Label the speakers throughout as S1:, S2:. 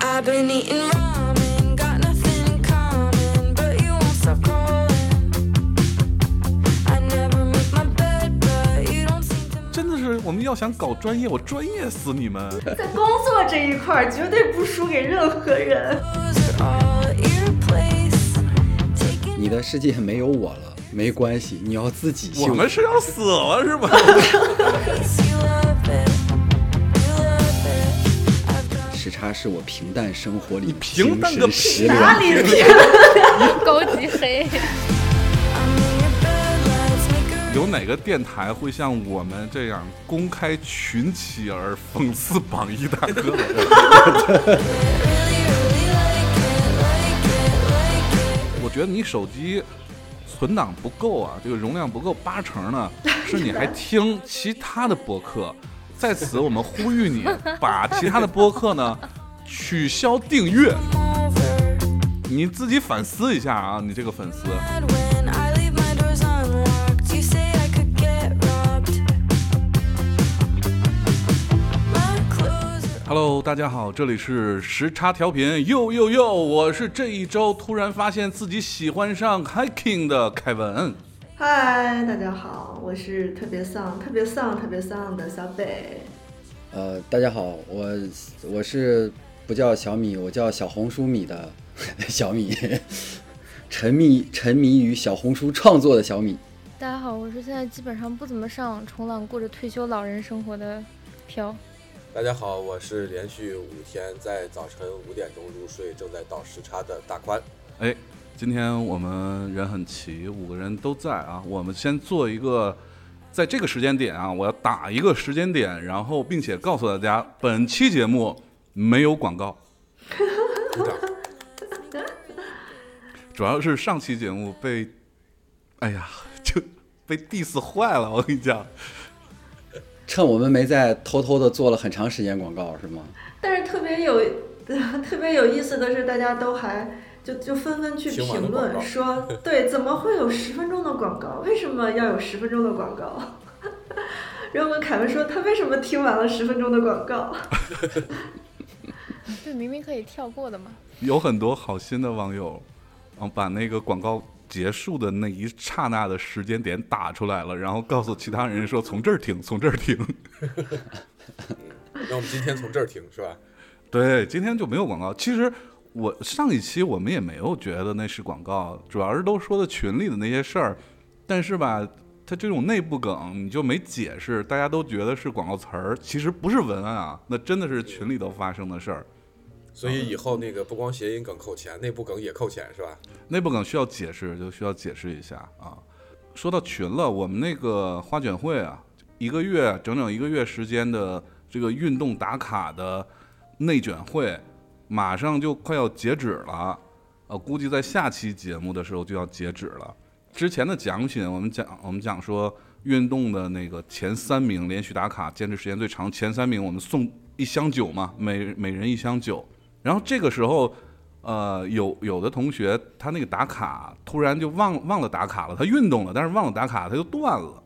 S1: I've been eating ramen, got nothing in common, but you won't stop calling. I never make my bed, but you don't seem to.
S2: 真的是我们要想搞专业，我专业死你们！
S3: 在工作这一块儿绝对不输给任何人。
S1: Those are all at your place.
S4: 你
S1: Taking
S4: 的世界没有我了，没关系，你要自己
S2: 我
S4: 幸福
S2: 们。是要死了是吗？
S1: piece, you love it. You love it. I've got
S4: 时差是我平淡生活里
S2: 平淡个
S4: 神
S2: 屁
S4: 食
S3: 哪
S4: 粮。
S3: 里
S5: 高级黑，
S1: I'm in your bed, let's make a
S2: 有哪个电台会像我们这样公开群起而讽刺榜一大哥的？
S1: really, really like it, like it, like it.
S2: 我觉得你手机存档不够啊，这个容量不够，八成呢是你还听其他的播客。在此，我们呼吁你把其他的播客呢取消订阅，
S1: Come over.
S2: 你自己反思一下啊，你这个粉丝。
S1: When I leave my doors unlocked, you say I could get robbed. My clothes are
S2: Hello，大家好，这里是时差调频，呦呦呦，我是这一周突然发现自己喜欢上 hiking 的凯文。
S3: 嗨，大家好，我是特别丧、特别丧、特别丧的小北。
S4: 呃，大家好，我我是不叫小米，我叫小红书米的小米， 沉迷沉迷于小红书创作的小米。
S5: 大家好，我是现在基本上不怎么上网冲浪，过着退休老人生活的飘。
S6: 大家好，我是连续五天在早晨五点钟入睡，正在倒时差的大宽。
S2: 哎，今天我们人很齐，五个人都在啊。我们先做一个，在这个时间点啊，我要打一个时间点，然后并且告诉大家，本期节目没有广告，
S6: 鼓掌！
S2: 主要是上期节目被，哎呀，就被 diss 坏了。我跟你讲，
S4: 趁我们没在，偷偷的做了很长时间广告，是吗？
S3: 但是特别有 特别有意思的是，大家都还就就纷纷去
S6: 听完了
S3: 评
S6: 广告
S3: 论说，对，怎么会有十分钟的广告？为什么要有十分钟的广告？然后我跟凯文说，他为什么听完了十分钟的广告？
S5: 对，明明可以跳过的嘛。
S2: 有很多好心的网友，嗯，把那个广告结束的那一刹那的时间点打出来了，然后告诉其他人说从这儿听，从这儿听。
S6: 那我们今天从这儿停是吧？
S2: 对，今天就没有广告。其实我上一期我们也没有觉得那是广告，主要是都说的群里的那些事儿，但是吧，它这种内部梗你就没解释，大家都觉得是广告词儿，其实不是文案啊，那真的是群里头发生的事儿。
S6: 所以以后那个不光谐音梗扣钱，内部梗也扣钱是吧？
S2: 内部梗需要解释，就需要解释一下啊。说到群了，我们那个花卷会啊，一个月整整一个月时间的这个运动打卡的内卷会，马上就快要截止了，呃，估计在下期节目的时候就要截止了。之前的奖品，我们讲我们讲说运动的那个前三名连续打卡，坚持时间最长前三名，我们送一箱酒嘛，每每人一箱酒。然后这个时候，呃，有有的同学他那个打卡突然就忘忘了打卡了，他运动了，但是忘了打卡，他就断了，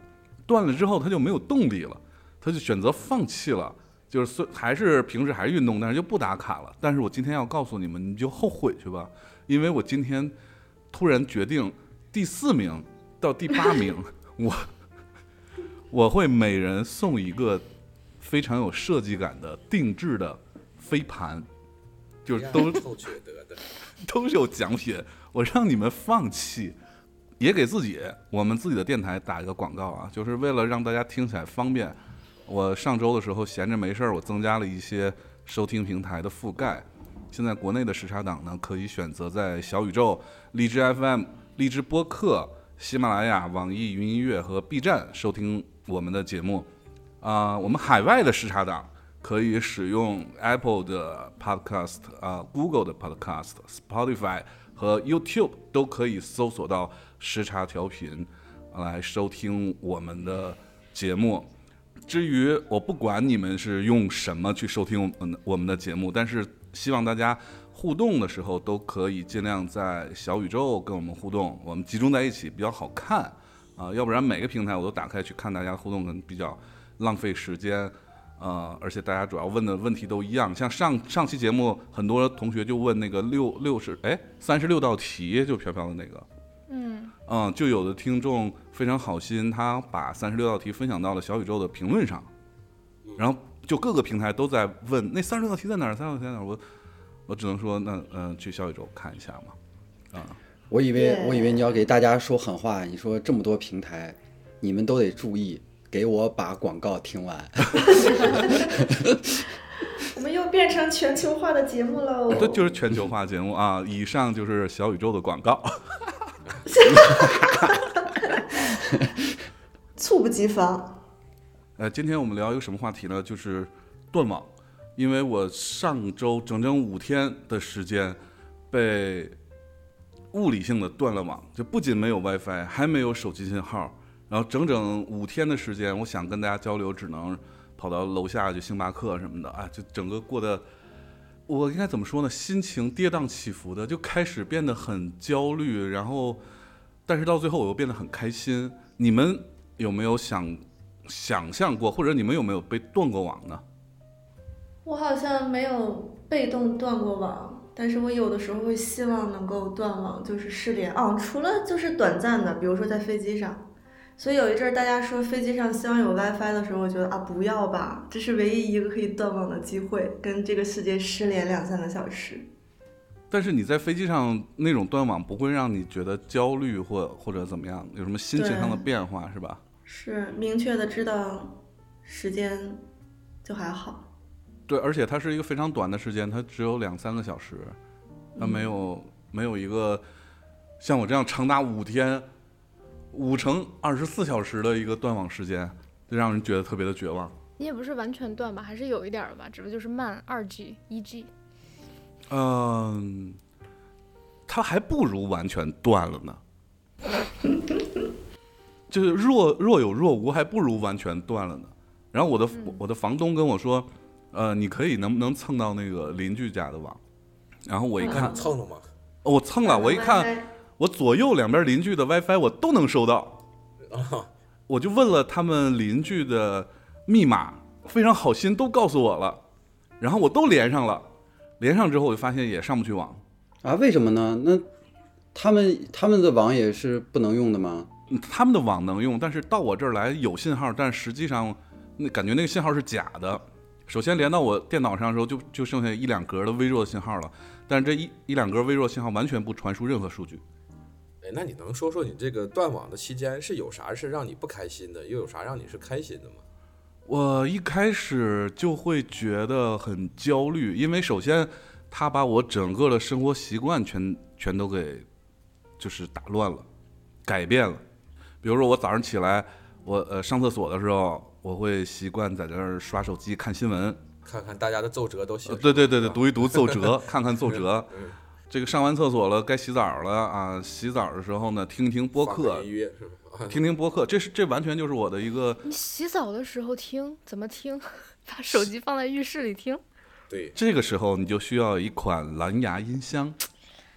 S2: 断了之后他就没有动力了，他就选择放弃了，就是虽还是平时还是运动，但是就不打卡了。但是我今天要告诉你们，你就后悔去吧，因为我今天突然决定第四名到第八名，我我会每人送一个非常有设计感的定制的飞盘。就是都
S6: 扣缺德的。
S2: 都是有奖品，我让你们放弃，也给自己我们自己的电台打一个广告啊，就是为了让大家听起来方便。我上周的时候闲着没事儿，我增加了一些收听平台的覆盖。现在国内的时差党呢，可以选择在小宇宙、荔枝 FM、荔枝播客、喜马拉雅、网易云音乐和 B 站收听我们的节目。啊、我们海外的时差党可以使用 Apple 的 Podcast 啊、Google 的 Podcast、Spotify 和 YouTube 都可以搜索到时差调频来收听我们的节目。至于我不管你们是用什么去收听我们我们的节目，但是希望大家互动的时候都可以尽量在小宇宙跟我们互动，我们集中在一起比较好看啊、要不然每个平台我都打开去看大家互动，可能比较浪费时间。呃，而且大家主要问的问题都一样，像上上期节目，很多同学就问那个六六十哎三十六道题，就飘飘的那个，
S5: 嗯，
S2: 嗯，就有的听众非常好心，他把三十六道题分享到了小宇宙的评论上，然后就各个平台都在问那三十六道题在哪儿，三十六道题在哪儿？我我只能说，那嗯、呃去小宇宙看一下嘛。
S4: 我以为我以为
S3: Yeah
S4: 你要给大家说狠话，你说这么多平台，你们都得注意，给我把广告听完。
S3: 我们又变成全球化的节目喽。
S2: 这啊就是全球化节目啊！以上就是小宇宙的广告。
S3: 猝不及防。
S2: 呃，今天我们聊一个什么话题呢？就是断网，因为我上周整整五天的时间被物理性的断了网，就不仅没有 WiFi，还没有手机信号，然后整整五天的时间，我想跟大家交流，只能跑到楼下去星巴克什么的，啊，就整个过得。我应该怎么说呢？心情跌宕起伏的，就开始变得很焦虑，然后，但是到最后我又变得很开心。你们有没有想想象过，或者你们有没有被断过网呢？
S3: 我好像没有被动断过网，但是我有的时候会希望能够断网，就是失联哦，除了就是短暂的，比如说在飞机上。所以有一阵儿大家说飞机上希望有 WiFi 的时候，我觉得啊不要吧，这是唯一一个可以断网的机会，跟这个世界失联两三个小时。
S2: 但是你在飞机上那种断网，不会让你觉得焦虑或或者怎么样，有什么心情上的
S3: 对
S2: 变化是吧？
S3: 是明确的知道时间，就还好。
S2: 对，而且它是一个非常短的时间，它只有两三个小时，它没有、没有一个像我这样长达五天、五乘二十四小时的一个断网时间，就让人觉得特别的绝望。
S5: 你也不是完全断吧，还是有一点儿吧，只不过就是慢二 G、一 G。
S2: 嗯，它还不如完全断了呢。 就是若若有若无，还不如完全断了呢。然后我的、我的房东跟我说，呃，你可以能不能蹭到那个邻居家的网？然后我一看，
S6: 蹭了吗？
S2: 哦我蹭
S3: 嗯
S2: 了，我一看，我左右两边邻居的 WiFi 我都能收到，我就问了他们邻居的密码，非常好心都告诉我了，然后我都连上了，连上之后我就发现也上不去网，
S4: 啊，为什么呢？那他们他们的网也是不能用的吗？
S2: 嗯他们的网能用，但是到我这儿来有信号，但实际上那感觉那个信号是假的。首先连到我电脑上的时候就，就剩下一两格的微弱的信号了，但是这一一两格微弱信号完全不传输任何数据。
S6: 哎，那你能说说你这个断网的期间是有啥是让你不开心的，又有啥让你是开心的吗？
S2: 我一开始就会觉得很焦虑，因为首先他把我整个的生活习惯全全都给就是打乱了，改变了。比如说我早上起来，我呃上厕所的时候，我会习惯在那儿刷手机看新闻，
S6: 看看大家的奏折都写
S2: 呃
S6: 了、
S2: 对对对对，读一读奏 折，看看奏折。
S6: 嗯
S2: 这个上完厕所了，该洗澡了啊！洗澡的时候呢，听一听播
S6: 放个
S2: 客
S6: 音，乐是吧？啊
S2: 听听播客，这是这完全就是我的一个
S5: 你洗澡的时候听，怎么听？ 把手机放在浴室里听。
S6: 对，
S2: 这个时候你就需要一款蓝牙音箱。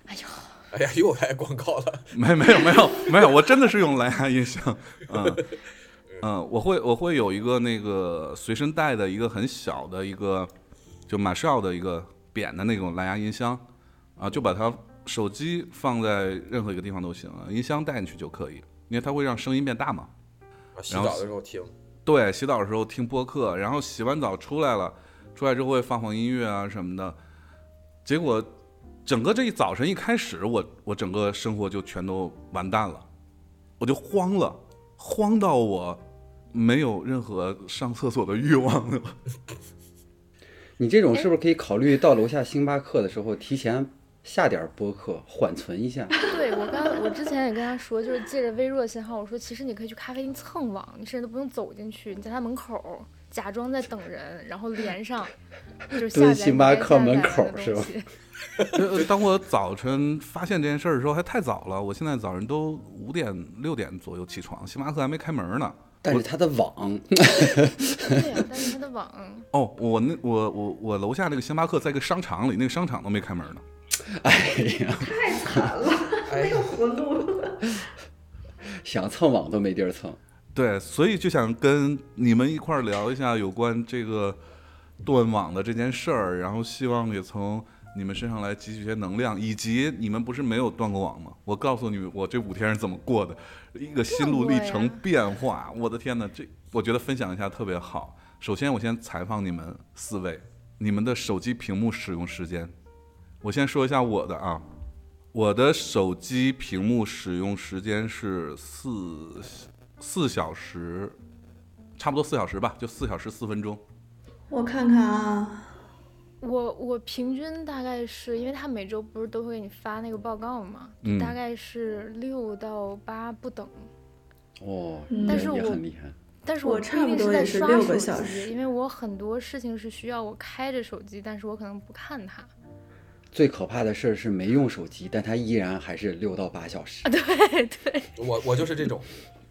S5: 哎呦，
S6: 哎呀，又来广告了，
S2: 没没有没有没有，我真的是用蓝牙音箱，嗯嗯，我会我会有一个那个随身带的一个很小的一个就马绍的一个扁的那种蓝牙音箱，啊，就把它手机放在任何一个地方都行啊，音箱带进去就可以，因为它会让声音变大嘛。
S6: 啊洗
S2: 然后
S6: 澡的时候听，
S2: 对，洗澡的时候听播客，然后洗完澡出来了，出来之后会放放音乐啊什么的。结果，整个这一早晨一开始，我我整个生活就全都完蛋了，我就慌了，慌到我没有任何上厕所的欲望了。
S4: 你这种
S5: 哎
S4: 是不是可以考虑到楼下星巴克的时候提前下点儿播客，缓存一下？
S5: 对我刚我之前也跟他说，就是借着微弱信号，我说其实你可以去咖啡厅蹭网，你甚至都不用走进去，你在他门口假装在等人，然后连上，就是下载
S4: 蹲星巴克门口
S5: 你该下载的东西？
S2: 呃 当我早晨发现这件事儿的时候，还太早了。我现在早晨都五点六点左右起床，星巴克还没开门呢。
S4: 但是它的网，
S5: 对呀、但是他的网，
S2: 哦，我那我我我楼下那个星巴克在一个商场里，那个商场都没开门呢。
S4: 哎呀，
S3: 太惨了，
S6: 哎
S3: 活路。
S4: 想蹭网都没地儿蹭。
S2: 对，所以就想跟你们一块儿聊一下有关这个断网的这件事儿，然后希望也从你们身上来汲取一些能量，以及你们不是没有断过网吗？我告诉你们，我这五天是怎么过的，一个心路历程
S5: 断过呀
S2: 变化。我的天哪，这我觉得分享一下特别好。首先，我先采访你们四位，你们的手机屏幕使用时间。我先说一下我的啊，我的手机屏幕使用时间是四四小时，差不多四小时吧，就四小时四分钟。
S3: 我看看啊，
S5: 我我平均大概是因为他每周不是都会给你发那个报告嘛，
S2: 嗯
S5: 大概是六到八不等。
S4: 哦，
S3: 嗯
S4: 也
S5: 但是
S4: 也
S5: 我
S4: 很厉害。
S5: 但是
S3: 我
S5: 我不
S3: 差
S5: 一
S3: 不
S5: 定
S3: 多
S5: 在
S3: 也是
S5: 刷
S3: 六
S5: 手
S3: 个小
S5: 机，
S3: 时
S5: 因为我很多事情是需要我开着手机，但是我可能不 看它。
S4: 最可怕的事儿是没用手机，但它依然还是六到八小时。
S5: 啊
S6: 我我就是这种，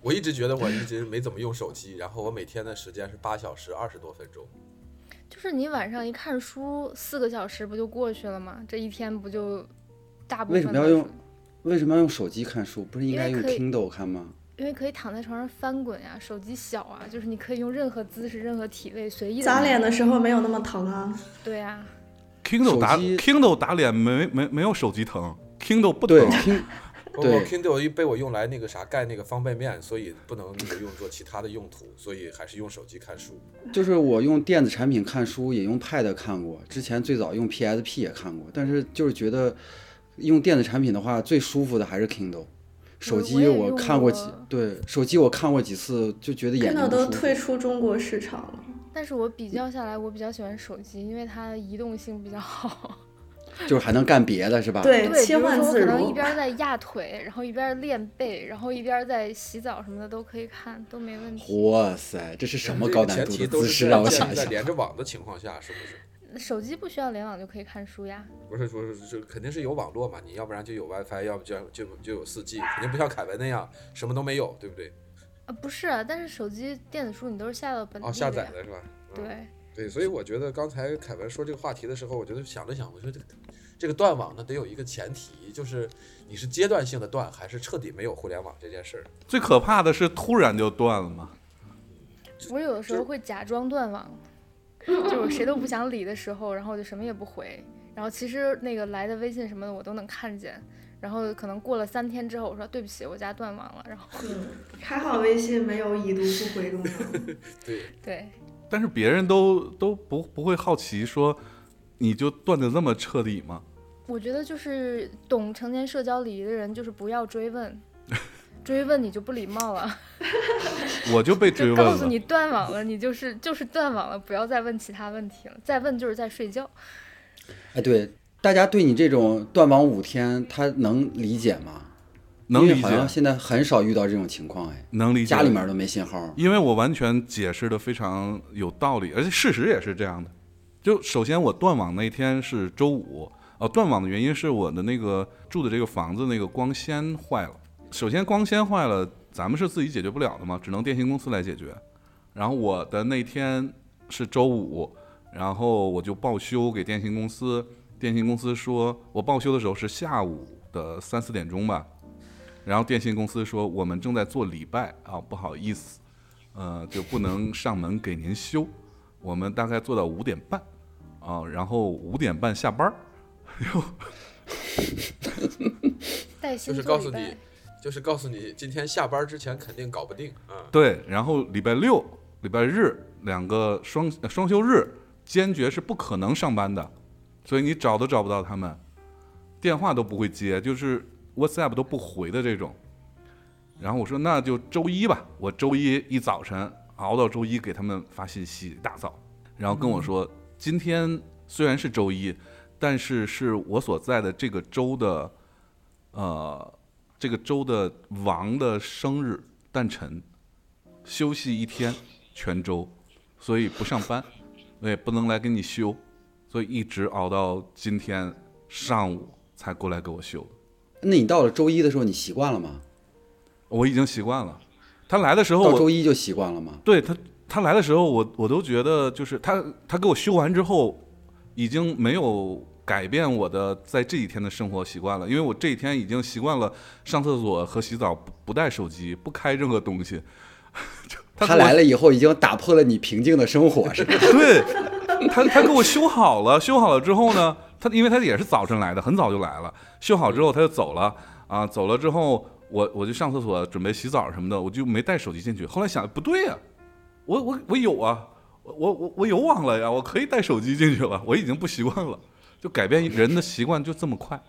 S6: 我一直觉得我一直没怎么用手机，然后我每天的时间是八小时二十多分钟。
S5: 就是你晚上一看书，四个小时不就过去了吗？这一天不就大部
S4: 为什
S5: 分
S4: 么要
S5: 都是
S4: 用为什么要用手机看书？不是应该
S5: 因
S4: 用
S5: 为可以
S4: Kindle 看吗？
S5: 因为可以躺在床上翻滚呀、手机小啊，就是你可以用任何姿势、任何体位随意的。
S3: 砸脸的时候没有那么疼啊。
S5: 对呀、
S2: Kindle 打
S4: 手机
S2: Kindle 打脸没没没有手机疼，Kindle 不
S4: 对
S2: 疼。
S4: 哦，Kin
S6: 我
S4: 对
S6: 我 Kindle 一被我用来那个啥盖那个方便面，所以不能那个用作其他的用途，所以还是用手机看书。
S4: 就是我用电子产品看书，也用 Pad 看过，之前最早用 PSP 也看过，但是就是觉得用电子产品的话，最舒服的还是 Kindle。手
S5: 我
S4: 机
S5: 也
S4: 我
S5: 用
S4: 看过几
S5: 过
S4: 对手机我看过几次，就觉得眼
S3: Kindle
S4: 睛
S3: 都
S4: 不舒
S3: 退
S4: 服。
S3: 出中国市场了。
S5: 但是我比较下来，我比较喜欢手机，因为它移动性比较好。
S4: 就是还能干别的是吧？
S3: 对
S5: 对，比
S3: 切
S5: 如
S3: 换
S5: 说我
S3: 自
S5: 可能一
S3: 如。
S5: 边在压腿，然后一边练背，然后一边在洗澡什么的都可以看，都没问题。
S4: 哇塞，这是什么高难
S6: 前
S4: 度
S6: 提
S4: 的
S6: 都
S4: 姿
S6: 是
S4: 势？
S6: 在
S4: 让我
S6: 建
S4: 想
S6: 立
S4: 一
S6: 在
S4: 想。
S6: 连着网的情况下，是不是？
S5: 手机不需要联网就可以看书呀。
S6: 不是说是就肯定是有网络嘛，你要不然就有 WiFi，要不就就就有 4G，肯定不像凯文那样什么都没有，对不对？
S5: 啊，不是啊，但是手机电子书你都是下到本地
S6: 哦，
S5: 的
S6: 下
S5: 呀。
S6: 载的是吧？嗯、
S5: 对，
S6: 对，所以我觉得刚才凯文说这个话题的时候，我觉得想了想，我说这个这个断网呢，得有一个前提，就是你是阶段性的断，还是彻底没有互联网这件事儿。
S2: 最可怕的是突然就断了嘛。
S5: 我有的时候会假装断网，就我谁都不想理的时候，然后我就什么也不回，然后其实那个来的微信什么的我都能看见，然后可能过了三天之后，我说对不起，我家断网了，然后
S3: 嗯还好微信没有已读不回功能。
S6: 对，
S5: 对，
S2: 但是别人都都不不会好奇说，你就断的那么彻底吗？
S5: 我觉得就是懂成年社交礼仪的人，就是不要追问。 追问你就不礼貌 了，
S2: 我就被追
S5: 就
S2: 问
S5: 告诉
S2: 了
S5: 你。断网了，你就是就是断网了，不要再问其他问题了，再问就是在睡觉。
S4: 哎，对，大家对你这种断网五天，他能理解吗？
S2: 能
S4: 因为
S2: 理
S4: 好像
S2: 解，
S4: 现在很少遇到这种情况，哎，
S2: 能理解。
S4: 家里面都没信号。
S2: 因为我完全解释的非常有道理，而且事实也是这样的。就首先我断网那天是周五，呃，断网的原因是我的那个住的这个房子那个光纤坏了。首先光纤坏了，咱们是自己解决不了的嘛，只能电信公司来解决。然后我的那天是周五，然后我就报修给电信公司，电信公司说我报修的时候是下午的三四点钟吧，然后电信公司说我们正在做礼拜啊，不好意思，呃，就不能上门给您修。我们大概做到五点半啊，然后五点半下班儿。
S5: 带
S6: 就
S5: 薪
S6: 是
S5: 做
S6: 告
S5: 礼
S6: 诉
S5: 拜
S6: 你，，就是告诉你，今天下班之前肯定搞不定啊。
S2: 对，然后礼拜六、礼拜日两个双呃双休日，坚决是不可能上班的，所以你找都找不到他们，电话都不会接，就是 WhatsApp 都不回的这种。然后我说那就周一吧，我周一一早晨熬到周一给他们发信息，一大早，然后跟我说今天虽然是周一，但是是我所在的这个州的，呃，这个州的王的生日诞辰，休息一天，全周，所以不上班，我也不能来给你修，所以一直熬到今天上午才过来给我修。
S4: 那你到了周一的时候，你习惯了吗？
S2: 我已经习惯了，他来的时候
S4: 到周
S2: 哦我
S4: 一就习惯了吗？
S2: 对他他来的时候我我都觉得就是他他给我修完之后，已经没有改变我的在这几天的生活习惯了，因为我这几天已经习惯了上厕所和洗澡不不带手机，不开任何东西。 他
S4: 他
S2: 跟我
S4: 来了以后已经打破了你平静的生活，是吧？
S2: 对，他他给我修好了，修好了之后呢，他因为他也是早晨来的，很早就来了，修好之后他就走了啊，走了之后我我就上厕所准备洗澡什么的，我就没带手机进去。后来想不对呀、我我我有啊，我我我我有网了呀，我可以带手机进去了，我已经不习惯了，就改变人的习惯就这么快。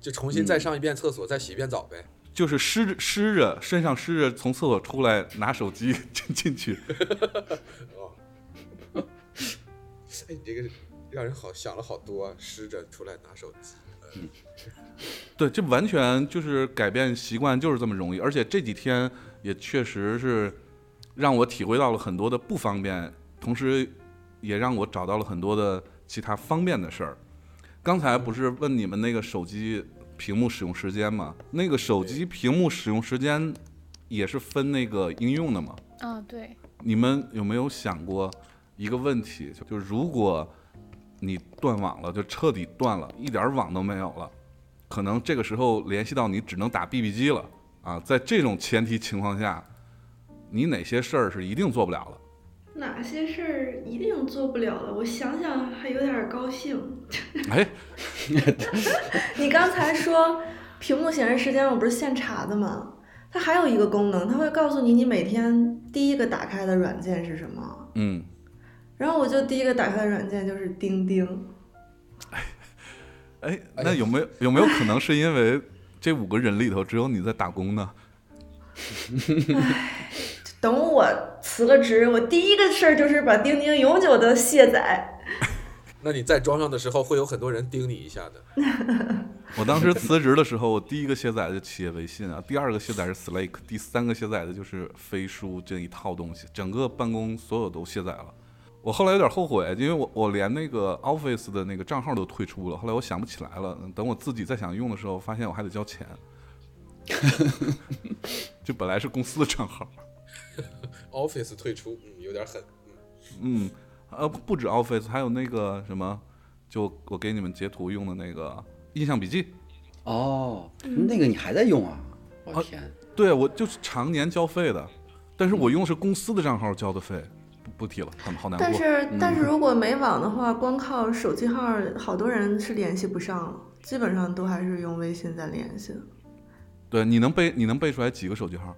S6: 就重新
S4: 嗯
S6: 再上一遍厕所，再洗一遍澡呗。
S2: 就是湿着湿着，身上湿着，从厕所出来拿手机进进去，
S6: 哎，你这个让人好想了好多、啊，湿着出来拿手机。
S2: 对，这完全就是改变习惯就是这么容易，而且这几天也确实是让我体会到了很多的不方便，同时也让我找到了很多的其他方便的事儿。刚才不是问你们那个手机屏幕使用时间吗？那个手机屏幕使用时间也是分那个应用的吗？
S5: 啊，对，
S2: 你们有没有想过一个问题？就就如果你断网了，就彻底断了，一点儿网都没有了，可能这个时候联系到你只能打 BB 机了啊。在这种前提情况下，你哪些事儿是一定做不了了？
S3: 哪些事儿一定做不了了？我想想还有点儿高兴。
S2: 哎，
S3: 你刚才说屏幕显示时间，我不是现查的吗？它还有一个功能，它会告诉你你每天第一个打开的软件是什么。
S2: 嗯，
S3: 然后我就第一个打开的软件就是钉钉，
S2: 哎，
S6: 哎
S2: 那有没有有没有可能是因为这五个人里头只有你在打工呢？
S3: 等我辞了职，我第一个事儿就是把钉钉永久的卸载。
S6: 那你再装上的时候，会有很多人盯你一下的。
S2: 我当时辞职的时候，我第一个卸载的企业微信啊，第二个卸载是 Slack，第三个卸载的就是飞书这一套东西，整个办公所有都卸载了。我后来有点后悔，因为我我连那个 Office 的那个账号都退出了。后来我想不起来了，等我自己再想用的时候，发现我还得交钱。 就本来是公司的账号，
S6: Office 退出，嗯，有点狠。嗯，
S2: 嗯，呃，不止 Office，还有那个什么，就我给你们截图用的那个印象笔记，
S4: 哦，那个你还在用啊？我
S2: 哦
S4: 天，
S2: 对我就是常年交费的，但是我用的是公司的账号交的费，不不提了，好好难
S3: 但
S2: 过。
S3: 是但是如果没网的话，光靠手机号，好多人是联系不上了，基本上都还是用微信在联系。
S2: 对，你能背你能背出来几个手机号？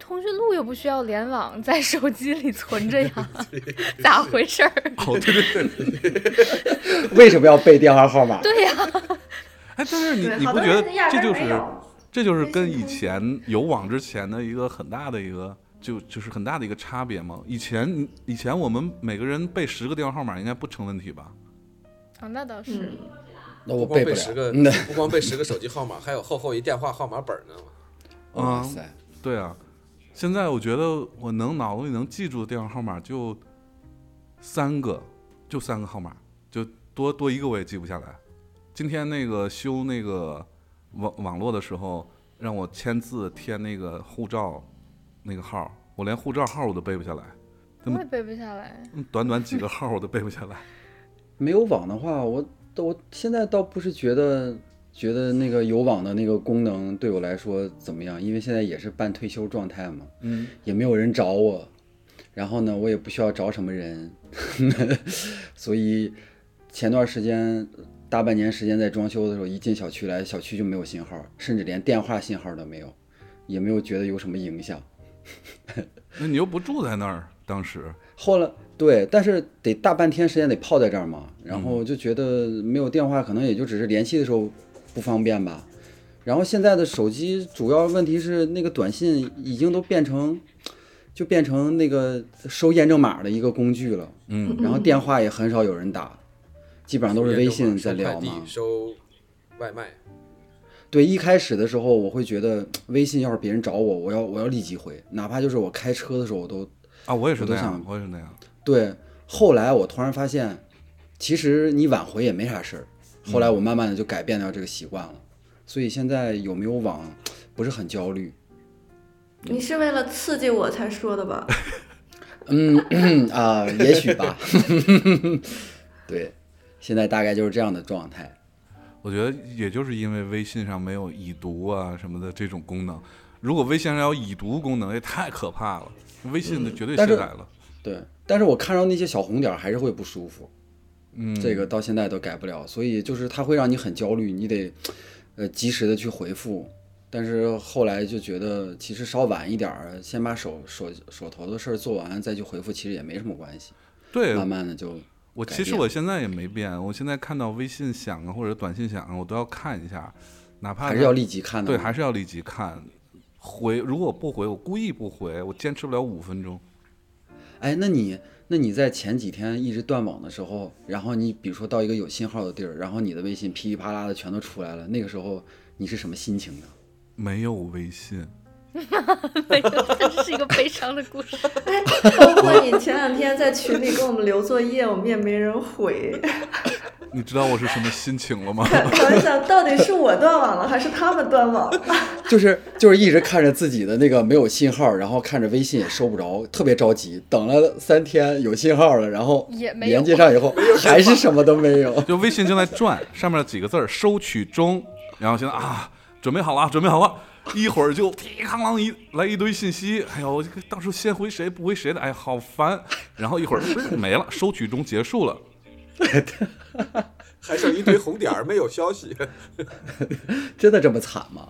S5: 通讯录又不需要联网，在手机里存着 呀， 咋回事儿？
S2: 哦，对对对，
S4: 为什么要背电话号码？
S5: 对呀、
S2: 哎，但是你
S3: 对
S2: 你
S3: 好
S2: 不
S3: 多
S2: 觉得
S3: 人压
S2: 这
S3: 根儿
S2: 就
S3: 没
S2: 是
S3: 有
S2: 这就是
S3: 微
S2: 跟
S3: 信
S2: 以
S3: 通
S2: 前有网之前的一个很大的一个就就是很大的一个差别吗？以前以前我们每个人背十个电话号码应该不成问题吧？
S5: 啊，那倒是。
S3: 嗯，
S4: 那我
S6: 不光
S4: 不
S6: 十个
S4: 了。那，
S6: 不光背十个手机号码，还有厚厚一电话号码本呢。
S4: 哇
S2: 嗯
S4: 塞，
S2: 对啊，现在我觉得我能脑子里能记住的电话号码就三个，就三个号码，就多多一个我也记不下来。今天那个修那个网网络的时候，让我签字填那个护照那个号，我连护照号我都背不下来，这么
S5: 我也背不下来，
S2: 嗯短短几个号我都背不下 来。
S4: 没有网的话，我我现在倒不是觉得觉得那个有网的那个功能对我来说怎么样，因为现在也是半退休状态嘛，
S2: 嗯，
S4: 也没有人找我，然后呢，我也不需要找什么人， 所以前段时间大半年时间在装修的时候，一进小区来，小区就没有信号，甚至连电话信号都没有，也没有觉得有什么影响。
S2: 那你又不住在那儿，当时
S4: 后来对，但是得大半天时间得泡在这儿嘛，然后
S6: 嗯
S4: 就觉得没有电话，可能也就只是联系的时候不方便吧。然后现在的手机主要问题是那个短信已经都变成，就变成那个收验证码的一个工具了，
S2: 嗯，
S4: 然后电话也很少有人打，基本上都是微信在聊嘛
S6: 收快。递、收外卖。
S4: 对，一开始的时候我会觉得微信要是别人找我，我要我要立即回，哪怕就是我开车的时候我都
S2: 啊，我也是
S4: 我
S2: 那
S4: 都
S2: 样
S4: 想，
S2: 我也是那样。
S4: 对，后来我突然发现，其实你挽回也没啥事儿。后来我慢慢的就改变掉这个习惯了，所以现在有没有网不是很焦虑。
S3: 你是为了刺激我才说的吧？
S4: 嗯啊、也许吧。 对，现在大概就是这样的状态。
S2: 我觉得也就是因为微信上没有已读啊什么的这种功能，如果微信上有已读功能，也太可怕了，微信的绝对
S4: 嗯但
S2: 卸
S4: 是
S2: 载了。
S4: 对，但是我看到那些小红点儿还是会不舒服，
S2: 嗯，
S4: 这个到现在都改不了，所以就是它会让你很焦虑，你得呃及时的去回复。但是后来就觉得，其实稍晚一点儿，先把手手手头的事儿做完，再去回复，其实也没什么关系。
S2: 对
S4: 慢慢的就
S2: 我
S4: 啊改
S2: 其实
S4: 变
S2: 我现在也没变，我现在看到微信响啊或者短信响啊，我都要看一下，哪怕
S4: 还是要立即看的
S2: 对，
S4: 嘛。
S2: 还是要立即看。回如果不回，我故意不回，我坚持不了五分钟。
S4: 哎，那你那你在前几天一直断网的时候，然后你比如说到一个有信号的地儿，然后你的微信噼里啪啦的全都出来了，那个时候你是什么心情呢？
S2: 没有微信，
S5: 没有，这是一个悲伤的故事。
S3: 包括你前两天在群里给我们留作业，我们也没人 回。
S2: 你知道我是什么心情了吗？
S3: 我在想到底是我断网了，还是他们断 网了？
S4: 就是就是一直看着自己的那个没有信号，然后看着微信也收不着，特别着急。等了三天有信号了，然后
S5: 也没有
S4: 连接上以后 还是什么都没有。
S2: 就微信正在转，上面几个字儿“收取中”，然后现在啊，准备好了，准备好了，一会儿就叮哐啷一来一堆信息，哎呦，我这个到时候先回谁不回谁的，哎呀，好烦。然后一会儿不是没了，收取中结束了，
S6: 还剩一堆红点儿没有消息。
S4: 真的这么惨吗？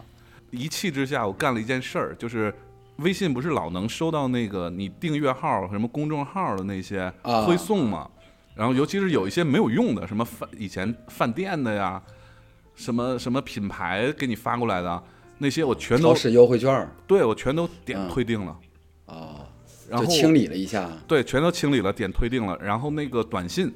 S2: 一气之下，我干了一件事儿，就是微信不是老能收到那个你订阅号、什么公众号的那些
S4: 啊
S2: 推送嘛，然后尤其是有一些没有用的，什么饭以前饭店的呀，什么什么品牌给你发过来的啊那些，我全
S4: 超
S2: 都
S4: 市优惠券儿
S2: 对我全都点
S4: 嗯
S2: 退订了，
S4: 啊，
S2: 然
S4: 就
S2: 后
S4: 清理了一下。
S2: 对全都清理了，点退订了，然后那个短信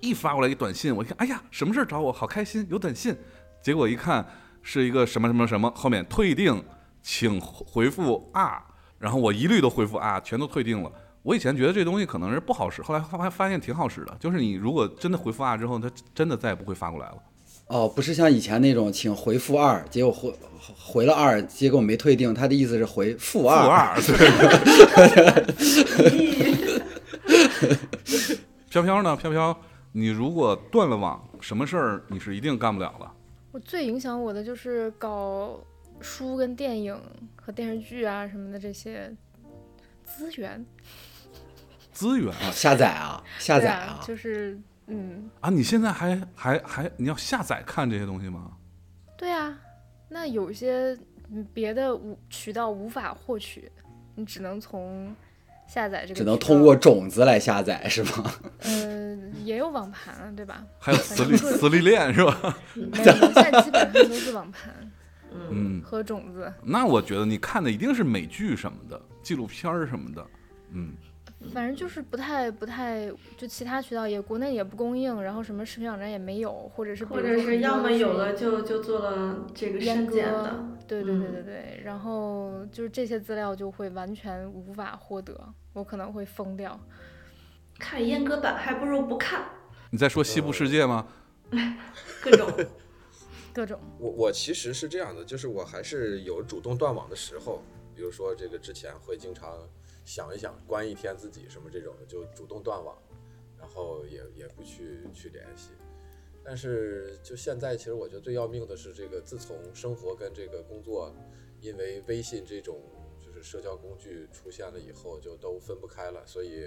S2: 一发过来一短信，我一看，哎呀，什么事儿找我？好开心，有短信。结果一看是一个什么什么什么，后面退订，请回复啊。然后我一律都回复啊，全都退订了。我以前觉得这东西可能是不好使，后来发发现挺好使的，就是你如果真的回复啊之后，它真的再也不会发过来了。
S4: 哦，不是像以前那种，请回复二，结果回回了二，结果没退订，他的意思是回负
S2: 负
S4: 二。
S2: 二，对。飘飘呢？飘飘，你如果断了网，什么事儿你是一定干不了了。
S5: 我最影响我的就是搞书跟电影和电视剧啊什么的这些资源。
S2: 资源啊
S4: 啊，下载啊，下
S5: 对
S4: 载
S5: 啊，就是嗯，
S2: 啊！你现在还还还你要下载看这些东西吗？
S5: 对啊，那有些嗯别的无渠道无法获取，你只能从下载这个渠
S4: 只
S5: 道，
S4: 能通过 种子来下载是吗？
S5: 呃也有网盘啊，对吧？
S2: 还有磁力磁力链是吧？
S5: 没有，现在基本上都是网盘
S2: 嗯，
S5: 和种子。
S2: 那我觉得你看的一定是美剧什么的，纪录片儿什么的。嗯，
S5: 反正就是不太不太，就其他渠道也国内也不供应，然后什么视频网站也没有，或者是比
S3: 或
S5: 如
S3: 者
S5: 说
S3: 是要么有了
S5: 很多
S3: 就就做了这个
S5: 是阉
S3: 删
S5: 割
S3: 减的，，
S5: 对对对
S3: 嗯
S5: 对对，然后就是这些资料就会完全无法获得，我可能会疯掉。
S3: 看阉割版还不如不看，
S2: 你在说西部世界吗？
S3: 各 种
S5: 各种
S6: 我我其实是这样的，就是我还是有主动断网的时候，比如说这个之前会经常想一想关一天自己什么这种，就主动断网，然后也也不去去联系。但是就现在，其实我觉得最要命的是，这个自从生活跟这个工作，因为微信这种就是社交工具出现了以后，就都分不开了，所以，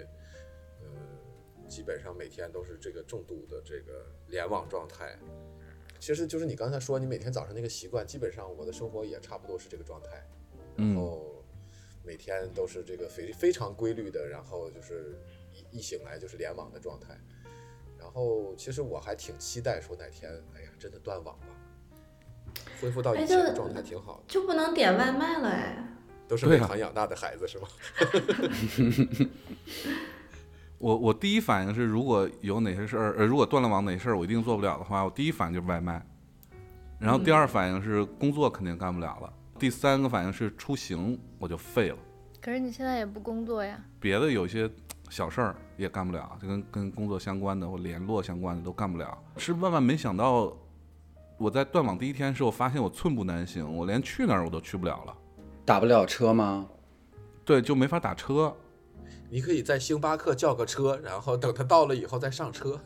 S6: 呃，基本上每天都是这个重度的这个联网状态。其实就是你刚才说你每天早上那个习惯，基本上我的生活也差不多是这个状态，然
S2: 嗯，
S6: 后每天都是这个非非常规律的，然后就是一一醒来就是联网的状态。然后其实我还挺期待说哪天，哎呀，真的断网吧，恢复到
S3: 哎
S6: 以前的
S3: 就
S6: 状态挺好的。
S3: 就不能点外卖了哎。
S6: 都是
S2: 对
S6: 被
S2: 啊
S6: 团养大的孩子是吗？
S2: 我我第一反应是，如果有哪些事儿，呃，如果断了网哪些事儿我一定做不了的话，我第一反应就是外卖，然后第二反应是工作肯定干不了了，第三个反应是出行我就废了。
S5: 可是你现在也不工 作呀，
S2: 别的有些小事儿也干不了，就跟跟工作相关的或联络相关的都干不了。是万万没想到，我在断网第一天时候，发现我寸步难行，我连去哪儿我都去不了了。
S4: 打不了车吗？
S2: 对，就没法打车。
S6: 你可以在星巴克叫个车，然后等他到了以后再上车。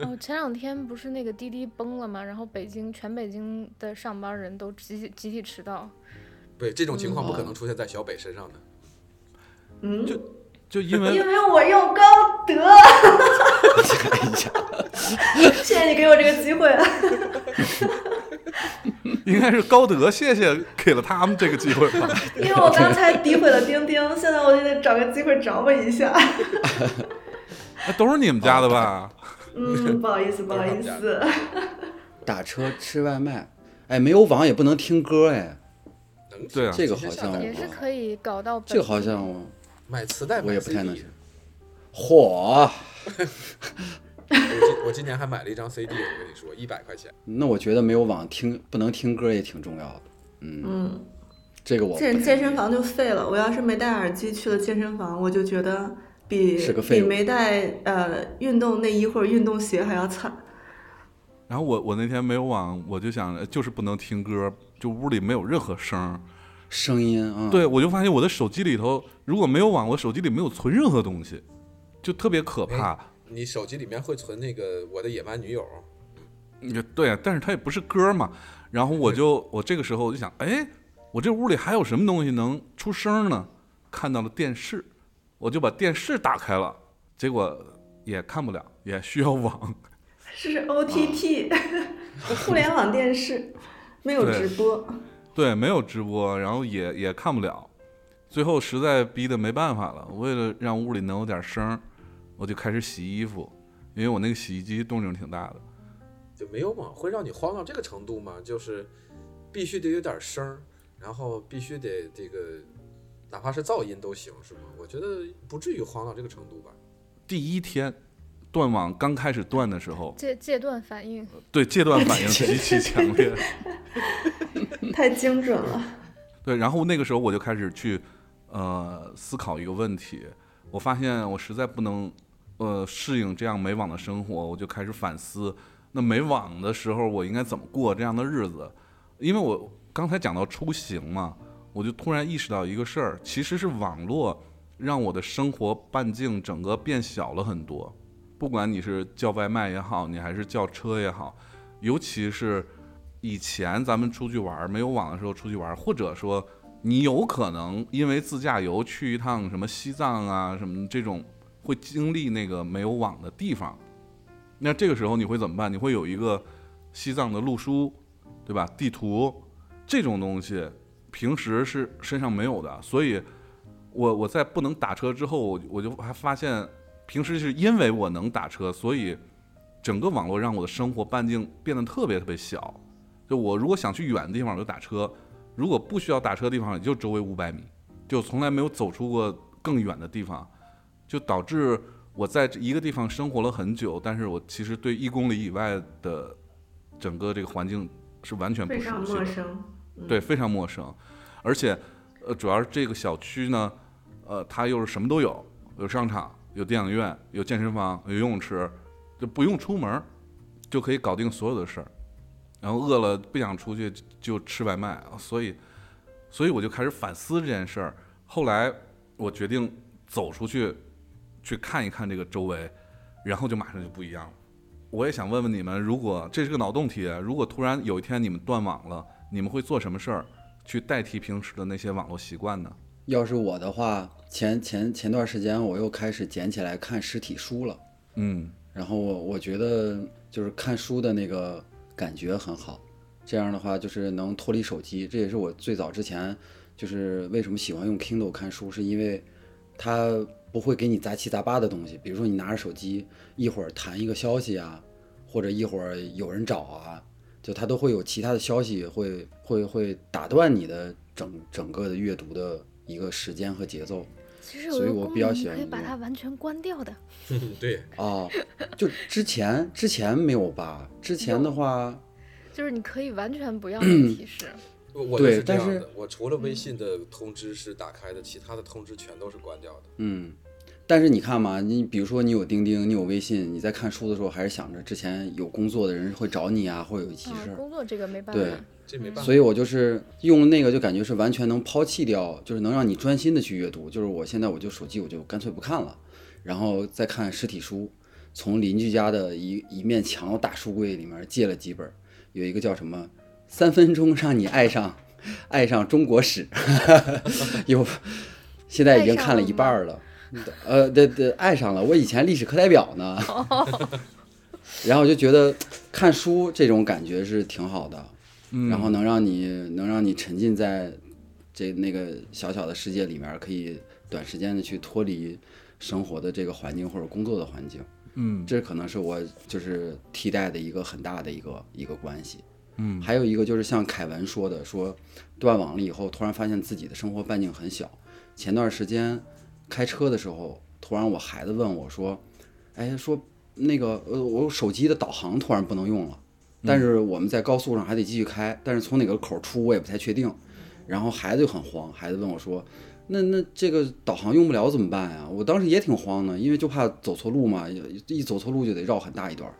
S5: 哦，前两天不是那个滴滴崩了吗？然后北京全北京的上班人都集体集体迟到，
S6: 对，这种情况不可能出现在小北身上的。
S3: 嗯，
S2: 就就因为
S3: 因为我用高德。 谢谢你给我这个机会、啊。
S2: 应该是高德谢谢给了他们这个机会吧。
S3: 因为我刚才诋毁了丁丁，现在我就得找个机会找我一 下。
S2: 那都是你们家的吧？
S3: 嗯，不好意思，不好意思。
S4: 打车吃外卖，哎，没有网也不能听歌，哎，
S6: 能
S2: 对啊
S6: 直接
S4: 这个好
S6: 下载
S4: 像
S5: 也是可以搞到本地。
S4: 哎这个好像我
S6: 买磁带，
S4: 我也
S6: 买
S4: 不太能
S6: CD
S4: 火。啊
S6: 我今我今年还买了一张 CD，我跟你说，一百块钱。
S4: 那我觉得没有网听不能听歌也挺重要的，
S3: 嗯，
S4: 这个我
S3: 这健身房就废了。我要是没戴耳机去了健身房，我就觉得比
S4: 是个废
S3: 比
S4: 物
S3: 没带呃运动内衣或者运动鞋还要惨。
S2: 然后我我那天没有网，我就想着就是不能听歌，就屋里没有任何声儿。
S4: 声音啊，
S2: 对，我就发现我的手机里头如果没有网，我手机里没有存任何东西，就特别可怕。
S6: 你手机里面会存那个我的野蛮女友，
S2: 也对，啊但是它也不是歌嘛。然后我就我这个时候我就想，哎，我这屋里还有什么东西能出声呢？看到了电视，我就把电视打开了，结果也看不了，也需要网。
S3: 是 OTT，、互联网电视，没有
S2: 对
S3: 直播。
S2: 对，没有直播，然后也也看不了。最后实在逼得没办法了，为了让屋里能有点声儿，我就开始洗衣服，因为我那个洗衣机动静挺大的。
S6: 就没有网会让你慌到这个程度吗？就是必须得有点声儿，然后必须得这个，哪怕是噪音都行，是吗？我觉得不至于慌到这个程度 吧。
S2: 第一天断网刚开始断的时候，
S5: 戒戒断反应，
S4: 呃
S2: 对戒断反应极其强烈。
S3: 太精准了。
S2: 对，然后那个时候我就开始去呃思考一个问题，我发现我实在不能呃适应这样没网的生活，我就开始反思，那没网的时候我应该怎么过这样的日子？因为我刚才讲到出行嘛，我就突然意识到一个事儿，其实是网络让我的生活半径整个变小了很多，不管你是叫外卖也好，你还是叫车也好，尤其是。以前咱们出去玩儿没有网的时候出去玩儿，或者说你有可能因为自驾游去一趟什么西藏啊什么这种，会经历那个没有网的地方。那这个时候你会怎么办？你会有一个西藏的路书，对吧？地图这种东西平时是身上没有的，所以我我在不能打车之后，我我就还发现，平时是因为我能打车，所以整个网络让我的生活半径变得特别特别小。就我如果想去远的地方，我就打车；如果不需要打车的地方，也就周围五百米，就从来没有走出过更远的地方，就导致我在这一个地方生活了很久，但是我其实对一公里以外的整个这个环境是完全不
S3: 非
S2: 熟悉的，
S3: 常陌生。
S2: 对，非常陌生，而且，呃，主要是这个小区呢，呃，它又是什么都有，有商场，有电影院，有健身房，有游泳池，就不用出门儿，就可以搞定所有的事儿。然后饿了不想出去就就吃外卖，所以，所以我就开始反思这件事儿。后来我决定走出去，去看一看这个周围，然后就马上就不一样了。我也想问问你们，如果这是个脑洞题，如果突然有一天你们断网了，你们会做什么事儿去代替平时的那些网络习惯呢？
S4: 要是我的话，前前前段时间我又开始捡起来看实体书了，
S2: 嗯，
S4: 然后我我觉得就是看书的那个感觉很好，这样的话就是能脱离手机，这也是我最早之前就是为什么喜欢用 Kindle 看书，是因为它不会给你杂七杂八的东西，比如说你拿着手机一会儿弹一个消息啊，或者一会儿有人找啊，就它都会有其他的消息会会会打断你的整整个的阅读的一个时间和节奏。
S5: 其实有
S4: 所以
S5: 一个
S4: 我
S5: 功
S4: 比较
S5: 能
S4: 喜
S5: 可
S4: 欢
S5: 以
S4: 那
S5: 把
S4: 种
S5: 它完全关掉的。
S6: 嗯，对，
S4: 哦，就之前之前没有吧？之前的话，
S5: 就是你可以完全不 要那个提示，
S6: 我我就
S4: 对
S6: 是这
S4: 但
S6: 样
S4: 是
S6: 的。我除了微信的通知是打开的，其他的通知全都是关掉的。
S4: 嗯，但是你看嘛，你比如说你有钉钉，你有微信，你在看书的时候还是想着之前有工作的人会找你啊，或者有急事儿，
S5: 啊，工作这个没办
S4: 对
S5: 法。
S6: 这没办法，
S4: 所以我就是用那个就感觉是完全能抛弃掉，就是能让你专心的去阅读。就是我现在我就手机我就干脆不看了，然后再看实体书，从邻居家的一一面墙的大书柜里面借了几本，有一个叫什么《三分钟让你爱上》爱上中国史》 有，现在已经看了一半儿了。呃，对对，爱上了。我以前历史课代表呢，然后我就觉得看书这种感觉是挺好的，
S2: 嗯
S4: 然后能让你能让你沉浸在这那个小小的世界里面，可以短时间的去脱离生活的这个环境或者工作的环境。
S2: 嗯
S4: 这可能是我就是替代的一个很大的一个一个关系。
S2: 嗯
S4: 还有一个就是像凯文说的，说断网了以后，突然发现自己的生活半径很小。前段时间开车的时候，突然我孩子问我说：“哎，说那个呃，我手机的导航突然不能用了，但是我们在高速上还得继续开，但是从哪个口出我也不太确定。”然后孩子就很慌，孩子问我说：“那那这个导航用不了怎么办呀？”我当时也挺慌的，因为就怕走错路嘛，一一走错路就得绕很大一段儿。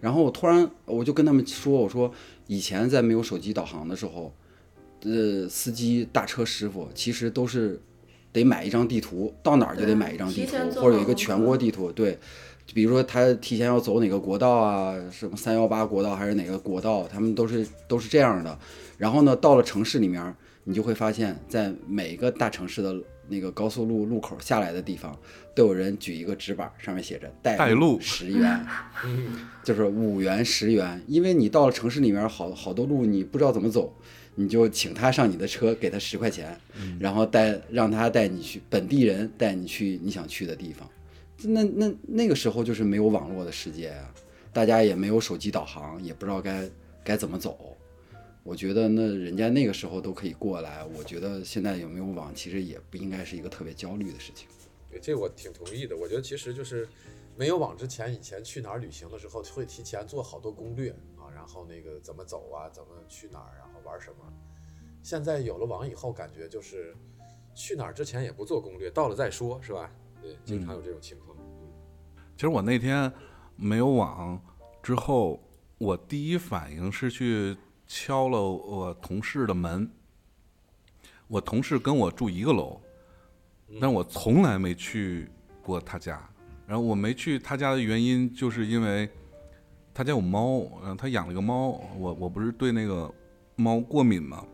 S4: 然后我突然我就跟他们说：“我说以前在没有手机导航的时候，呃，司机、大车师傅其实都是得买一张地图，到哪儿就得买一张地
S3: 提前
S4: 图，
S3: 做
S4: 或者有一
S3: 好
S4: 个
S3: 功
S4: 全
S3: 课
S4: 国地图。对，比如说他提前要走哪个国道啊，什么三幺八国道还是哪个国道，他们都是都是这样的。然后呢，到了城市里面，你就会发现，在每一个大城市的那个高速路路口下来的地方，都有人举一个纸板，上面写着带
S2: 带路
S4: 十元。 就是五元十元，因为你到了城市里面好，好多路你不知道怎么走，你就请他上你的车，给他十块钱，然后带让他带你去本地人带你去你想去的地方。那那那个时候就是没有网络的世界啊，大家也没有手机导航，也不知道该该怎么走。我觉得那人家那个时候都可以过来，我觉得现在有没有网其实也不应该是一个特别焦虑的事情。
S6: 对这我挺同意的。我觉得其实就是没有网之前，以前去哪儿旅行的时候，会提前做好多攻略啊，然后那个怎么走啊，怎么去哪儿，然后玩什么。现在有了网以后，感觉就是去哪儿之前也不做攻略，到了再说，是吧？对，经常有这种情况。
S2: 其实我那天没有网之后，我第一反应是去敲了我同事的门。我同事跟我住一个楼，但我从来没去过他家。然后我没去他家的原因，就是因为他家有猫，然后他养了个猫，我我不是对那个猫过敏嘛，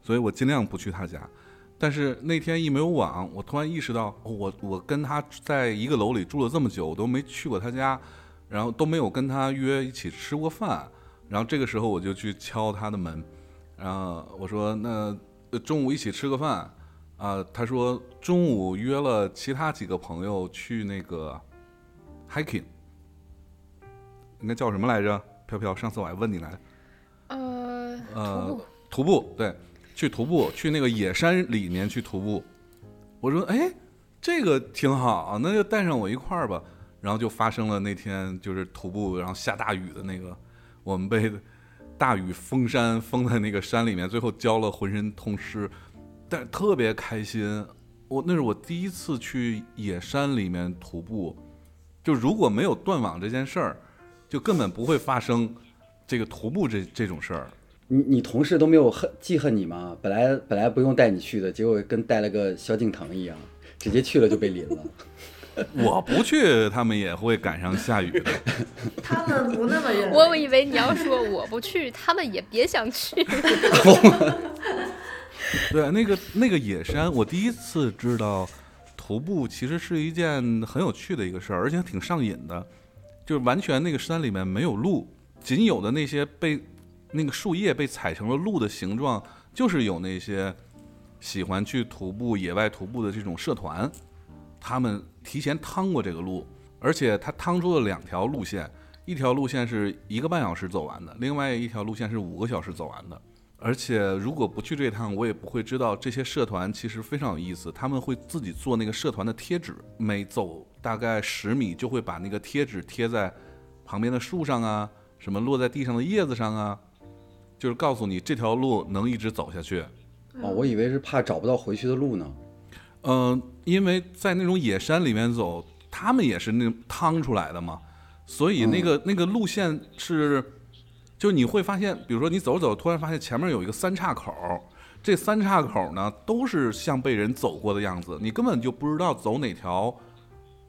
S2: 所以我尽量不去他家。但是那天一没有网，我突然意识到，哦我我跟他在一个楼里住了这么久，我都没去过他家，然后都没有跟他约一起吃过饭。然后这个时候我就去敲他的门，然后我说：“那呃中午一起吃个饭。”啊，他说中午约了其他几个朋友去那个 hiking，应该叫什么来着？飘飘，上次我还问你来着。
S5: 呃，徒
S2: 呃
S5: 步，
S2: 徒步，对，去徒步，去那个野山里面去徒步。我说，哎，这个挺好，啊那就带上我一块儿吧。然后就发生了那天就是徒步，然后下大雨的那个，我们被大雨封山，封在那个山里面，最后浇了浑身痛湿，但是特别开心。我那是我第一次去野山里面徒步，就如果没有断网这件事儿，就根本不会发生这个徒步这这种事儿。
S4: 你你同事都没有恨记恨你吗？本来本来不用带你去的，结果跟带了个萧敬腾一样，直接去了就被淋了。
S2: 我不去，他们也会赶上下雨的。
S3: 他们不那么认为。
S7: 我以为你要说我不去，他们也别想 去。
S2: 对，那个那个野山，我第一次知道徒步其实是一件很有趣的一个事儿，而且挺上瘾的。就是完全那个山里面没有路，仅有的那些被那个树叶被踩成了路的形状，就是有那些喜欢去徒步、野外徒步的这种社团，他们提前趟过这个路，而且他趟出了两条路线，一条路线是一个半小时走完的，另外一条路线是五个小时走完的。而且如果不去这趟，我也不会知道这些社团其实非常有意思，他们会自己做那个社团的贴纸，每走大概十米就会把那个贴纸贴在旁边的树上啊，什么落在地上的叶子上啊，就是告诉你这条路能一直走下去。
S4: 哦，我以为是怕找不到回去的路呢。
S2: 嗯，因为在那种野山里面走，他们也是那趟出来的嘛，所以那个、那个路线是，就你会发现，比如说你走着走，突然发现前面有一个三岔口，这三岔口呢都是像被人走过的样子，你根本就不知道走哪条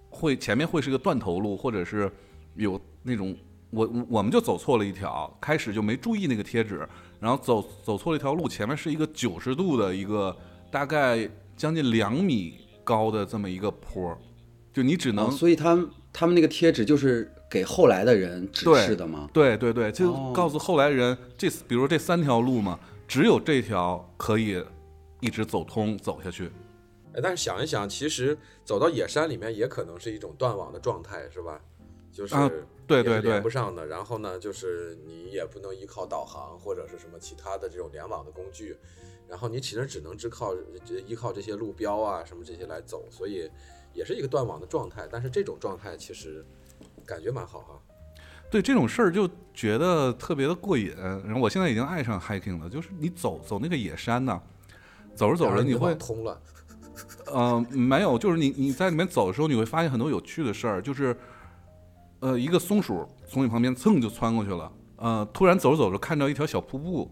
S2: 会前面会是个断头路，或者是有那种我我们就走错了一条，开始就没注意那个贴纸，然然后走走错了一条路，前面是一个九十度的一个大概将近两米高的这么一个坡儿，就你只能、
S4: 哦所以他们他们那个贴纸就是给后来的人指
S2: 对
S4: 示的吗？
S2: 对对对，就
S4: 哦
S2: 告诉后来人，这比如说这三条路嘛，只有这条可以一直走通走下去。
S6: 哎，但是想一想，其实走到野山里面也可能是一种断网的状态，是吧？就是、
S2: 啊对对对
S6: 连不上的。然后呢，就是你也不能依靠导航或者是什么其他的这种联网的工具，然后你只能只能只靠只依靠这些路标啊什么这些来走，所以也是一个断网的状态。但是这种状态其实感觉蛮好哈、
S2: 对这种事儿就觉得特别的过瘾。然后我现在已经爱上 hiking 了，就是你走走那个野山呐，走着走着
S6: 然后
S2: 你
S6: 就
S2: 会
S6: 网通了，
S2: 呃，没有，就是你你在里面走的时候，你会发现很多有趣的事儿，就是，呃，一个松鼠从你旁边蹭就窜过去了，呃，突然走着走着看到一条小瀑布，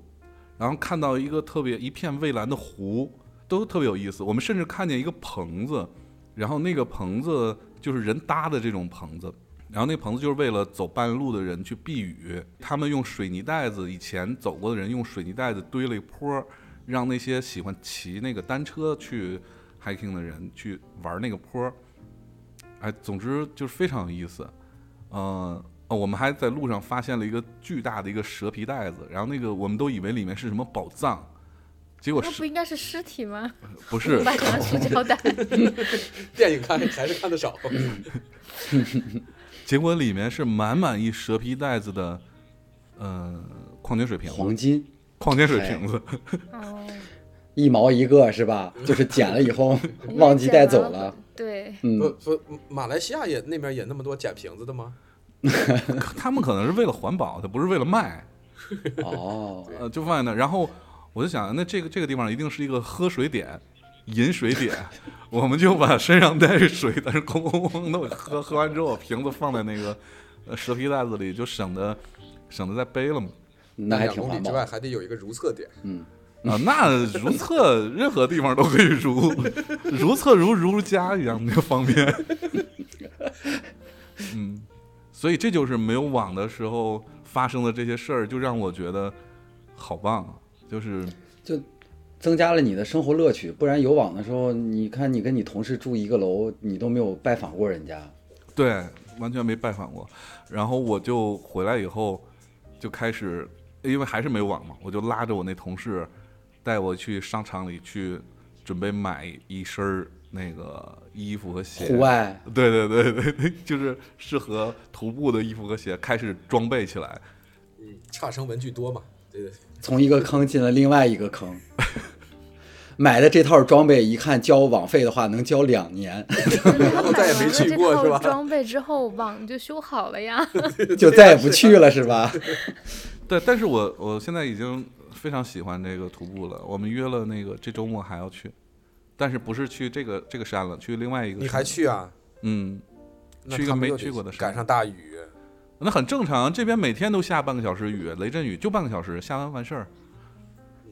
S2: 然后看到一个特别一片蔚蓝的湖，都特别有意思。我们甚至看见一个棚子，然后那个棚子就是人搭的这种棚子，然后那棚子就是为了走半路的人去避雨，他们用水泥袋子，以前走过的人用水泥袋子堆了一坡儿，让那些喜欢骑那个单车去 hiking 的人去玩那个坡儿。哎，总之就是非常有意思。呃，哦我们还在路上发现了一个巨大的一个蛇皮袋子，然后那个我们都以为里面是什么宝藏，结果
S5: 那不
S2: 是
S5: 应该是尸体吗？
S2: 不是？
S7: 把什么塑胶 袋？
S6: 电影看还是看得 少。
S2: 结果里面是满满一蛇皮袋子的，呃，矿泉水瓶子，
S4: 黄金
S2: 矿泉水瓶子。
S5: 哦，
S4: 一毛一个是吧？就是捡了以后
S5: 因为
S4: 忘记
S5: 捡
S4: 带
S5: 完
S4: 走
S5: 了
S4: 了。。
S5: 对，
S6: 不
S4: 嗯，
S6: 不，马来西亚也那边也那么多捡瓶子的吗？
S2: 他们可能是为了环保，他不是为了卖，
S4: 哦，
S2: 呃，就放在那儿。然后我就想，那这个这个地方一定是一个喝水点、饮水点， 我们就把身上带着水，但是咣咣咣的喝，喝完之后瓶子放在那个呃蛇皮袋子里，就省得省得再背了嘛。
S4: 那还
S6: 两
S4: 挺
S6: 公
S4: 环
S6: 里之
S4: 保
S6: 外
S4: 的。
S6: 还得有一个如厕点。
S2: 啊，那如厕任何地方都可以如，如厕如如家一样的方便。嗯，所以这就是没有网的时候发生的这些事儿，就让我觉得好棒啊。就是
S4: 增加了你的生活乐趣，不然有网的时候，你看你跟你同事住一个楼，你都没有拜访过人家。
S2: 对，完全没拜访过。然后我就回来以后，就开始，因为还是没有网嘛，我就拉着我那同事带我去商场里去准备买一身儿那个衣服和鞋。
S4: 户外
S2: 对 对对对对，就是适合徒步的衣服和鞋开始装备起来。
S6: 嗯，差生文具多嘛，对对
S4: 从一个坑进了另外一个坑， 买的这套装备一看交网费的话能交两 年，
S5: 然
S6: 后再也没去过是吧
S5: 装备之后，网就修好 了呀。
S4: 就再也不
S2: 啊
S4: 去了是吧？
S2: 对，但是我我现在已经非常喜欢这个徒步了。我们约了那个这周末还要去，但是不是去这个这个山了，去另外一个。
S6: 你还？去啊？
S2: 嗯，
S6: 那
S2: 去一个
S6: 他们
S2: 没
S6: 又
S2: 去
S6: 得
S2: 过的山
S6: 赶上大雨，
S2: 那很正常。啊这边每天都下半个小时雨，雷阵雨就半个小时，下完完事儿。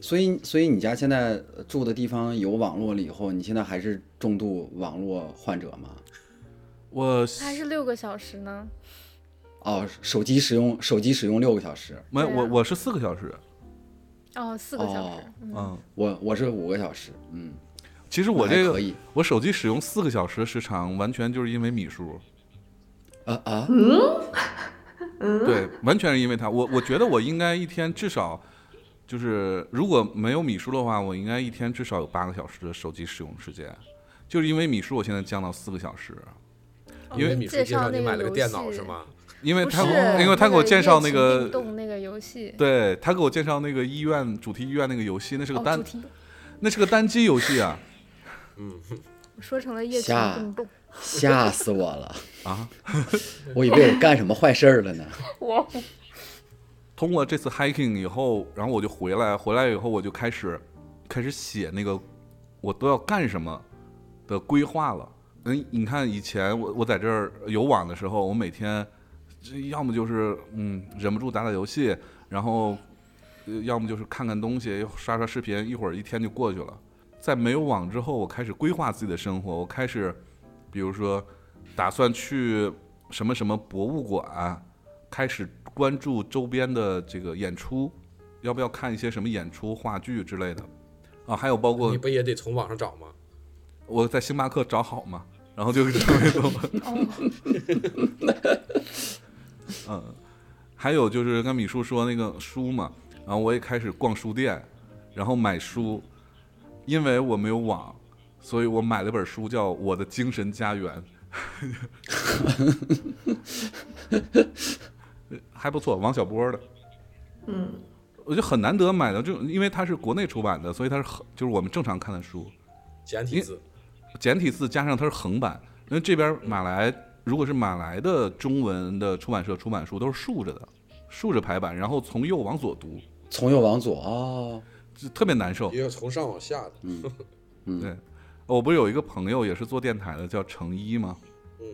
S4: 所以，所以你家现在住的地方有网络了以后，你现在还是重度网络患者吗？
S2: 我
S5: 还是六个小时呢。
S4: 哦，手机使用手机使用六个小时，
S2: 没有
S5: 对啊
S2: 我我是四个小时，
S5: 哦，四个小时
S4: 哦。
S5: 嗯
S2: 嗯，
S4: 我我是五个小时，嗯，
S2: 其实我
S4: 那还
S2: 这个
S4: 可以
S2: 我手机使用四个小时的时长，完全就是因为米叔。
S4: 啊啊，
S2: 对，完全是因为他。我我觉得我应该一天至少，就是如果没有米叔的话，我应该一天至少有八个小时的手机使用时间。就是因为米叔，我现在降到四个小时，因为
S6: 米叔
S5: 哦介
S6: 介绍
S5: 绍
S6: 你
S5: 那
S6: 买了个
S5: 游
S6: 电脑
S5: 戏
S6: 是吗？
S2: 因为
S5: 不
S2: 他
S5: 是
S2: 给我，因为他给我介绍那
S5: 夜勤
S2: 个，
S5: 动那个游戏，
S2: 对他给我介绍那个医院主题医院那个游戏，那是个
S5: 哦，
S2: 单
S5: 主，题
S2: 那是个单机游戏啊
S5: 我说成了夜勤
S4: 下
S5: 动动。
S4: 吓死我了！
S2: 啊！
S4: 我以为我干什么坏事儿了呢。
S7: 我
S2: 通过这次 hiking 以后，然后我就回来，回来以后我就开始开始写那个我都要干什么的规划了。嗯，你看以前我我在这儿有网的时候，我每天这要么就是嗯忍不住打打游戏，然后、呃要么就是看看东西，刷刷视频，一会儿一天就过去了。在没有网之后，我开始规划自己的生活，我开始比如说打算去什么什么博物馆，开始关注周边的这个演出，要不要看一些什么演出、话剧之类的啊？还有包括
S6: 你不也得从网上找吗？
S2: 我在星巴克找好嘛，然后就成为了。嗯，还有就是跟米叔说那个书嘛，然后我也开始逛书店，然后买书，因为我没有网，所以我买了本书叫《我的精神家园》，还不错，王小波的。
S3: 嗯，
S2: 我就很难得买到这种，因为它是国内出版的，所以它是很就是我们正常看的书，
S6: 简体字，
S2: 哦简体字加上它是横版，因为这边马来如果是马来的中文的出版社出版书都是竖着的，竖着排版，然后从右往左读，
S4: 从右往左哦，
S2: 就特别难受。
S6: 也有从上往下的。
S2: 嗯对，我不是有一个朋友也是做电台的，叫程一吗？
S6: 嗯，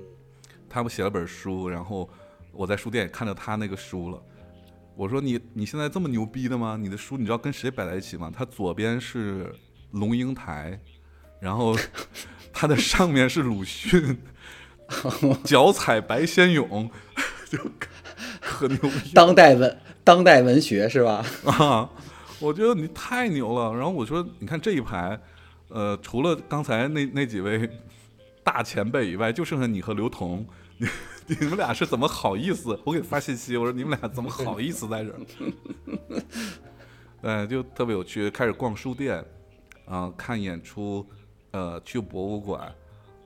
S2: 他不写了本书，然后我在书店也看到他那个书了。我说你你现在这么牛逼的吗？你的书你知道跟谁摆在一起吗？他左边是龙应台，然后他的上面是鲁迅，脚踩白先勇， 就可牛逼
S4: 当代文当代文学是吧？
S2: 啊！我觉得你太牛了。然后我说，你看这一排，呃，除了刚才那那几位大前辈以外，就剩下你和刘同，你你们俩是怎么好意思？我给发信息，我说你们俩怎么好意思在这儿？ 呃，就特别有趣，开始逛书店，啊、看演出，呃，去博物馆，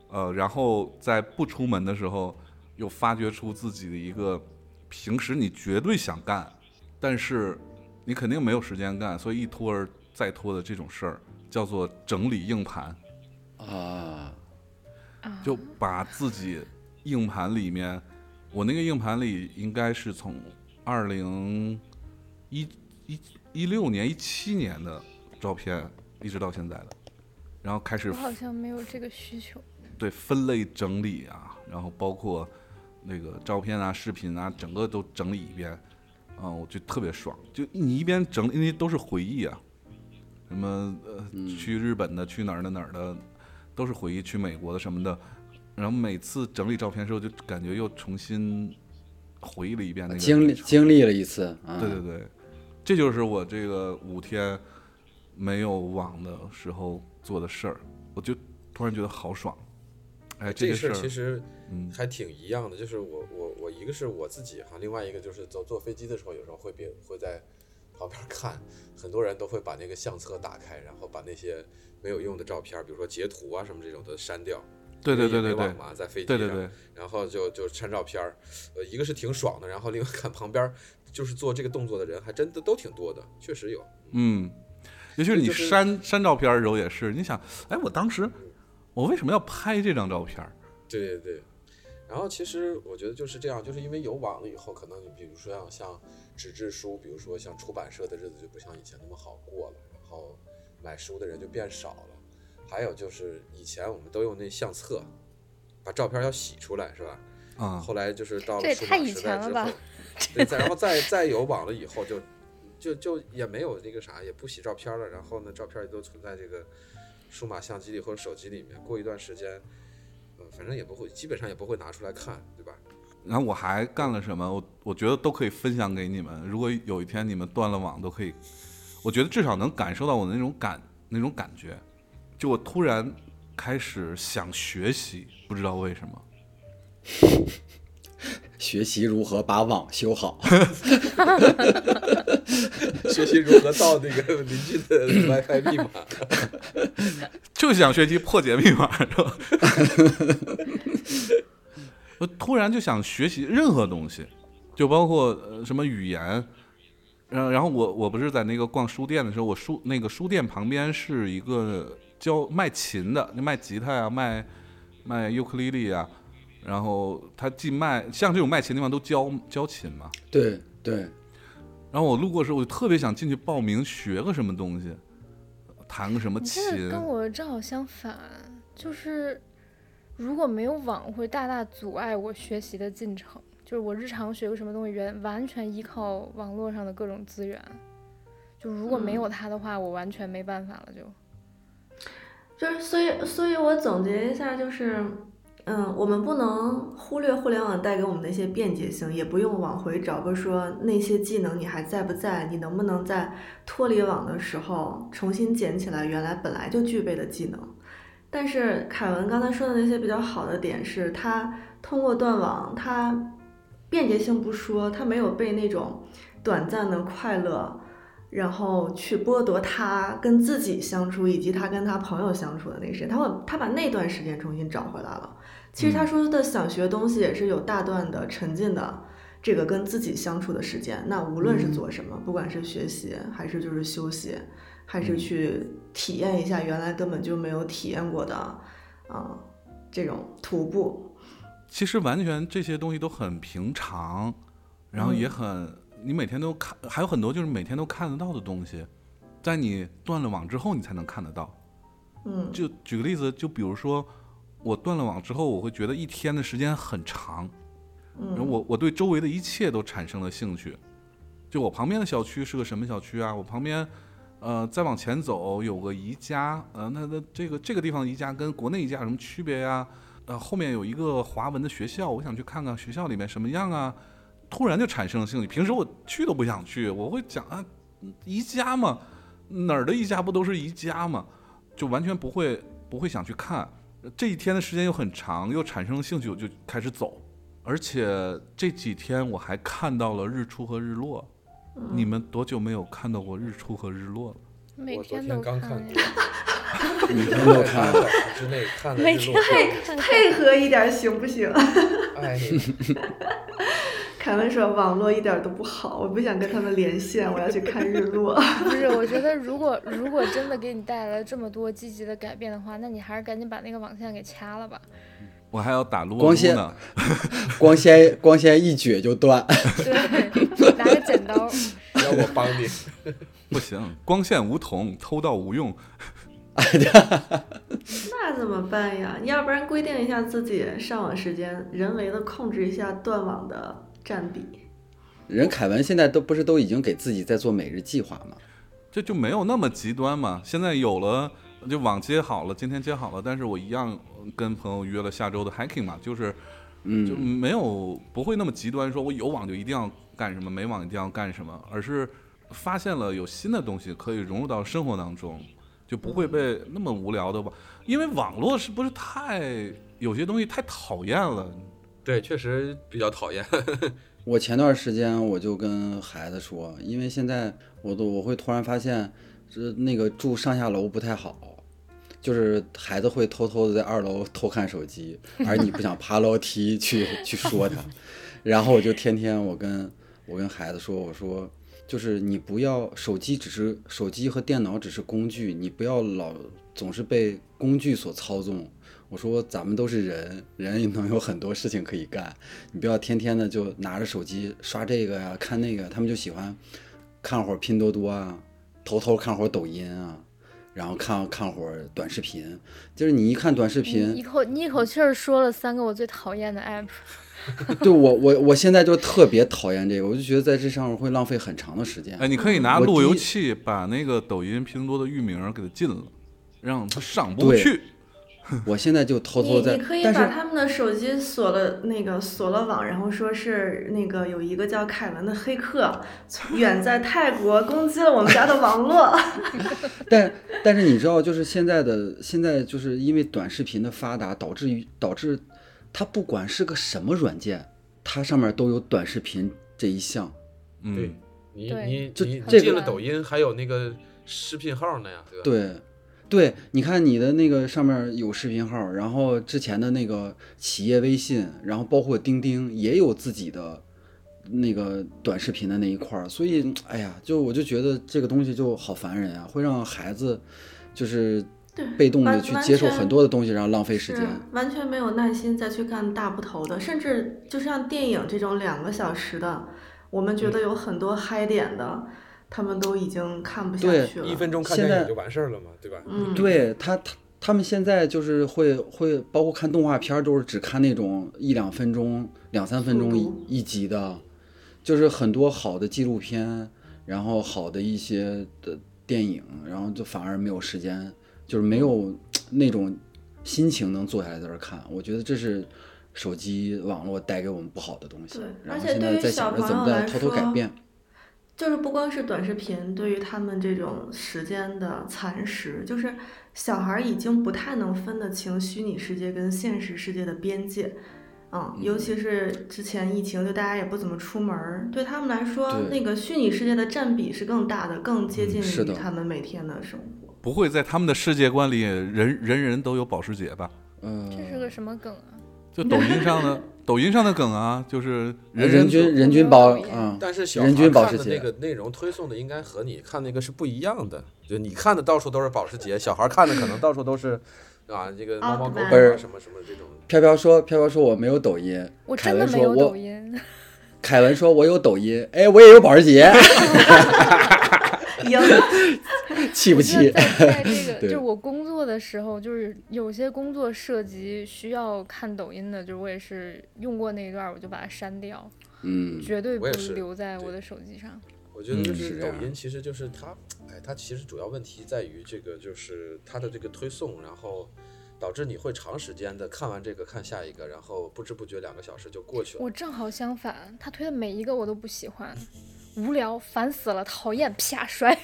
S2: 呃，然后在不出门的时候，又发掘出自己的一个平时你绝对想干，但是你肯定没有时间干，所以一拖而再拖的这种事儿，叫做整理硬盘，
S4: 啊，
S2: 就把自己硬盘里面，我那个硬盘里应该是从二零一一一六年、一七年的照片一直到现在的，然后开始
S5: 我好像没有这个需求。
S2: 对分类整理啊，然后包括那个照片啊、视频啊，整个都整理一遍，啊、我就特别爽。就你一边整理，因为都是回忆啊，什么呃，
S4: 嗯
S2: 去日本的、去哪儿的哪儿的，都是回忆；去美国的什么的，然后每次整理照片的时候，就感觉又重新回忆了一遍那个
S4: 经历
S2: 历程
S4: 经历了一次啊，
S6: 嗯
S2: 对对对，这就是我这个五天没有网的时候做的事儿，我就突然觉得好爽。哎，
S6: 这
S2: 个
S6: 个
S2: 事
S6: 事
S2: 儿
S6: 儿其实
S2: 嗯
S6: 还挺一样的，就是我我我一个是我自己哈，另外一个就是走坐飞机的时候，有时候会别会在旁边看，很多人都会把那个相册打开，然后把那些没有用的照片，比如说截图啊什么这种都删掉。
S2: 对对
S6: 因为
S2: 对对
S6: 也没
S2: 对
S6: 网嘛，在飞机
S2: 对
S6: 上，
S2: 对对，
S6: 然后就就删照片儿，呃，一个是挺爽的，然后另外看旁边就是做这个动作的人还真的都挺多的，确实有。
S2: 嗯，尤其是你
S6: 就是
S2: 删删照片儿的时候也是，你想，哎，我当时我为什么要拍这张照片儿？
S6: 对对对。然后其实我觉得就是这样，就是因为有网了以后，可能你比如说像像纸质书，比如说像出版社的日子就不像以前那么好过了，然后买书的人就变少了。还有就是以前我们都用那相册，把照片要洗出来是吧？
S2: 啊、
S6: 后来就是到
S7: 这
S6: 了
S7: 也
S6: 数
S7: 太
S6: 码
S7: 以
S6: 时代
S7: 前
S6: 之
S7: 了
S6: 后
S7: 吧，
S6: 对，再然后再再有网了以后就，就就也没有那个啥，也不洗照片了。然后呢，照片也都存在这个数码相机里或者手机里面。过一段时间，呃，反正也不会，基本上也不会拿出来看，对吧？
S2: 然后我还干了什么？我我觉得都可以分享给你们。如果有一天你们断了网，都可以，我觉得至少能感受到我那种感那种感觉。就我突然开始想学习，不知道为什么。
S4: 学习如何把网 修好，
S6: 学习如何盗那个邻居 的 WiFi 密码。
S2: 就想学习破解密 码，是吧？我突然就想学习任何东西，就包括呃什么语言。然后然后我我不是在那个逛书店的时候，我书那个书店旁边是一个教卖琴的，卖吉他呀、卖卖尤克里里啊。然后他既卖像这种卖琴的地方都教教琴嘛，
S4: 对对，
S2: 然后我路过的时候，我就特别想进去报名学个什么东西，弹个什么
S5: 你
S2: 琴。
S5: 这个跟我正好相反，就是如果没有网，会大大阻碍我学习的进程。就是我日常学个什么东西，原完全依靠网络上的各种资源。就如果没有它的话，我完全没办法了就。
S3: 就是所以，所以我总结一下，就是嗯，我们不能忽略互联网带给我们的一些便捷性，也不用往回找，不是说那些技能你还在不在，你能不能在脱离网的时候重新捡起来原来本来就具备的技能。但是凯文刚才说的那些比较好的点是，他通过断网，他便捷性不说，他没有被那种短暂的快乐，然后去剥夺他跟自己相处以及他跟他朋友相处的那个时间，他把他把那段时间重新找回来了。其实他说的想学东西也是有大段的沉浸的这个跟自己相处的时间。那无论是做什么，不管是学习还是就是休息，还是去体验一下原来根本就没有体验过的啊、这种徒步。
S2: 其实完全这些东西都很平常，然后也很、你每天都看，还有很多就是每天都看得到的东西，在你断了网之后你才能看得到。
S3: 嗯
S2: 就举个例子，就比如说我断了网之后，我会觉得一天的时间很长，然后
S3: 嗯
S2: 我我对周围的一切都产生了兴趣。就我旁边的小区是个什么小区啊？我旁边，呃，再往前走有个宜家，呃，那那这个这个地方的宜家跟国内宜家有什么区别呀、呃，后面有一个华文的学校，我想去看看学校里面什么样啊。突然就产生了兴趣，平时我去都不想去，我会讲啊，宜家嘛，哪儿的宜家不都是宜家嘛，就完全不会不会想去看。这一天的时间又很长，又产生了兴趣，我就开始走。而且这几天我还看到了日出和日落。你们多久没有看到过日出和日落了？
S5: 每
S6: 我昨
S5: 天
S6: 天
S5: 都
S6: 刚
S5: 看
S6: 看
S5: 呀，
S6: 过
S4: 每天都
S6: 在
S4: 看
S6: 两。个小 时之内看了
S7: 每
S6: 日
S7: 天
S6: 落，
S7: 看看
S3: 配合一点行不行？
S6: 哎呀，
S3: 凯文说网络一点都不好，我不想跟他们连线，我要去看日落。
S5: 不是，我 觉得如果如果真的给你带来了这么多积极的改变的话，那你还是赶紧把那个网线给掐了吧。
S2: 我还要打撸啊
S4: 光
S2: 撸
S4: 线
S2: 呢。
S4: 光纤光纤一撅就断，
S5: 对，拿个剪刀，
S6: 让我帮你。
S2: 不行，光线无瞳，偷盗无用。
S3: 那怎么办呀？你要不然规定一下自己上网时间，人为的控制一下断网的占比。
S4: 人凯文现在都不是都已经给自己在做每日计划吗？
S2: 这就没有那么极端嘛。现在有了，就网接好了，今天接好了，但是我一样跟朋友约了下周的 hiking 嘛，就是，
S4: 嗯
S2: 就没有不会那么极端，说我有网就一定要干什么，没网一定要干什么，而是发现了有新的东西可以融入到生活当中，就不会被那么无聊的网，因为网络是不是太有些东西太讨厌了？
S6: 对，确实比较讨厌。
S4: 我前段时间我就跟孩子说，因为现在我都我会突然发现，这那个住上下楼不太好，就是孩子会偷偷的在二楼偷看手机，而你不想爬楼梯去去说他，然后我就天天我跟我跟孩子说，我说就是你不要手机只是手机和电脑只是工具，你不要老总是被工具所操纵。我说咱们都是人，人也能有很多事情可以干，你不要天天的就拿着手机刷这个呀、看那个，他们就喜欢看会儿拼多多啊，偷偷看会儿抖音啊，然后看看会儿短视频。就是你一看短视频，
S5: 你一口你一口气儿说了三个我最讨厌的 app，
S4: 对我我我现在就特别讨厌这个，我就觉得在这上面会浪费很长的时间。
S2: 哎，你可以拿
S4: 我
S2: 路
S4: 第一
S2: 由器把那个抖音、拼多多的域名给它禁了，让它上不
S4: 对
S2: 去。
S4: 我现在就偷偷
S3: 你
S4: 在
S3: 你可，以
S4: 但
S3: 把
S4: 是
S3: 他们的手机锁了，那个锁了网，然后说是那个有一个叫凯文的黑客，从远在泰国攻击了我们家的网络。
S4: 但但是你知道，就是现在的现在就是因为短视频的发达，导致于导致它不管是个什么软件，它上面都有短视频这一项。
S2: 嗯
S6: 对。你
S5: 对
S6: 你
S4: 就
S6: 你
S4: 这
S6: 进
S4: 个
S6: 了抖音，还有那个视频号呢呀，对吧？
S4: 对，对，你看你的那个上面有视频号，然后之前的那个企业微信，然后包括钉钉也有自己的那个短视频的那一块儿，所以哎呀，就我就觉得这个东西就好烦人啊，会让孩子就是被动的
S3: 完
S4: 去
S3: 完
S4: 接受
S3: 全
S4: 很多的东西，然后浪 费时
S3: 是
S4: 间。
S3: 完全没有耐心再去看大部头的，甚至就像电影这种两个小时的，我们
S4: 嗯
S3: 觉得有很多嗨点的，他们都已经看不下
S4: 对
S3: 去了。
S6: 一分钟看
S4: 现
S6: 电
S4: 在
S6: 影就完事儿了嘛，对吧？
S3: 嗯，
S4: 对他他他们现在就是会会包括看动画片儿，都是只看那种一两分钟、两三分钟
S3: 速度
S4: 一一集的，就是很多好的纪录片，然后好的一呃
S3: 嗯
S4: 些的电影，然后就反而没有时间，就是没有那种心情能坐下来在这儿看，我觉得这是手机网络带给我们不好的东西
S3: 对。
S4: 然后
S3: 而且
S4: 现在
S3: 对于
S4: 在
S3: 小
S4: 想着
S3: 朋
S4: 怎么
S3: 友
S4: 在
S3: 来
S4: 偷偷改
S3: 说
S4: 变。
S3: 就是不光是短视频对于他们这种时间的蚕食，就是小孩儿已经不太能分得清虚拟世界跟现实世界的边界。嗯，尤其是之前疫情，就大家也不怎么出门儿，对他们来说，
S4: 对
S3: 那个虚拟世界的占比是更大的，更接
S2: 嗯
S3: 近
S4: 是
S3: 于
S4: 的
S3: 他们每天的生 活。
S2: 不会在他们的世界观里，人人人都有保时捷吧？
S4: 嗯，
S5: 这是个什么梗啊？
S2: 就抖音上 的抖音上的梗啊，就是人
S4: 人均人均保啊，
S6: 但是小
S4: 人
S6: 孩
S4: 均保
S6: 看
S4: 时
S6: 的
S4: 捷
S6: 那个内容推送的应该和你看那个是不一样的，就你看的到处都是保时捷，小孩看的可能到处都是啊这个猫猫狗狗
S3: 不
S6: 啊
S4: 是
S6: 什么什么这种。
S4: 飘飘说，飘飘说我没有抖音，
S5: 我
S4: 凯
S5: 真的
S4: 文
S5: 没
S4: 说
S5: 有抖
S4: 我，
S5: 音，
S4: 凯文说我有抖音，哎，我也有保时 捷，
S3: 赢，
S4: 气不
S5: 就是
S4: 气？
S5: 在在这个
S4: 对
S5: 就是我工作的时候，就是有些工作涉及需要看抖音的，就是我也是用过那一段，我就把它删掉，
S4: 嗯，
S5: 绝对不
S6: 我也是
S5: 留在我
S6: 对
S5: 的手机上。
S6: 我觉得就
S4: 嗯
S6: 是
S4: 是这
S6: 抖
S4: 样
S6: 音，其实就是它，哎，它其实主要问题在于这个，就是它的这个推送，然后导致你会长时间的看完这个看下一个，然后不知不觉两个小时就过去了。
S5: 我正好相反，他推的每一个我都不喜欢，无聊，烦死了，讨厌，啪摔。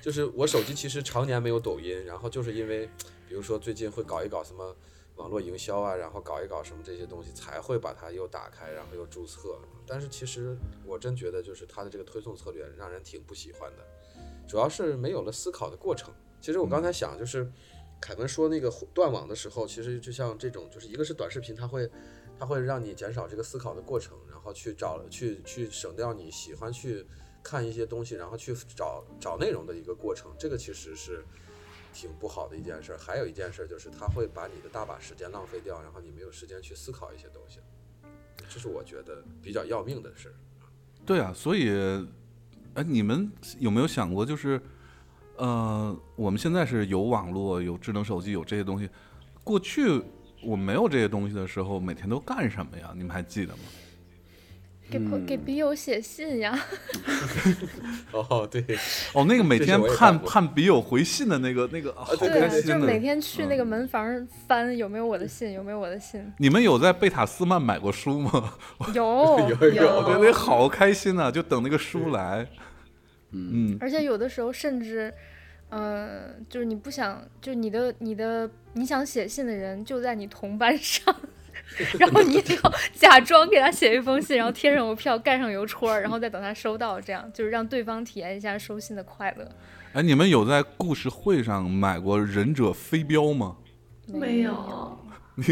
S6: 就是我手机其实常年没有抖音，然后就是因为，比如说最近会搞一搞什么网络营销啊，然后搞一搞什么这些东西，才会把它又打开，然后又注册。但是其实我真觉得，就是它的这个推送策略让人挺不喜欢的，主要是没有了思考的过程。其实我刚才想，就是凯文说那个断网的时候，其实就像这种，就是一个是短视频，它会。它会让你减少这个思考的过程，然后去找去去省掉你喜欢去看一些东西，然后去找找内容的一个过程，这个其实是挺不好的一件事儿。还有一件事儿就是，它会把你的大把时间浪费掉，然后你没有时间去思考一些东西，这是我觉得比较要命的事儿。
S2: 对啊，所以，哎，你们有没有想过，就是，呃，我们现在是有网络、有智能手机、有这些东西，过去我没有这些东西的时候，每天都干什么呀？你们还记得吗？
S5: 给朋、给笔友写信呀，
S6: 哦，对，
S2: 哦，那个每
S6: 这
S2: 天
S6: 些我也
S2: 盼
S6: 干过
S2: 盼笔友回信的那个那个，好
S6: 对
S5: 对
S2: 开
S5: 啊，
S2: 心
S5: 就是每
S2: 的。
S5: 天去那个门房翻有没有我的信，有没有我的信，
S2: 你们有在贝塔斯曼买过书吗？
S5: 有
S2: 我觉得那好开心啊，就等那个书来。嗯，
S5: 而且有的时候甚至，呃，就是你不想，就是你的你的你想写信的人就在你同班上， 然后你也要假装给他写一封信，然后贴上邮票，盖上邮戳儿，然后再等他收到，这样就是让对方体验一下收信的快乐。
S2: 哎，你们有在故事会上买过忍者飞镖吗？
S3: 没有，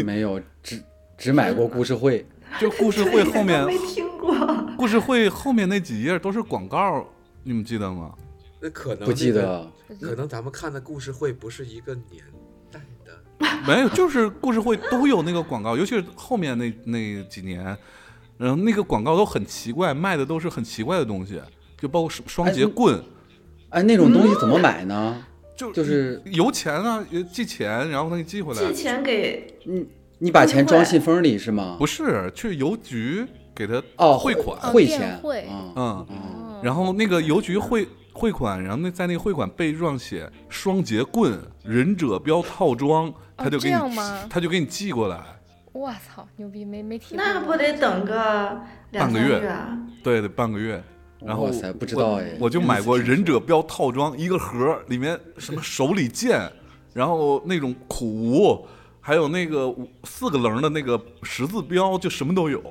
S4: 没有，只只买过故事会，
S2: 就故事会后面
S3: 没听过，
S2: 故事会后面那几页都是广告，你们记得吗？
S6: 那可
S5: 嗯
S6: 能
S4: 不记得
S6: 那
S4: 了。
S6: 个，可能咱们看的故事会不是一个年代的。
S2: 没有，就是故事会都有那个广告，尤其是后面那那几年，然后那个广告都很奇怪，卖的都是很奇怪的东西，就包括双双节棍，
S4: 哎，那种东西怎么买呢？
S2: 就
S4: 就是
S2: 邮钱啊，呃寄钱，然后他给你寄回
S3: 寄
S2: 来。
S3: 钱给
S4: 你把钱
S3: 故事会
S4: 装信封里是吗？
S2: 不是，去邮局给他
S4: 哦，
S2: 汇款，
S5: 哦
S4: 汇
S5: 电
S4: 钱，
S5: 汇
S4: 嗯
S2: 嗯，
S5: 哦
S2: 然后那个邮局汇汇款，然后那在那个汇款备注上写“双节棍忍者标套装”，他就
S5: 哦这
S2: 给你、
S5: 样吗
S2: 他就给你寄过来。
S5: 我操，牛逼，没没提过。
S3: 那不得嗯等个两
S2: 半个
S3: 三
S2: 月
S3: 月啊？
S2: 对，得半个月。然后
S4: 哇塞，不知道哎，
S2: 我就买过忍者标套装一个盒儿，里面什么手里剑，然后那种苦无，还有那个五四个棱的那个十字标，就什么都有。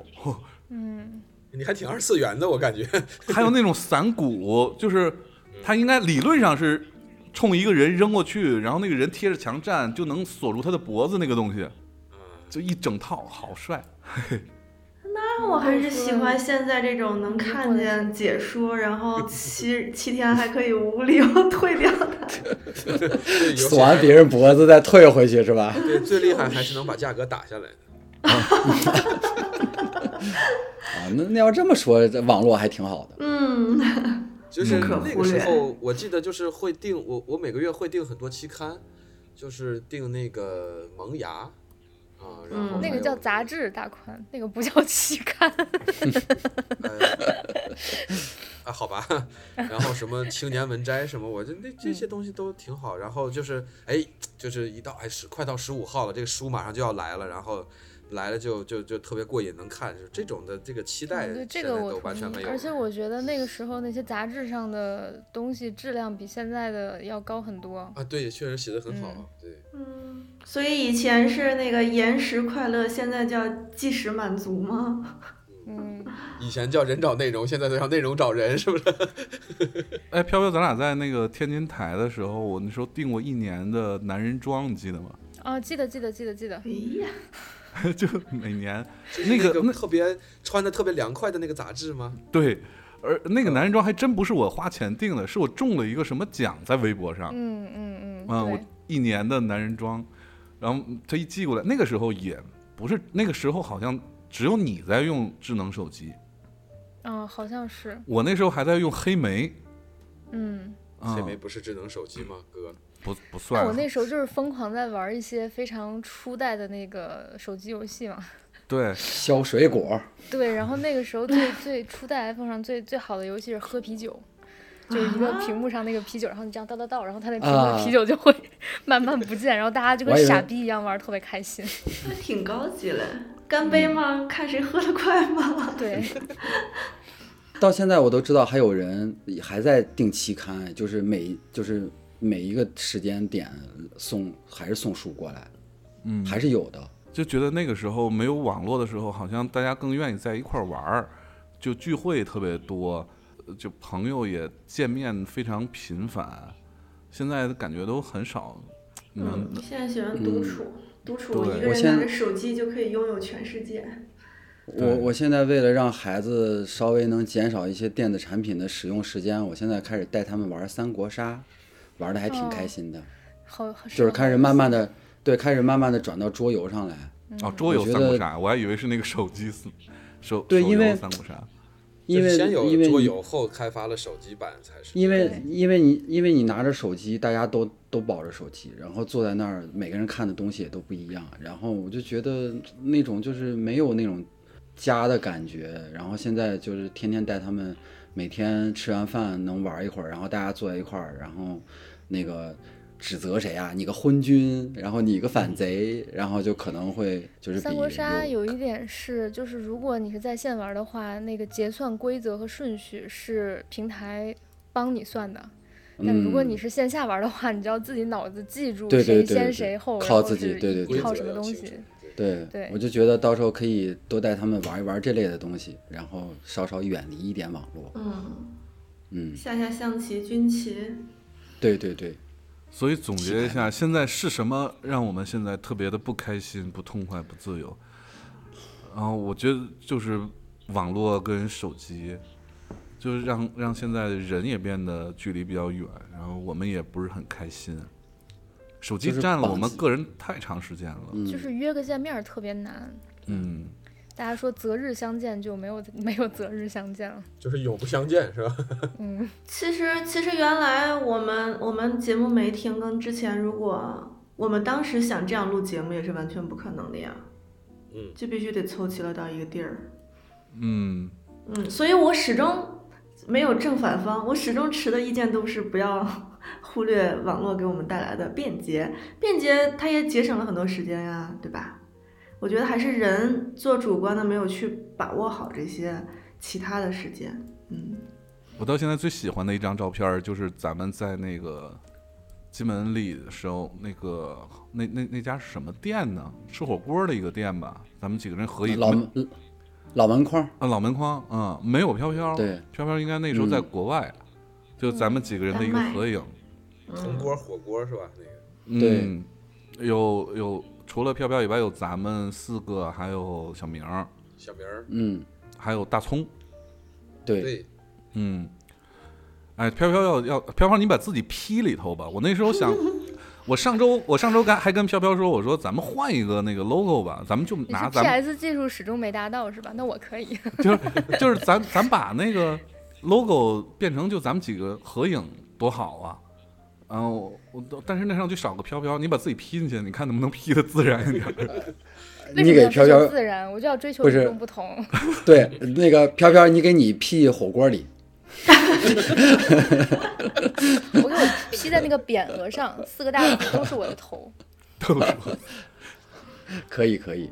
S6: 你还挺二次元的，我感觉。
S2: 还有那种散骨，就是它应该理论上是冲一个人扔过去，然后那个人贴着墙站就能锁住他的脖子那个东西，就一整套，好帅。
S3: 那我还是喜欢现在这种能看见解说，然后七七天还可以无理由退掉的。
S6: 对
S4: 锁完别人脖子再退回去是 吧？
S6: 对，最厉害还是能把价格打下来。
S4: 啊，那那要这么说，这网络还挺好的。
S3: 嗯，
S6: 就是
S2: 不可
S6: 那
S3: 忽
S6: 个时
S3: 略
S6: 候，我记得就是会订我我每个月会订很多期刊，就是订那个《萌芽》啊，然后
S3: 嗯
S5: 那
S6: 还
S5: 个
S6: 有
S5: 叫杂志大款，那个不叫期刊。
S6: 啊，好吧，
S5: 嗯
S6: 然后什么青年文摘什么，我就那这些东西都挺好。然后就是哎，就是一到哎十快到十五号了，这个书马上就要来了，然后来了就就就特别过瘾，能看，就这种的这个期待
S5: 嗯对这
S6: 现在
S5: 个
S6: 都
S5: 我
S6: 完全没
S5: 同意，
S6: 有
S5: 而且
S6: 了。
S5: 我觉得那个时候那些杂志上的东西质量比现在的要高很多。
S6: 啊，对，确实写的很好，
S5: 嗯
S6: 对，
S3: 嗯， 所以以前是那个延时快乐，现在叫即时满足吗？
S5: 嗯，
S6: 以前叫人找内容，现在叫内容找人，是不是？
S2: 哎，飘飘，咱俩在那个天津台的时候，我那时候订过一年的男人装，你记得吗？
S5: 啊，记得记得记得记得，
S3: 哎呀，
S2: 就每年
S6: 就 是
S2: 那个那
S6: 个特别穿的特别凉快的那个杂志吗？
S2: 对，而那个男人装还真不是我花钱订的，是我中了一个什么奖在微博上，
S5: 嗯嗯嗯，
S2: 啊，我
S5: 对，
S2: 一年的男人装，然后他一寄过来，那个时候也不是那个时候好像只有你在用智能手机，
S5: 啊，好像是，
S2: 我那时候还在用黑莓，
S5: 嗯，
S2: 啊
S6: 这没不是智能手机吗，哥？
S2: 不不
S5: 那
S4: 啊
S2: 算，
S5: 啊我那时候就是疯狂在玩一些非常初代的那个手机游戏嘛。
S2: 对，
S4: 削水果，
S5: 对，然后那个时 候最最初代 iPhone 上最最好的游戏是喝啤酒，就是一个屏幕上那个啤酒，然后你这样倒倒倒，然后它那屏幕的啤
S4: 啊
S5: 酒就会慢慢不见，然后大家就
S4: 我还
S5: 跟
S4: 以为
S5: 傻逼一样玩，特别开心。
S3: 那挺高级嘞。干杯吗？看谁喝得快吗？
S5: 对，
S4: 到现在我都知道还有人还在订期刊，哎就是每就是每一个时间点送还是送书过来，
S2: 嗯，
S4: 还是有的。
S2: 就觉得那个时候没有网络的时候，好像大家更愿意在一块儿玩儿，就聚会特别多，呃就朋友也见面非常频繁。现在感觉都很少哦能，
S3: 嗯，现在喜欢独处，独处
S2: 对
S3: 一个
S4: 我
S3: 人
S4: 现
S3: 拿着手机就可以拥有全世界。
S4: 我
S2: 对
S4: 我现在为了让孩子稍微能减少一些电子产品的使用时间，我现在开始带他们玩三国杀，玩的还挺开心的，
S5: 好，好
S4: 就是开始慢慢的对，开始慢慢的转到桌游上来。
S5: 嗯
S2: 哦，桌游
S4: 我觉
S2: 三
S4: 得
S2: 国杀，我还以为是那个手机四手
S4: 对
S2: 手
S4: 因
S2: 游
S4: 为
S2: 三国杀，
S4: 因
S6: 就是
S4: 为
S6: 先有
S4: 因为
S6: 桌
S4: 你
S6: 游，后开发了手机版才是。
S4: 因为
S5: 对
S4: 因为你因为你拿着手机，大家都都抱着手机，然后坐在那儿，每个人看的东西也都不一样。然后我就觉得那种就是没有那种家的感觉。然后现在就是天天带他们，每天吃完饭能玩一会儿，然后大家坐在一块儿，然后那个指责谁啊，你个昏君，然后你个反贼，然后就可能会就是比
S5: 三国杀
S4: 有
S5: 有一点是，就是如果你是在线玩的话，那个结算规则和顺序是平台帮你算的。但如果
S4: 嗯
S5: 你是线下玩的话，你就要自己脑子记住
S4: 对对
S5: 谁
S4: 对对
S5: 先
S4: 对
S5: 谁后，然
S4: 靠
S5: 后
S4: 自己
S5: 是
S4: 对对对
S5: 依
S6: 规
S5: 靠
S6: 则
S5: 什么
S6: 要
S5: 东
S6: 清
S5: 西
S6: 楚。。对
S4: 对，
S5: 对
S4: 我就觉得到时候可以多带他们玩一玩这类的东西，然后稍稍远离一点网络。
S3: 嗯，
S4: 嗯，
S3: 下下象棋、军棋，
S4: 对对对，
S2: 所以总结一下，现在是什么让我们现在特别的不开心、不痛快、不自由？然后我觉得就是网络跟手机，就是让让现在人也变得距离比较远，然后我们也不是很开心。手机
S4: 就是
S2: 占了我
S4: 绑嗯
S2: 们
S4: 死
S2: 个人太长时间了，
S5: 就是约个见面儿特别难。
S2: 嗯，
S5: 大家说择日相见就没有没有择日相见了。
S6: 就是永不相见是吧？
S5: 嗯，
S3: 其实，其实原来我们我们节目没停更之前，如果我们当时想这样录节目，也是完全不可能的呀。
S6: 嗯
S3: 就必须得凑齐了到一个地儿。
S2: 嗯，
S3: 嗯，所以我始终没有正反方，我始终持的意见都是不要 忽略网络给我们带来的便捷，便捷它也节省了很多时间呀、对吧？我觉得还是人做主观的没有去把握好这些其他的时间。嗯，
S2: 我到现在最喜欢的一张照片儿就是咱们在那个金门里的时候，那个那那那家是什么店呢？吃火锅的一个店吧。咱们几个人合影，
S4: 老
S2: 没
S4: 门老门框，
S2: 啊老门框，嗯，没有飘飘，
S4: 对，嗯
S2: 飘飘应该那时候在国外，就咱们几个人的一个合影，
S6: 铜锅火锅是吧？那个
S2: 嗯，
S4: 对
S2: 有有除了飘飘以外，有咱们四个，还有小明儿，
S6: 小明儿，
S4: 嗯，
S2: 还有大葱，
S4: 对，
S6: 对，
S2: 嗯，哎，飘飘要要飘飘，你把自己 P 里头吧。我那时候 想，我上周我上周刚还跟飘飘说，我说咱们换一个那个 logo 吧，咱们就
S5: 你
S2: 拿
S5: 是
S2: 咱们
S5: PS 技术始终没达到是吧？那我可以。
S2: 就是就是咱咱把那个 logo 变成就咱们几个合影多好啊。然后我都，但是那上就少个飘飘，你把自己 P 进去，你看能不能 P 的自然一点儿？
S5: 为
S4: 你
S5: 什
S4: 给
S5: 么要
S4: 飘
S5: 追求
S4: 飘
S5: 自然，我就要追求
S4: 不
S5: 与
S4: 是
S5: 众不同。
S4: 对那个飘飘，你给你 P 火锅里，
S5: 我给我披在那个匾额上，四个大字都是我的头。
S2: 都说。
S4: 可以可以，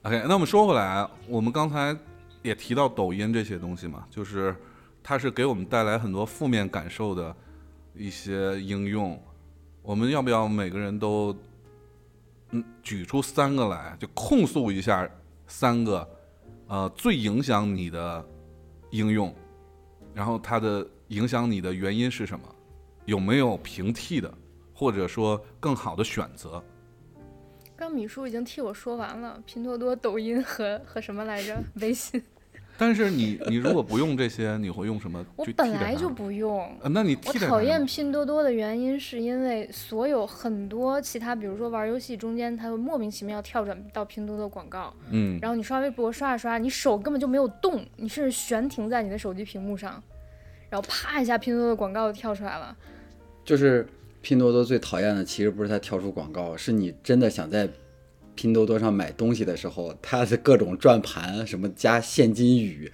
S2: OK，那我们说回来啊，我们刚才也提到抖音这些东西嘛，就是它是给我们带来很多负面感受的一些应用。我们要不要每个人都嗯举出三个来，就控诉一下三个呃最影响你的应用，然后它的影响你的原因是什么？有没有平替的，或者说更好的选择？
S5: 刚米叔已经替我说完了，拼多多、抖音和和什么来着？微 信，
S2: 但是你 你如果不用这些，你会用什么
S5: 我
S2: 去替代它
S5: 本
S2: 呢？
S5: 来就不用。
S2: 呃，那你
S5: 我
S2: 替代
S5: 讨
S2: 它
S5: 厌
S2: 呢
S5: 拼多多的原因是因为所有很多其他，比如说玩游戏中间，它会莫名其妙跳转到拼多多广告，
S2: 嗯，
S5: 然后你刷微博刷着啊刷，你手根本就没有动，你甚至悬停在你的手机屏幕上，然后啪一下拼多多广告跳出来了。
S4: 就是拼多多最讨厌的，其实不是它跳出广告，是你真的想在拼多多上买东西的时候，它的各种转盘什么加现金语，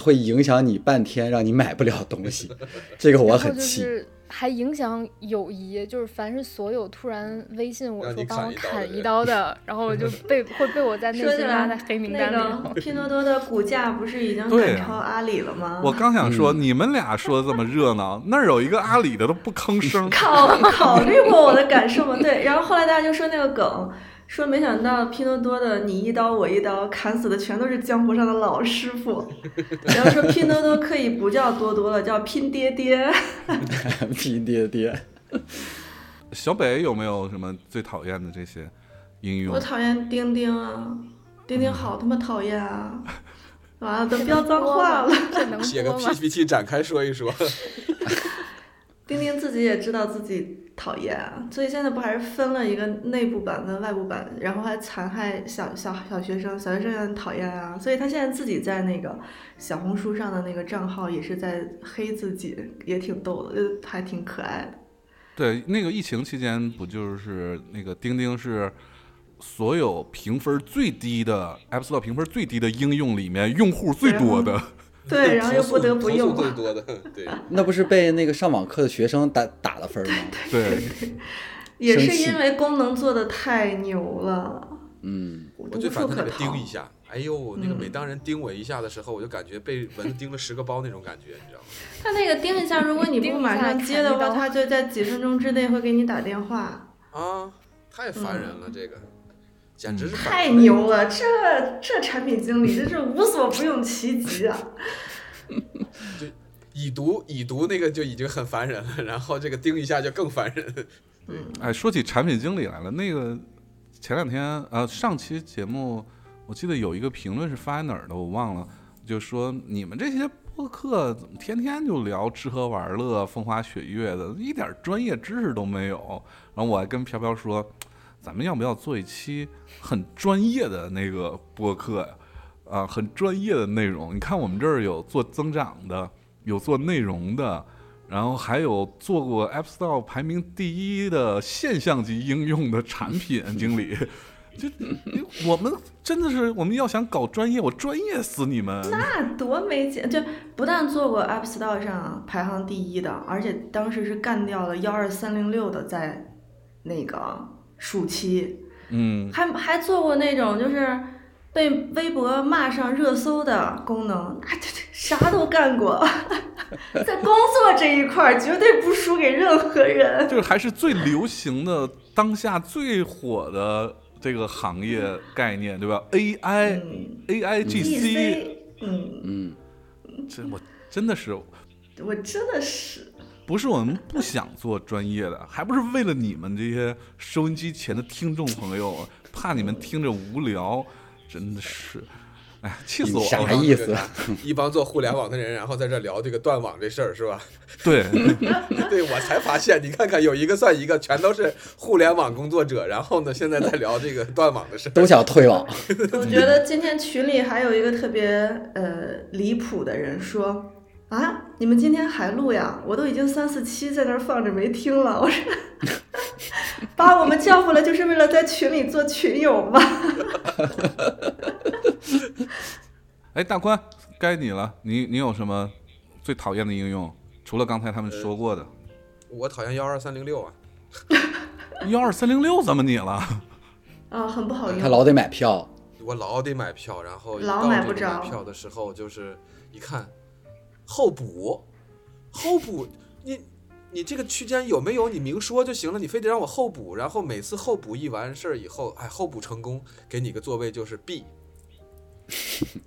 S4: 会影响你半天，让你买不了 东西。这个我
S5: 然后
S4: 很
S5: 就
S4: 气。
S5: 是还影响友谊，就是凡是所有突然微信我
S6: 让
S5: 说
S6: 你
S5: 帮我
S6: 砍一刀的
S5: 砍一刀
S6: 人
S5: 的，然后我就被会被我在内
S3: 说起
S5: 心拉
S3: 来
S5: 在黑名单里
S3: 那
S5: 头
S3: 个。拼多多的股价不是已经
S2: 对
S3: 赶
S2: 啊
S3: 超阿里了吗？。
S2: 我刚想说，你们俩说的这么热闹，那儿有一个阿里的都不吭声
S3: 考考虑过我的感受吗？对，然后后来大家就说那个梗，说没想到拼多多的你一刀我一刀砍死的全都是江湖上的老师傅，然后说拼多多可以不叫多多了，叫拼爹
S2: 哎
S3: 爹。
S4: 拼爹爹，
S2: 小北有没有什么最讨厌的这些应用
S3: 我？讨厌钉钉啊，钉钉好他妈讨厌啊！完了，都飙脏话了。
S5: 这能
S6: 写个
S5: 播吗？
S6: PPT 展开说一说。
S3: 钉钉自己也知道自己讨厌啊，所以现在不还是分了一个内部版跟外部版，然后还残害小小小学生，小学生也很讨厌啊，所以他现在自己在那个小红书上的那个账号也是在黑自己，也挺逗的，就还挺可爱的。
S2: 对，那个疫情期间不就是那个钉钉是所有评分最低的 App Store 评分最低的应用里面用户最多
S5: 啊
S2: 的，
S3: 对，然后又
S6: 投诉
S3: 不得不用啊
S6: 投诉最多的， 对，
S4: 那不是被那个上网课的学生打打了分吗？
S2: 对，
S3: 也
S4: 生气
S3: 是因为功能做的太牛了，
S4: 嗯，
S3: 无
S6: 我最
S3: 处
S6: 烦他那
S3: 可
S6: 个
S3: 逃
S6: 叮。一下，哎呦，那个
S3: 嗯
S6: 每当人叮我一下的时候，我就感觉被蚊子叮了十个包那种感觉，你知道吗？
S3: 他 那个叮一下，如果你
S5: 叮
S3: 不
S5: 一
S3: 马
S5: 下
S3: 上
S5: 砍
S3: 接
S5: 一
S3: 的话，
S5: 刀
S3: 他就在几分钟之内会给你打电话。
S6: 啊，太烦人了，这个简直是
S3: 嗯
S6: 反
S3: 太牛了，这这产品经理真是无所不用其极啊！
S6: 已读已读那个就已经很烦人了，然后这个叮一下就更烦人。
S2: 哎，说起产品经理来了，那个前两天呃，上期节目我记得有一个评论是发在哪儿的，我忘了，就说你们这些播客怎么天天就聊吃喝玩乐、风花雪月的，一点专业知识都没有。然后我还跟飘飘说，咱们要不要做一期很专业的那个播客呀？啊，很专业的内容。你看我们这儿有做增长的，有做内容的，然后还有做过 App Store 排名第一的现象级应用的产品经理。 就我们真的是，我们要想搞专业，我专业死你们！
S3: 那多没劲！就不但做过 App Store 上排行第一的，而且当时是干掉了幺二三零六的，在那个暑期，
S2: 嗯，
S3: 还还做过那种就是被微博骂上热搜的功能，啊，对对，啥都干过， 在工作这一块儿绝对不输给任何人。
S2: 就是还是最流行的、当下最火的这个行业概念，对吧？AI、
S3: 嗯
S2: AIGC，
S3: 嗯，
S2: 这我真的是
S3: 我真的是。
S2: 不是我们不想做专业的，还不是为了你们这些收音机前的听众朋友，怕你们听着无聊，真的是，哎，气死
S4: 你
S2: 我
S4: 啥
S2: 了！
S4: 意思？
S6: 一帮做互联网的人，然后在这聊这个断网这事儿是吧？
S2: 对，
S6: 对我才发现，你看看有一个算一个，全都是互联网工作者，然后呢，现在在聊这个断网的事儿。
S4: 都想退网。
S3: 我觉得今天群里还有一个特别呃离谱的人说啊，你们今天还录呀？我都已经三四期在那儿放着没听了。我说， 把我们叫回来就是为了在群里做群友吗？
S2: 哎，大宽，该你了，你你有什么最讨厌的应用，除了刚才他们说过的
S6: 我讨厌幺二三零六啊，
S2: 幺二三零六，怎么你了？
S3: 啊，很不好用。
S4: 他老得买票，
S6: 我老得买票，然后一
S3: 老
S6: 到
S3: 买
S6: 这
S3: 不
S6: 个买
S3: 着
S6: 票的时候，就是一看候补，候补，你你这个区间有没有？你明说就行了，你非得让我候补，然后每次候补一完事儿以后，哎，候补成功，给你个座位就是 B。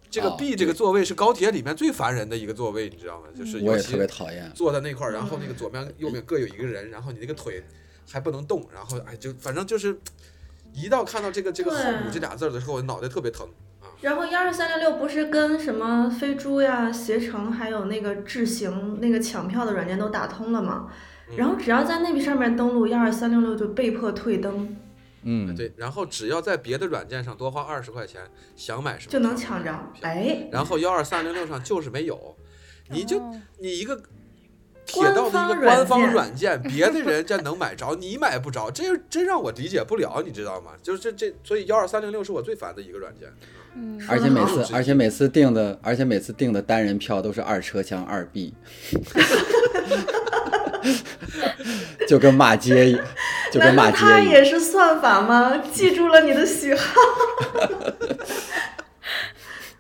S6: 这个
S4: 哦
S6: B 这个座位是高铁里面最烦人的一个座位，你知道吗？就是
S3: 嗯
S4: 我
S6: 尤
S4: 也
S6: 其
S4: 特别讨厌。
S6: 坐在那块儿，然后那个左面右面各有一个人，然后你那个腿还不能动，然后哎，就反正就是一到看到这个这个
S3: 对
S6: 后补这俩字儿的时候，我脑袋特别疼。
S3: 然后幺二三六六不是跟什么飞猪呀、携程还有那个智行那个抢票的软件都打通了嘛？
S4: 嗯
S3: 然后只要在那上面登录，幺二三六六就被迫退登，
S4: 啊
S2: 嗯，
S6: 对，然后只要在别的软件上多花二十块钱，想买什么
S3: 就能
S6: 票
S3: 抢着。哎，
S6: 然后幺二三零六上就是没有，你就
S5: 哦
S6: 你一个铁道的一个官
S3: 官
S6: 方
S3: 方
S6: 软
S3: 软
S6: 件，别的人家能买着，你买不着，这真让我理解不了，你知道吗？就是这这，所以幺二三零六是我最烦的一个软件。
S5: 嗯，
S4: 而且每次
S6: 是，
S4: 而且每次订的，而且每次订的单人票都是二车厢二 B，就跟骂街一，就跟
S3: 难道
S4: 骂街
S3: 他
S4: 一
S3: 也
S4: 样。
S3: 是算法吗？记住了你的喜好。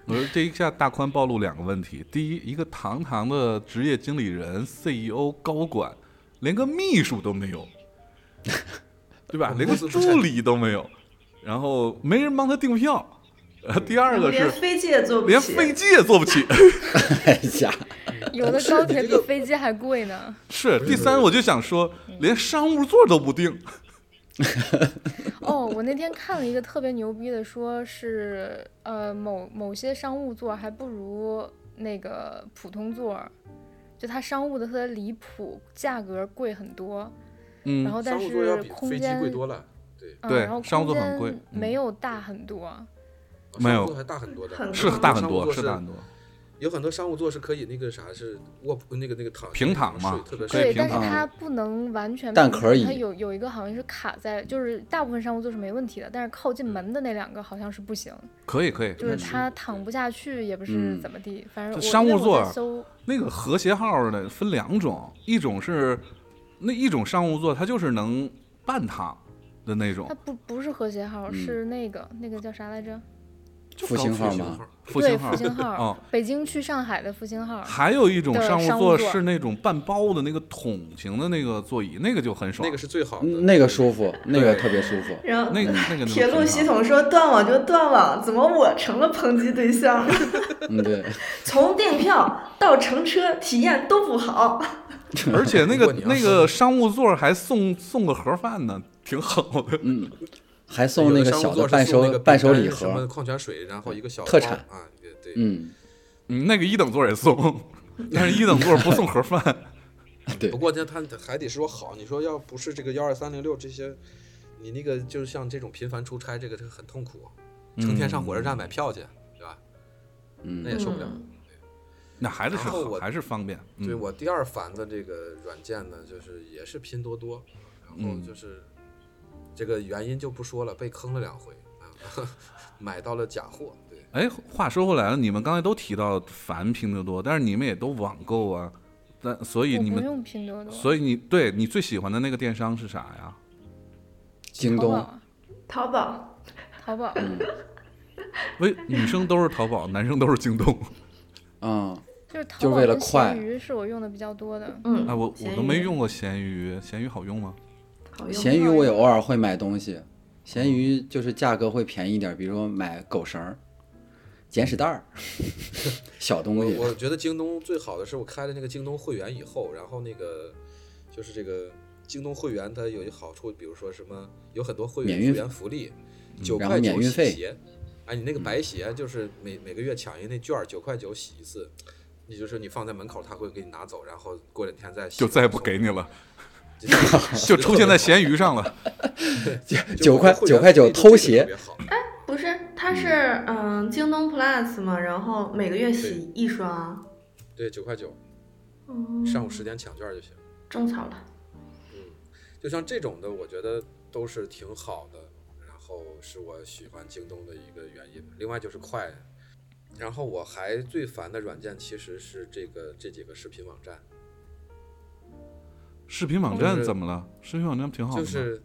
S2: 我说这一下大宽暴露两个问题：第一，一个堂堂的职业经理人、CEO、高管，连个秘书都没有，对 吧？连个助理都没有，然后没人帮他订票。呃，第二个
S3: 连
S2: 是
S3: 飞机也坐不
S2: 连
S3: 起，
S2: 飞机也坐不起。
S4: 哎呀，
S6: 啊
S5: 有的高铁比飞机还贵呢。
S2: 是第三，我就想说，连商务座都不定。
S5: 哦，我那天看了一个特别牛逼的，说是呃某某些商务座还不如那个普通座儿，就它商务的特别离谱，价格贵很多，然
S2: 嗯，
S5: 后哦但
S6: 商务座要
S5: 是
S6: 比
S5: 空
S6: 飞机
S5: 间
S6: 贵多了，对，
S5: 嗯
S2: 对
S5: 然后
S2: 商务
S5: 空
S2: 座很贵嗯
S5: 间没有大很多。啊
S2: 没有
S6: 商务座还大很多的，
S3: 很
S2: 是
S3: 高
S2: 大很
S6: 商务
S2: 多，
S6: 座
S2: 是
S6: 是
S2: 大很多。
S6: 有很多商务座是可以那个啥是卧铺那个那个躺
S2: 平躺嘛
S6: 睡特别
S2: 可以
S5: 对，
S6: 睡
S2: 平
S5: 但是
S4: 躺
S5: 它不能完全
S4: 蛋
S5: 平
S4: 壳
S5: 躺
S4: 椅
S5: 它有有一个好像是卡在，就是大部分商务座是没问题的，但是靠近门的那两个好像是不行，
S2: 可以可以，
S5: 就是它躺不下去，也不是
S4: 嗯
S5: 怎么地，反正
S2: 这
S5: 我
S2: 商
S5: 因为
S2: 务
S5: 我
S2: 座
S5: 在搜
S2: 那个和谐号呢分两种，一种是那一种商务座，它就是能半躺的那种
S5: 它不不是和谐号，
S4: 嗯
S5: 是那个那个叫啥来着？
S6: 就
S4: 复
S6: 靠
S4: 兴
S6: 复
S4: 号
S6: 兴
S4: 吗
S6: 号
S2: 复
S5: 对，
S2: 兴号
S5: 复。兴号，
S2: 哦
S5: 北京去上海的复兴号。
S2: 还有一种
S5: 的
S2: 商
S5: 商
S2: 务
S5: 务
S2: 座
S5: 座
S2: 是那种半包的那个桶型的那个座椅，那个就很爽。
S6: 那个是最好的，
S4: 嗯那个舒服，那个特别舒服。
S3: 然后
S2: 那个那个能
S3: 铁路
S2: 挺
S3: 系
S2: 好
S3: 统说断网就断网，怎么我成了抨击对象？
S4: 嗯，对，
S3: 从订票到乘车体验都不好。
S2: 而且那
S6: 如果
S2: 个
S6: 你要
S2: 那
S6: 是
S2: 个商务座还送送个盒饭呢，挺好的。
S6: 嗯
S4: 还
S6: 有
S4: 送那
S6: 的
S4: 个
S6: 商务
S4: 小
S6: 座
S4: 的
S6: 是
S4: 伴
S6: 送那
S4: 手
S6: 个
S4: 伴
S6: 饼
S4: 手
S6: 干
S4: 礼
S6: 什么
S4: 盒，
S6: 矿泉水，然后一个小
S4: 特
S6: 包
S4: 产
S6: 啊，对对，
S4: 嗯，
S2: 嗯，那个一等座也 送，但是一等座不送盒饭。
S4: 对
S6: 不，过呢，他还得说好，你说要不是这个幺二三零六这些，你那个就是像这种频繁出差，这个这个很痛苦，成天上火车站买票去，对吧？那
S4: 嗯，
S6: 也受不了。
S2: 那还是
S6: 然后
S2: 好
S6: 我
S2: 还是方便。嗯
S6: 对我第二烦的这个软件呢，就是也是拼多多，然后
S2: 嗯
S6: 就是这个原因就不说了，被坑了两回啊， 买到了假货，对。
S2: 哎，话说回来了，你们刚才都提到烦拼多多，但是你们也都网购啊，但所以
S5: 我
S2: 你
S5: 不
S2: 们，
S5: 用拼多多，
S2: 所以你对你最喜欢的那个电商是啥呀？
S4: 京
S5: 淘宝
S4: 东
S5: 啊，
S3: 淘宝，
S5: 淘宝，
S2: 嗯喂，女生都是淘宝，男生都是京 东。
S4: 嗯，
S5: 就是淘
S4: 就
S5: 宝
S4: 为了
S5: 跟
S4: 快
S5: 闲鱼是我用的比较多的。
S3: 嗯，
S2: 哎，我我
S3: 闲
S2: 都没
S3: 鱼
S2: 用过闲鱼，闲鱼好用 吗？
S3: 好用
S4: 闲鱼我也偶尔会买东西，闲鱼就是价格会便宜一点，比如说买狗绳儿、捡屎袋儿， 小东
S6: 我
S4: 西。
S6: 我觉得京东最好的是我开了那个京东会员以后，然后那个就是这个京东会员它有一个好处，比如说什么有很多会
S4: 免
S6: 员
S4: 运嗯
S6: 会员福利，九
S4: 然
S6: 块
S4: 后
S6: 九
S4: 免
S6: 洗
S4: 运费嗯
S6: 鞋，哎，你那个白鞋就是每每个月抢一那券儿，九块九洗一次，你就是你放在门口，他会给你拿走，然后过两天再洗
S2: 就再也不给你 了，
S6: 就 就
S2: 就出现在闲鱼上了。
S4: 九块
S6: 会员
S4: 九块九
S6: 福利
S4: 偷
S6: 就
S4: 鞋
S6: 特别好
S3: 不是，它是嗯京东 Plus 嘛，然后每个月洗一双啊，
S6: 对，九块九，
S3: 嗯，
S6: 上午十点抢券儿就行。
S3: 种草了。
S6: 就像这种的，我觉得都是挺好的，然后是我喜欢京东的一个原因。另外就是快，然后我还最烦的软件其实是这个这几个视频网站，
S2: 视频网站怎么了？视频网站挺好的
S6: 就
S2: 嘛，
S6: 是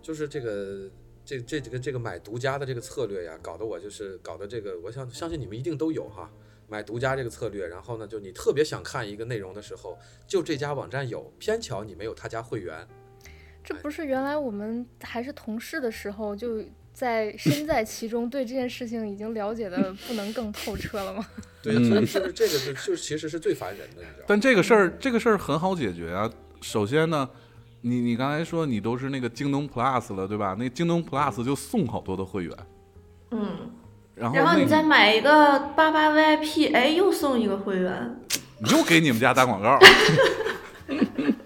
S6: 就是这个这这几个这个买独家的这个策略呀，搞得我就是搞得这个，我想相信你们一定都有哈。买独家这个策略，然后呢，就你特别想看一个内容的时候，就这家网站有，偏巧你没有他家会员，
S5: 这不是原来我们还是同事的时候就 在身在其中，对这件事情已经了解 的不能更透彻了吗？
S6: 对，所
S4: 嗯
S6: 以就是这个就就其实是最烦人的，你知道吗？
S2: 但这个事儿，这个事儿很好解决啊。首先呢，你你刚才说你都是那个京东 Plus 了，对吧？那京东 Plus 就送好多的会员，
S3: 嗯，
S2: 然后
S3: 然后
S2: 那
S3: 你再买一个八八 VIP，哎，又送一个会员，
S2: 你又给你们家打广 告，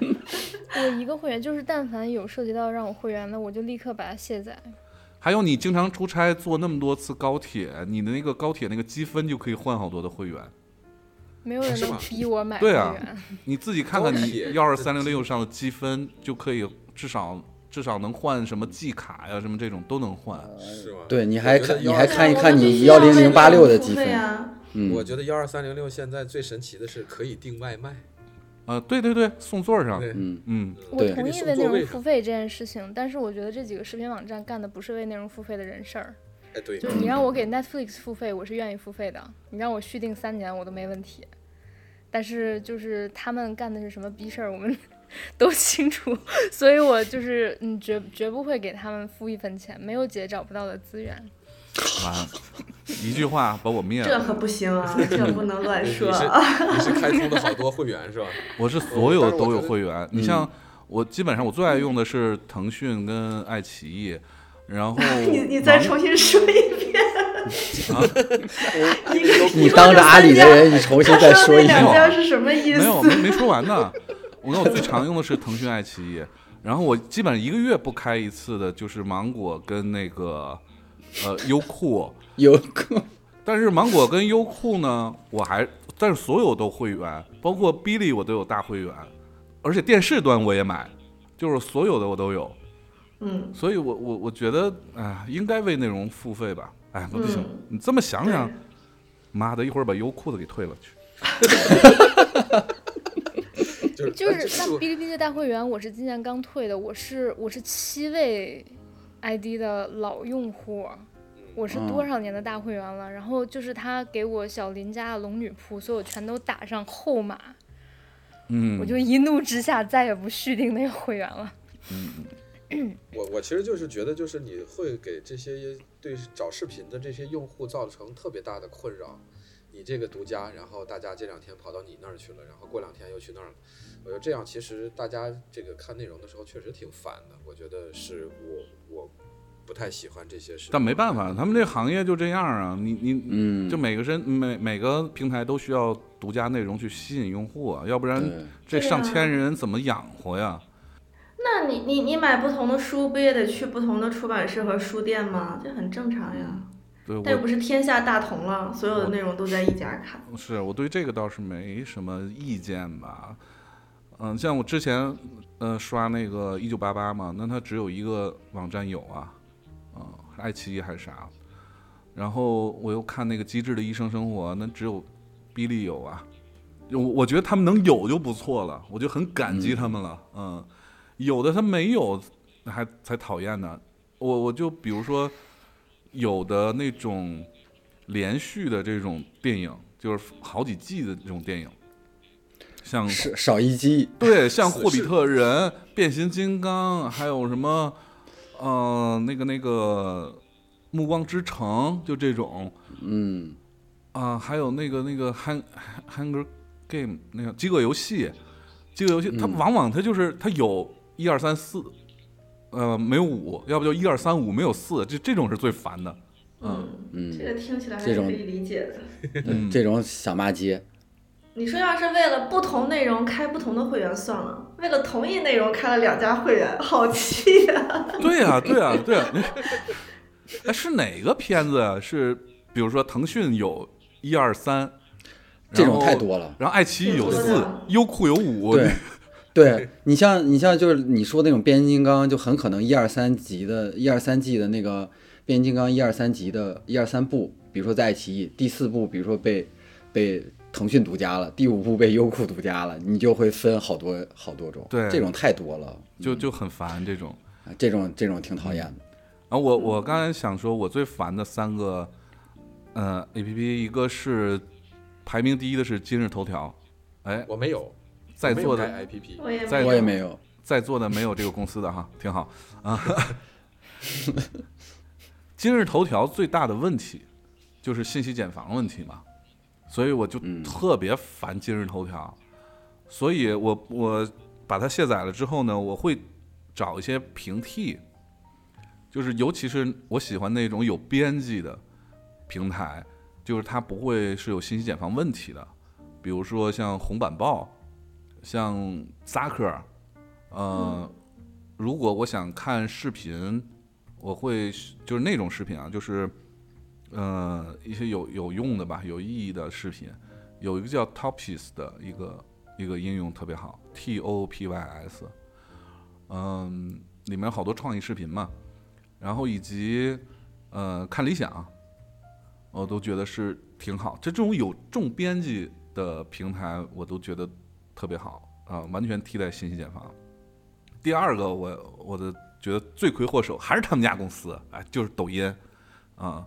S5: 我一个会员就是，但凡有涉及到让我会员的，我就立刻把它卸载。
S2: 还有你经常出差坐那么多次高铁，你的那个高铁那个积分就可以换好多的会员。
S5: 没有人
S6: 是
S5: 能
S6: 吗
S5: 逼我买会
S2: 对啊
S5: 员。
S2: 你自己看看
S6: 高
S2: 你
S6: 铁
S2: 幺二三零六上的积分就可以，至少至少能换什么季卡呀，什么这种都能换。
S6: 是吗？
S4: 对，你还
S6: 我觉得
S4: 看你
S6: 要
S4: 还看一
S3: 对啊
S4: 看
S3: 我们
S4: 你
S3: 必须
S4: 幺
S3: 要
S4: 零零八六
S3: 为
S4: 的
S3: 这个
S4: 积
S3: 付费
S4: 分，
S3: 啊。
S6: 嗯我
S4: 嗯，
S6: 觉得幺二三零六现在最神奇的是可以订外卖，
S2: 呃，对对对，送座上，
S6: 对，
S4: 嗯
S2: 嗯，
S5: 我
S4: 对
S5: 同
S6: 给你
S5: 意
S6: 送
S5: 为内
S6: 座
S5: 容
S6: 位
S5: 付费这件事情，但是我觉得这几个视频网站干的不是为内容付费的人事儿。
S6: 哎对，
S5: 就是你让我给 Netflix 付费，我是愿意付费的。你让我续订三年，我都没问题。但是就是他们干的是什么逼事儿，我们 都清楚，所以我就是嗯，绝绝不会给他们付一分钱，没有姐找不到的资源。
S2: 完了，一句话把我灭
S3: 这
S2: 了。
S3: 可不 行啊，这不能乱
S6: 你是
S3: 说啊！
S6: 你是开通了好多会员是 吧？
S2: 我是所有都有会员，你像我基本上我最爱用的是腾讯跟爱奇艺，然后
S3: 你你再重新说一遍，
S4: 啊你当着阿里的人，你重新再说一
S3: 他
S4: 遍
S3: 那。
S4: 啊
S3: 两家是什么意
S2: 没有
S3: 思？
S2: 没没说完呢。我跟我最常用的是腾讯爱奇艺，然后我基本上一个月不开一次的就是芒果跟那个呃优酷。
S4: 有空
S2: 但是芒果跟优酷呢，我还但是所有都会员，包括哔哩我都有大会员，而且电视端我也买，就是所有的我都有。
S3: 嗯，
S2: 所以我我我觉得，哎，应该为内容付费吧。哎，不行
S3: 嗯，
S2: 你这么想想
S3: 对，
S2: 妈的，一会儿把优酷的给退了去。
S6: 就是
S5: 就
S6: 哎
S5: 是
S6: 这
S5: 像
S6: 我
S5: 哔哩哔哩的大会员，我是今年刚退的，我是我是七位 ID 的老用户，我是多少年的大会员了。然后就是他给我小林家的龙女仆，所以我全都打上后码，
S2: 嗯
S5: 我，就一怒之下再也不续订那个会员了。
S6: 我我其实就是觉得，就是你会给这些对找视频的这些用户造成特别大的困扰。你这个独家，然后大家这两天跑到你那儿去了，然后过两天又去那儿了。我觉得这样其实大家这个看内容的时候确实挺烦的。我觉得是我我不太喜欢这些事。
S2: 但没办法，他们这行业就这样啊。你你
S4: 嗯
S2: 就每个人每每个平台都需要独家内容去吸引用户啊，要不然
S4: 对
S2: 这
S3: 对
S2: 上
S3: 啊
S2: 千人怎么养活呀？
S3: 那你你你买不同的书，不也得去不同的出版社和书店吗？这很正常呀。
S2: 对
S3: 但又不
S2: 我
S3: 是天下大同了，所有的内容都在一家看。
S2: 是我对这个倒是没什么意见吧。嗯，像我之前呃刷那个一九八八嘛，那它只有一个网站有啊，嗯，爱奇艺还是啥。然后我又看那个《机智的医生生活》，那只有哔哩有啊。我我觉得他们能有就不错了，我就很感激他们了。嗯，有的他没有，还才讨厌呢。我我就比如说，有的那种连续的这种电影，就是好几季的这种电影，像
S4: 是少一击，
S2: 对，像
S6: 死
S2: 霍比
S6: 侍
S2: 特人、变形金刚，还有什么，呃，那个那个《暮光之城》，就这种
S4: 嗯，
S2: 啊、还有那个那个《Hang Hunger Game》那个《饥饿游戏》，《饥饿游
S4: 嗯
S2: 戏》它往往它就是它有一二三四，呃，没有五，要不就一二三五没有四，这这种是最烦的。
S3: 嗯，这个听起来还
S4: 这
S3: 是
S4: 种
S3: 可以理解的。
S2: 嗯
S4: 这种想骂街，
S3: 你说要是为了不同内容开不同的会员算了，为了同一内容开了两家会员，好气呀、
S2: 对呀、对呀、对呀、哎，是哪个片子啊？是比如说腾讯有一二三，
S4: 这种
S2: 然后
S4: 太多了
S2: 然后爱奇艺有
S3: 挺多
S2: 四
S3: 的，
S2: 优酷有五，
S4: 对。对你像你像就是你说那种变形金刚，就很可能一二三集的一二三季的那个变形金刚一二三集的一二三部，比如说在爱奇艺，第四部比如说被被腾讯独家了，第五部被优酷独家了，你就会分好多好多种。
S2: 对
S4: 这种太多了，
S2: 就就很烦这种。
S4: 啊这种这种挺讨厌的。
S2: 啊，我我刚才想说，我最烦的三个，呃，A P P，一个是排名第一的是今日头条，哎，
S6: 我没有，
S2: 在座
S6: 我没
S2: 的
S6: 有开 APP，
S3: 我也
S2: 在
S4: 我也没有，
S2: 在座的没有这个公司的哈，挺好啊。今日头条最大的问题就是信息茧房问题嘛，所以我就特别烦今日头条，所以我我把它卸载了之后呢，我会找一些平替，就是尤其是我喜欢那种有编辑的平台，就是它不会是有信息茧房问题的，比如说像红板报，像 Zucker，呃，如果我想看视频，我会就是那种视频啊，就是呃一些有有用的吧、有意义的视频，有一个叫 Topis 的一个一个应用特别好，T O P Y S，嗯，里面有好多创意视频嘛，然后以及呃看理想，我都觉得是挺好。这这种有重编辑的平台，我都觉得特别好啊、完全替代信息茧房。第二个我，我的觉得罪魁祸首还是他们家公司，哎，就是抖音，啊、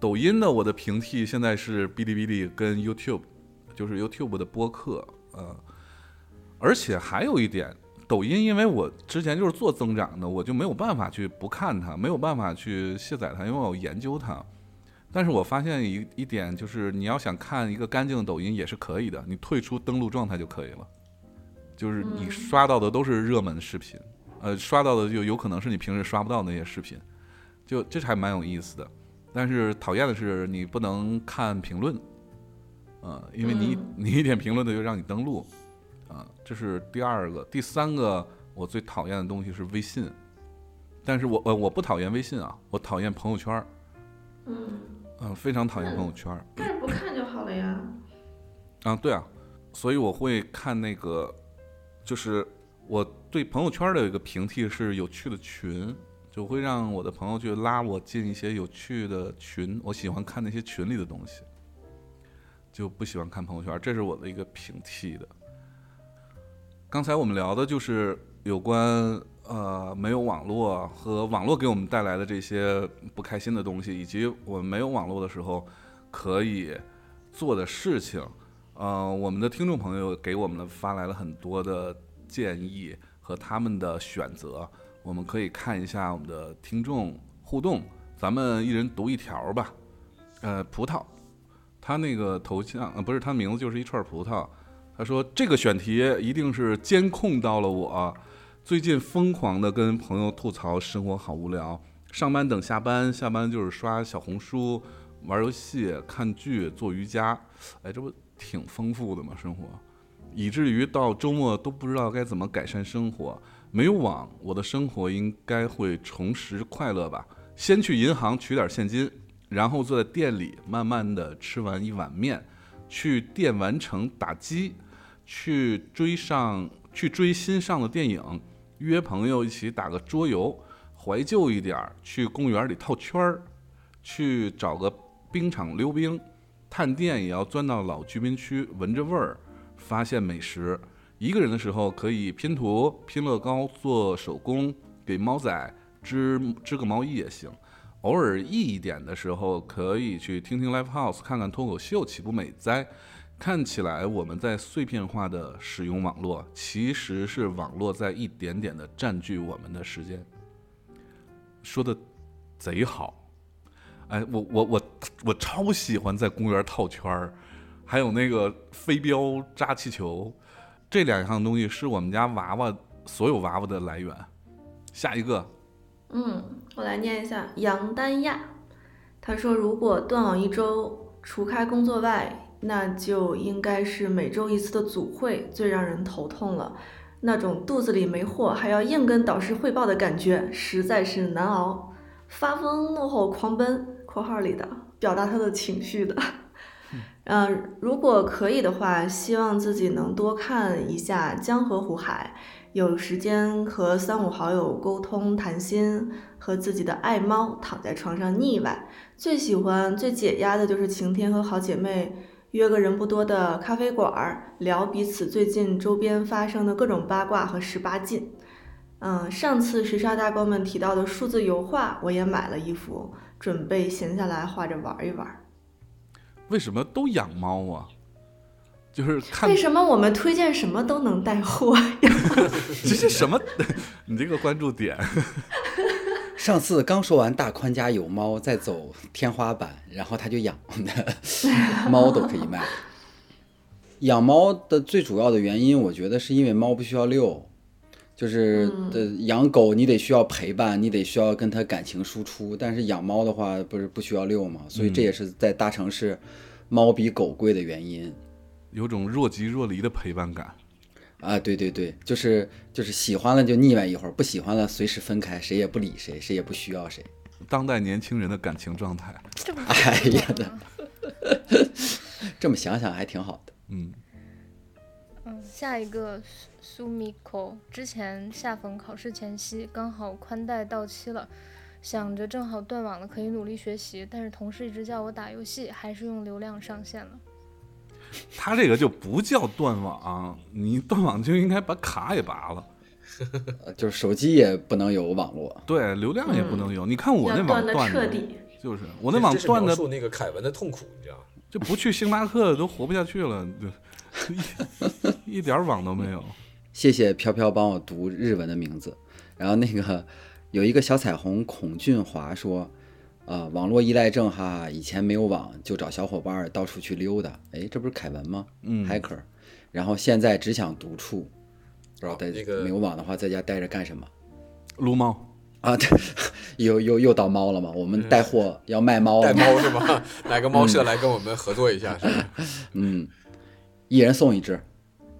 S2: 抖音的我的平替现在是哔哩哔哩跟 YouTube，就是 YouTube 的播客，呃，而且还有一点，抖音因为我之前就是做增长的，我就没有办法去不看它，没有办法去卸载它，因为我有研究它。但是我发现一一点就是，你要想看一个干净的抖音也是可以的，你退出登录状态就可以了。就是你刷到的都是热门视频，呃，刷到的就有可能是你平时刷不到的那些视频，就这还蛮有意思的。但是讨厌的是你不能看评论，啊、因为你、 你一点评论都就让你登录，啊、这是第二个，第三个我最讨厌的东西是微信，但是我呃我不讨厌微信啊，我讨厌朋友圈儿，
S3: 嗯，
S2: 嗯、非常讨厌朋友圈儿。
S3: 但是不看就好了呀。
S2: 啊，对啊，所以我会看那个，就是我对朋友圈儿的有一个平替是有趣的群，就会让我的朋友去拉我进一些有趣的群，我喜欢看那些群里的东西，就不喜欢看朋友圈儿，这是我的一个平替的。刚才我们聊的就是有关呃没有网络和网络给我们带来的这些不开心的东西，以及我们没有网络的时候可以做的事情。呃，我们的听众朋友给我们发来了很多的建议和他们的选择，我们可以看一下我们的听众互动，咱们一人读一条吧。呃，葡萄，他那个头像呃不是他名字就是一串葡萄，他说这个选题一定是监控到了我，最近疯狂的跟朋友吐槽生活好无聊，上班等下班，下班就是刷小红书、玩游戏、看剧、做瑜伽，哎，这不挺丰富的嘛，生活，以至于到周末都不知道该怎么改善生活。没有网，我的生活应该会重拾快乐吧。先去银行取点现金，然后坐在店里慢慢的吃完一碗面，去电玩城打机，去追上去追新上的电影，约朋友一起打个桌游，怀旧一点儿，去公园里套圈儿，去找个冰场溜冰，探店也要钻到老居民区，闻着味儿，发现美食。一个人的时候可以拼图、拼乐高、做手工，给猫仔织织个毛衣也行。偶尔 E 一点的时候，可以去听听 live house，看看脱口秀，岂不美哉？看起来我们在碎片化的使用网络，其实是网络在一点点的占据我们的时间。说的贼好，哎，我我我我超喜欢在公园套圈儿，还有那个飞镖、扎气球，这两样东西是我们家娃娃所有娃娃的来源。下一个，
S3: 嗯，我来念一下杨丹亚，他说如果断网一周，除开工作外，那就应该是每周一次的组会最让人头痛了，那种肚子里没货还要硬跟导师汇报的感觉，实在是难熬。发疯怒吼狂奔（括号里的）表达他的情绪的。呃，如果可以的话，希望自己能多看一下江河湖海，有时间和三五好友沟通谈心，和自己的爱猫躺在床上腻歪。最喜欢、最解压的就是晴天和好姐妹约个人不多的咖啡馆儿，聊彼此最近周边发生的各种八卦和十八禁。嗯，上次时尚大哥们提到的数字油画，我也买了一幅，准备闲下来画着玩一玩。
S2: 为什么都养猫啊？就是看
S3: 为什么我们推荐什么都能带货呀？
S2: 这是什么？ 你这个关注点，
S4: 上次刚说完大宽家有猫在走天花板，然后他就养猫都可以卖。养猫的最主要的原因，我觉得是因为猫不需要遛，就是呃养狗你得需要陪伴，你得需要跟它感情输出，但是养猫的话不是不需要遛嘛，所以这也是在大城市猫比狗贵的原因。
S2: 有种若即若离的陪伴感。
S4: 啊，对对对，就是就是喜欢了就腻歪一会儿，不喜欢了随时分开，谁也不理谁，谁也不需要谁。
S2: 当代年轻人的感情状态，
S5: 这不
S4: 哎
S5: 是
S4: 呀
S5: 这样吗
S4: 这么想想还挺好的。
S2: 嗯，
S5: 嗯，下一个苏米口，之前下逢考试前夕，刚好宽带到期了，想着正好断网了，可以努力学习，但是同事一直叫我打游戏，还是用流量上线了。
S2: 他这个就不叫断网，你断网就应该把卡也拔了。
S4: 呃就是手机也不能有网络，
S2: 对，流量也不能有。你看我那网
S3: 嗯要断的
S2: 断
S3: 彻
S2: 的，
S3: 底。
S2: 就是我那网
S6: 这是
S2: 断
S6: 描
S2: 的，
S6: 述那个凯文的痛苦，你知道吗？
S2: 就不去星巴克都活不下去了，就 一一点网都没有。
S4: 谢谢飘飘帮我读日文的名字。然后那个有一个小彩虹孔俊华说，啊、网络依赖症哈，以前没有网就找小伙伴儿到处去溜达。哎，这不是凯文吗？
S2: 嗯
S4: ，hacker。然后现在只想独处，不知道在、
S6: 哦那个
S4: 没有网的话在家待着干什么
S2: 撸猫，
S4: 啊？ 对，又又又到猫了吗？我们带货要卖猫
S6: 嗯带
S4: 了吗？
S6: 猫是吗？ 哪个猫舍
S2: 嗯
S6: 来跟我们合作一下？是吧？
S4: 嗯，一人送一只。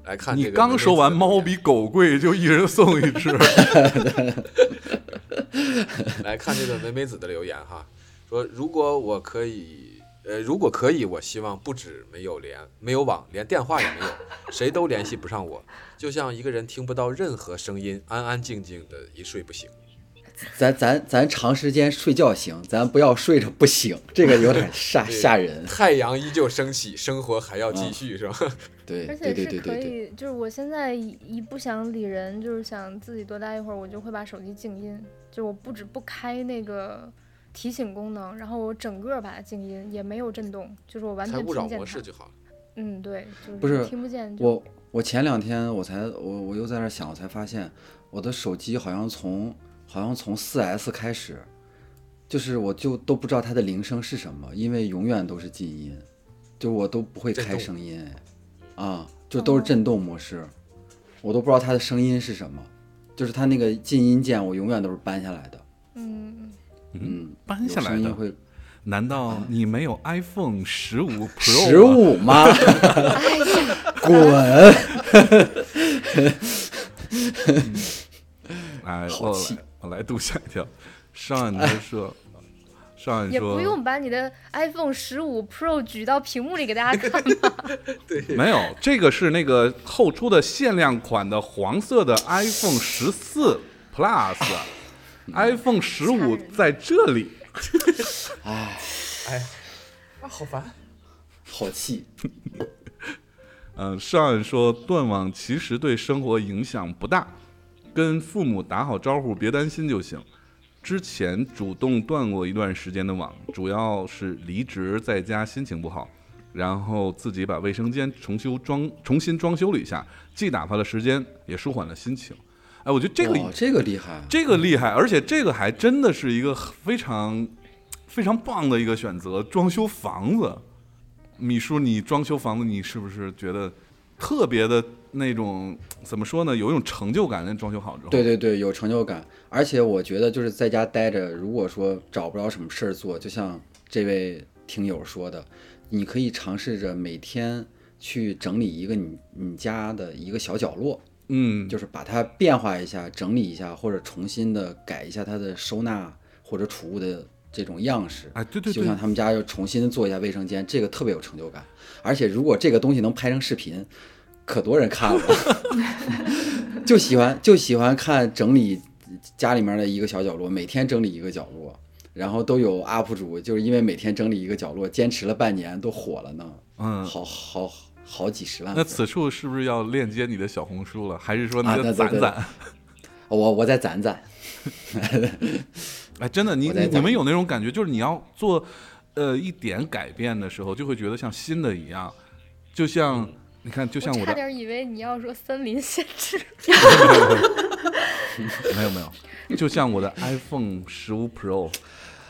S6: 来
S4: 啊
S6: 看
S2: 你
S6: 这个
S2: 刚说完
S6: 文字
S2: 猫比狗贵，就一人送一只。
S6: 来看这个文梅子的留言哈，说如果我可以，呃，如果可以，我希望不止没有连没有网，连电话也 没有，谁都联系不上我，就像一个人听不到任何声音，安安静静的一睡不醒。
S4: 咱咱咱长时间睡觉行，咱不要睡着不醒，这个有点吓
S6: 对
S4: 吓人。
S6: 太阳依旧升起，生活还要继
S5: 嗯
S6: 续，是吧？
S4: 对
S5: 而
S4: 对
S5: 且
S4: 对
S5: 是
S4: 对
S5: 可
S4: 对对，
S5: 以，就是我现在一一不想理人，就是想自己多待一会儿，我就会把手机静音，就我不止不开那个提醒功能，然后我整个把它静音，也没有震动，就是我完
S6: 开
S5: 全听
S6: 勿扰
S5: 不见
S6: 模
S5: 它
S6: 式。就好了。
S5: 嗯，对，就是
S4: 不是
S5: 听不见就
S4: 我我前两天我才我我又在那想，我才发现我的手机好像从好像从4 S 开始，就是我就都不知道它的铃声是什么，因为永远都是静音，就我都不会
S6: 震
S4: 开
S6: 动
S4: 声音，
S5: 哦
S4: 啊，就都是震动模式，我都不知道它的声音是什么，就是它那个静音键我永远都是搬下来的，
S5: 嗯，
S4: 嗯，
S2: 搬下
S4: 有
S2: 来
S4: 声音
S2: 的，
S4: 会
S2: 难道你没有 iPhone 十五 Pro？
S4: 十五吗？滚！
S2: 哎，
S4: 好
S2: 我
S4: 气
S2: 来我来读下一条。上岸他说，上岸
S5: 也
S2: 说
S5: 不用把你的 iPhone 十五 Pro 举到屏幕里给大家看吧。
S2: 没有，这个是那个后出的限量款的黄色的 iPhone 十四
S5: 哎
S2: Plus，iPhone 十五在这里。
S6: 啊，好烦！
S4: 好气，
S2: 嗯，上岸说断网其实对生活影响不大，跟父母打好招呼，别担心就行。之前主动断过一段时间的网，主要是离职在家心情不好，然后自己把卫生间重修装重新装修了一下，既打发了时间，也舒缓了心情。哎，我觉得这个
S4: 哇这个厉害，啊
S2: 这个厉害，而且这个还真的是一个非常非常棒的一个选择，装修房子。米叔，你装修房子，你是不是觉得特别的那种怎么说呢？有一种成就感，那装修好之后。
S4: 对对对，有成就感。而且我觉得就是在家待着，如果说找不着什么事儿做，就像这位听友说的，你可以尝试着每天去整理一个你你家的一个小角落，
S2: 嗯，
S4: 就是把它变化一下、整理一下，或者重新的改一下它的收纳或者储物的这种样式。
S2: 哎，对对
S4: 就
S2: 对
S4: 像，他们家又重新做一下卫生间，这个特别有成就感。而且如果这个东西能拍成视频，可多人看了， 就喜欢就喜欢看整理家里面的一个小角落，每天整理一个角落，然后都有 UP 主，就是因为每天整理一个角落，坚持了半年都火了呢，
S2: 嗯，
S4: 好好好几十万
S2: 那
S4: 粉。
S2: 此处是不是要链接你的小红书了？还是说你
S4: 啊，
S2: 的
S4: 对对
S2: 攒
S4: 对，
S2: 攒？
S4: 我我再攒攒，
S2: 哎，真的，你
S4: 我在
S2: 你你
S4: 攒
S2: 们有那种感觉，就是你要做呃一点改变的时候，就会觉得像新的一样，就像你看，就像
S5: 我
S2: 我
S5: 差
S2: 的
S5: 点以为你要说森林先 知，
S2: 没有没有，就像我的 iPhone 十五 Pro，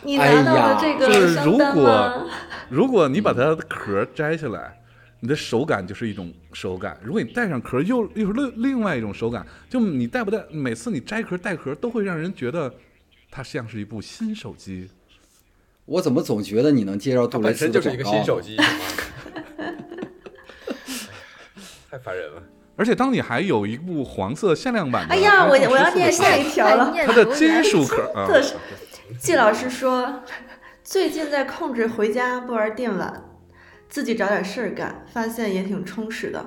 S3: 你
S4: 哎
S3: 拿到
S4: 呀
S3: 了这个
S2: 就是
S3: 商
S2: 如
S3: 单
S2: 果
S3: 吗？
S2: 如果你把它的壳摘下来，你的手感就是一种手感；如果你戴上壳，又又是另另外一种手感。就你戴不戴，每次你摘壳戴壳，都会让人觉得它像是一部新手机。
S4: 我怎么总觉得你能接到
S6: 它
S4: 杜蕾
S6: 本
S4: 斯
S6: 身
S4: 的
S6: 就是一
S4: 广
S6: 个
S4: 告啊
S6: 新手
S4: 呢？
S6: 机，哎 呀太烦人了。
S2: 而且当你还有一部黄色限量版的，
S3: 哎呀，我我要念
S2: 念
S3: 下一条了。
S2: 它的金属 壳啊，
S3: 这是季老师说，最近在控制回家不玩电玩，自己找点事儿干，发现也挺充实的。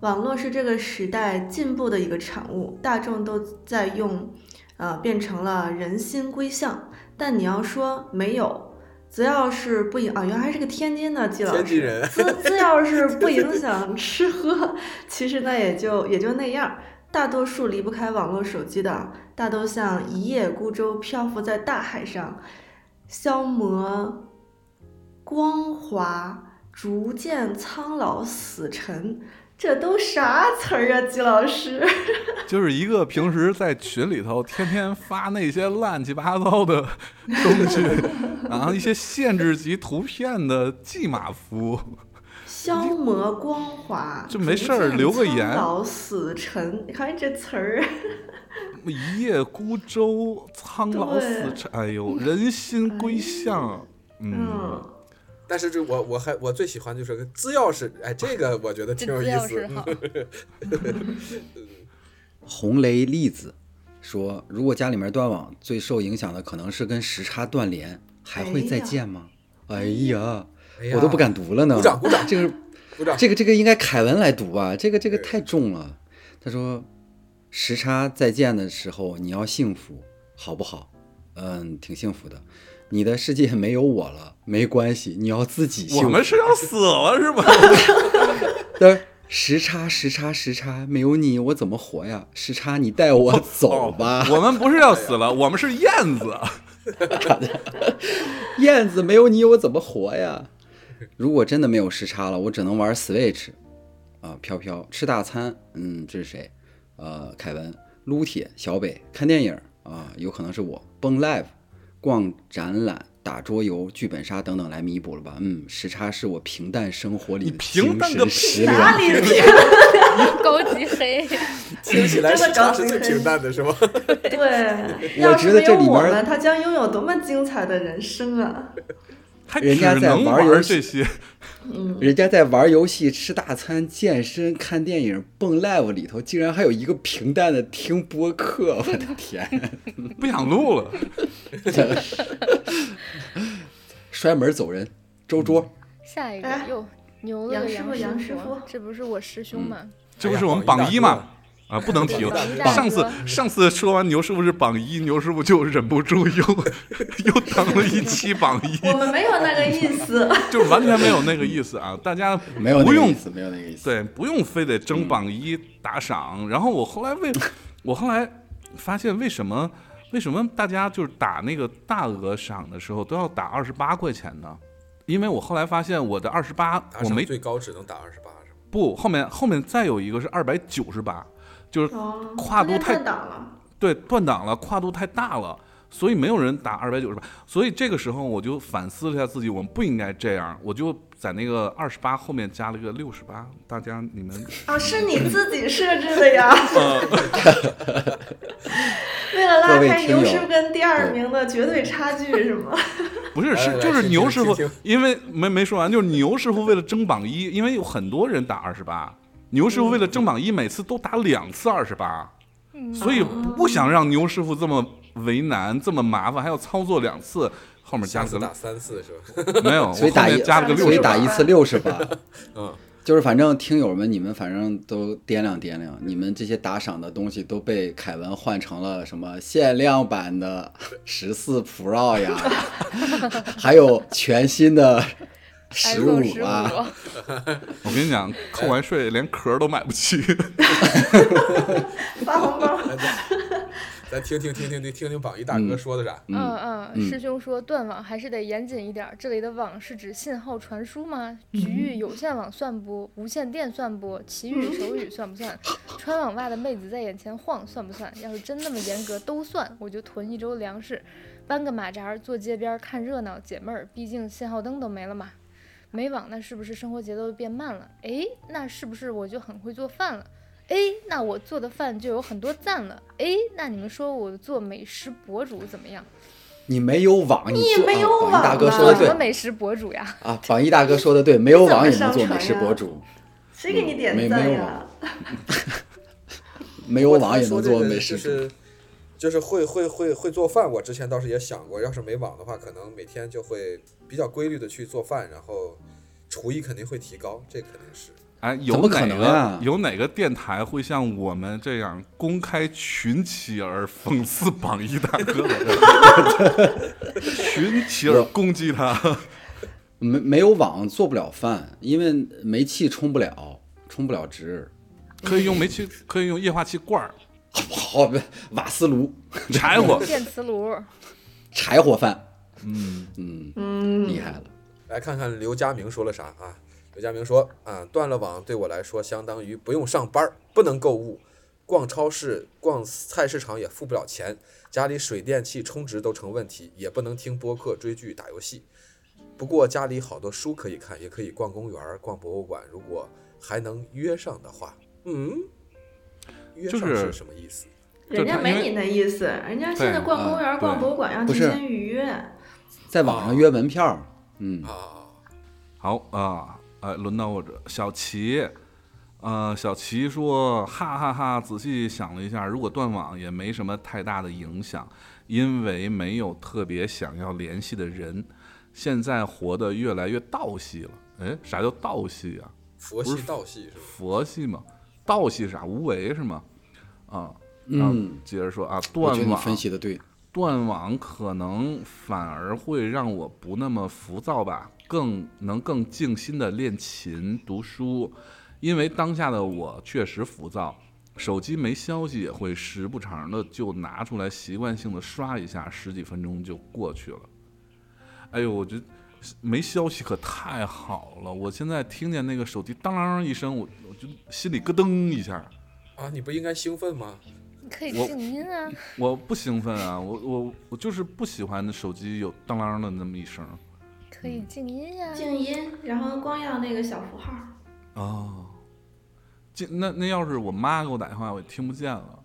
S3: 网络是这个时代进步的一个产物，大众都在用，呃，变成了人心归向。但你要说没有，只要是不影啊，原来是个天津的季老师，
S6: 天津人
S3: 只只要是不影响吃喝，其实那也就也就那样。大多数离不开网络手机的，大都像一叶孤舟漂浮在大海上，消磨光滑，逐渐苍老死沉。这都啥词儿啊，季老 师？
S2: 就是一个平时在群里头天天发那些乱七八糟的东西，然后一些限制级图片的季马夫。
S3: 消磨光滑，
S2: 这没事儿
S3: 逐渐
S2: 留个言
S3: 苍老死沉，你看这词儿，
S2: 一叶孤舟，苍老死沉。哎呦，人心归向。嗯，
S3: 嗯，
S6: 但是这我我还我最喜欢就是个滋钥匙，哎，这个我觉得
S5: 这
S6: 挺有
S5: 资
S6: 意
S5: 料
S6: 思嗯
S5: 是。好，
S4: 红雷粒子说，如果家里面断网，最受影响的可能是跟时差断联，还会再见吗？哎呀，
S6: 哎呀
S4: 我都不敢读了呢。
S6: 鼓掌鼓掌
S4: 这个
S6: 鼓掌。
S4: 这个这个应该凯文来读吧？这个这个
S6: 对
S4: 太重了。他说，时差再见的时候你要幸福，好不好？嗯，挺幸福的。你的世界没有我了，没关系，你要自己幸
S2: 我
S4: 福。
S2: 们是要死了是吗？
S4: 但是时差，时差，时差，没有你我怎么活呀？时差，你带
S6: 哦
S4: 我走吧。
S2: 我们不是要死了，我们是燕子。
S4: 燕子没有你我怎么活呀？如果真的没有时差了，我只能玩 Switch，啊、飘飘吃大餐，嗯，这是谁？呃，凯文、撸铁、小北看电影啊、有可能是我蹦 live、逛展览、打桌游、剧本杀等等来弥补了吧？嗯，时差是我平淡生活里
S2: 你
S4: 的
S2: 平
S4: 精
S2: 淡个
S4: 神
S2: 屁
S4: 食
S3: 嗯哪
S4: 粮。
S3: 里
S5: 高级黑，
S6: 听起来
S3: 这
S6: 时
S3: 个
S6: 差
S3: 找
S6: 是最平淡的，是 吗？
S3: 对？
S4: 我
S3: 要
S4: 觉
S3: 是
S4: 得
S3: 没
S4: 这
S3: 有
S4: 里面
S3: 我
S4: 儿
S3: 们，他将拥有多么精彩的人生啊！
S2: 还
S4: 人
S2: 只
S4: 家在
S2: 能
S4: 玩游
S2: 玩
S4: 戏
S2: 这些，
S4: 人家在玩游戏、吃大餐、健身、看电影、蹦 live 里头，竟然还有一个平淡的听播客，我的天！
S2: 不想录了。
S4: 摔门走人，周桌。
S5: 下一个
S3: 哎
S5: 哟，牛了
S3: 杨
S5: 个
S3: 师傅杨师
S5: 傅
S3: 傅，
S5: 这不是我师兄吗？
S2: 这不是我们榜一吗？啊，不能提
S5: 榜一
S2: 了。
S5: 大
S2: 上次
S5: 哥
S2: 上次说完牛师傅是榜一，牛师傅就忍不住又 又当了一期榜一，
S3: 我们没有那个意思，
S2: 就是完全没有那个意思啊！大家
S4: 嗯没有那
S2: 不
S4: 个
S2: 用
S4: 意思，没有那个意思。
S2: 对，不用非得争榜一打赏。然后我后来
S4: 嗯
S2: 为，我后来发现为什么为什么大家就是打那个大额赏的时候都要打二十八块钱呢？因为我后来发现我的二十八
S6: 打
S2: 我
S6: 赏
S2: 没
S6: 最高只能打二十八，是吗？
S2: 不后面后面再有一个是二百九十八，就是
S3: 哦
S2: 跨度
S3: 中间
S2: 太
S3: 断档了。
S2: 对断档了，跨度太大了。所以没有人打二百九十八，所以这个时候我就反思了一下自己，我们不应该这样。我就在那个二十八后面加了个六十八，大家你们
S3: 啊，是你自己设置的呀！
S2: 嗯
S3: 为了
S4: 各
S3: 拉
S4: 位
S3: 开
S4: 听
S3: 牛
S4: 友
S3: 师跟第二名的绝对差距，是吗？
S2: 不是
S6: 来
S2: 是
S6: 来
S2: 就是
S6: 请
S2: 牛
S6: 听
S2: 师傅
S6: 请听，
S2: 因为没没说完，就是牛师傅为了争榜一，因为有很多人打二十八，牛师傅为了争榜一，每次都打两次二十八，所以不想让牛师傅这么为难，这么麻烦，还要操作两次。后面加
S6: 下
S2: 了
S6: 次
S2: 个
S6: 打三次是吧？
S2: 没有，我
S4: 所以
S2: 后
S4: 打一
S2: 面加了个六
S4: 所以
S2: 十
S4: 打
S2: 吧。
S4: 一次六 十吧。
S6: 嗯，
S4: 就是反正听友们，你们反正都掂量掂量，你们这些打赏的东西都被凯文换成了什么限量版的十四 Pro 呀，还有全新的十
S5: iPhone 十
S4: 五
S5: 五、
S4: 啊，
S2: 我跟你讲，扣完税连壳儿都买不起。
S3: 发红包。
S6: 咱听听听听听听听榜一大哥说的啥？
S5: 嗯嗯，
S4: 嗯
S5: 师兄说断网还是得严谨一点儿。这里的网是指信号传输吗？局域有线网算不？无线电算不？奇遇手语算不算？穿网袜的妹子在眼前晃算不算？要是真那么严格都算，我就囤一周粮食，搬个马扎儿坐街边儿看热闹解闷儿。毕竟信号灯都没了嘛。没网那是不是生活节奏变慢了？诶，那是不是我就很会做饭了？诶，那我做的饭就有很多赞了。诶，那你们说我做美食博主怎么样？
S4: 你没有网，你做
S3: 没有
S4: 啊榜一大哥
S3: 网
S4: 说的
S5: 什么
S4: 对
S5: 美食博主 呀？
S4: 啊，榜一大哥说的对，没有
S3: 怎么
S4: 网也能
S3: 上
S4: 做美
S3: 传
S4: 食
S3: 呀
S4: 博主，
S3: 谁给你
S4: 没
S3: 点
S4: 没
S3: 赞
S4: 有啊
S3: 呀
S4: 网？没有
S6: 我
S4: 网也
S6: 听说
S4: 能
S6: 这
S4: 做
S6: 个
S4: 美
S6: 就
S4: 食博主。
S6: 是就是会会会会做饭。我之前倒是也想过，要是没网的话，可能每天就会比较规律的去做饭，然后厨艺肯定会提高，这肯定是。
S2: 哎，有
S4: 怎么可
S2: 哪
S4: 能
S2: 个、
S4: 啊
S2: 有哪个电台会像我们这样公开群起而讽刺榜一大哥的？ 群起而攻击他，
S4: 没没有网做不了饭，因为煤气充不了，充不了值。
S2: 可以用煤气，可以用液化气罐儿、
S4: 好，不瓦斯炉、
S2: 柴火。
S5: 电磁炉，
S4: 柴火饭，
S2: 嗯，
S4: 嗯，
S3: 嗯，
S4: 厉害了。
S6: 来看看刘佳明说了啥啊？刘佳明说啊，断了网对我来说相当于不用上班儿，不能购物，逛超市、逛菜市场也付不了钱，家里水电气充值都成问题，也不能听播客、追剧、打游戏。不过家里好多书可以看，也可以逛公园儿、逛博物馆，如果还能约上的话，嗯，约上
S2: 就是是
S6: 什么意思？
S3: 人家
S2: 就他因
S3: 没
S2: 为
S3: 你那意思，人家现在
S2: 对
S3: 逛公
S4: 啊
S3: 园、逛
S2: 对
S3: 博物馆要
S4: 不
S3: 提
S4: 是
S3: 前预约。
S4: 在网上约门票，嗯，
S6: 啊，
S2: 好啊，哎，轮到我这小齐，呃，小齐说，哈哈哈仔细想了一下，如果断网也没什么太大的影响，因为没有特别想要联系的人，现在活得越来越道系了。哎，啥叫道系啊？
S6: 佛
S2: 不
S6: 系
S2: 是
S6: 道系是吧？
S2: 佛系嘛，道系啥？无为是吗？啊，
S4: 嗯
S2: 然后接着说啊，
S4: 我觉得
S2: 断
S4: 你
S2: 网
S4: 分析的对。
S2: 断网可能反而会让我不那么浮躁吧，更能更静心的练琴、读书，因为当下的我确实浮躁，手机没消息也会时不常的就拿出来，习惯性的刷一下，十几分钟就过去了。哎呦，我觉得没消息可太好了，我现在听见那个手机当啷一声，我我就心里咯噔一下。
S6: 啊，你不应该兴奋吗？
S5: 你可以
S2: 我
S5: 静音啊。
S2: 我不兴奋啊，我我我就是不喜欢手机有当啷的那么一声。
S5: 可以静音呀、
S3: 静音，然后光要那个小符 号。
S2: 哦，这那那要是我妈给我打电话，我也听不见了。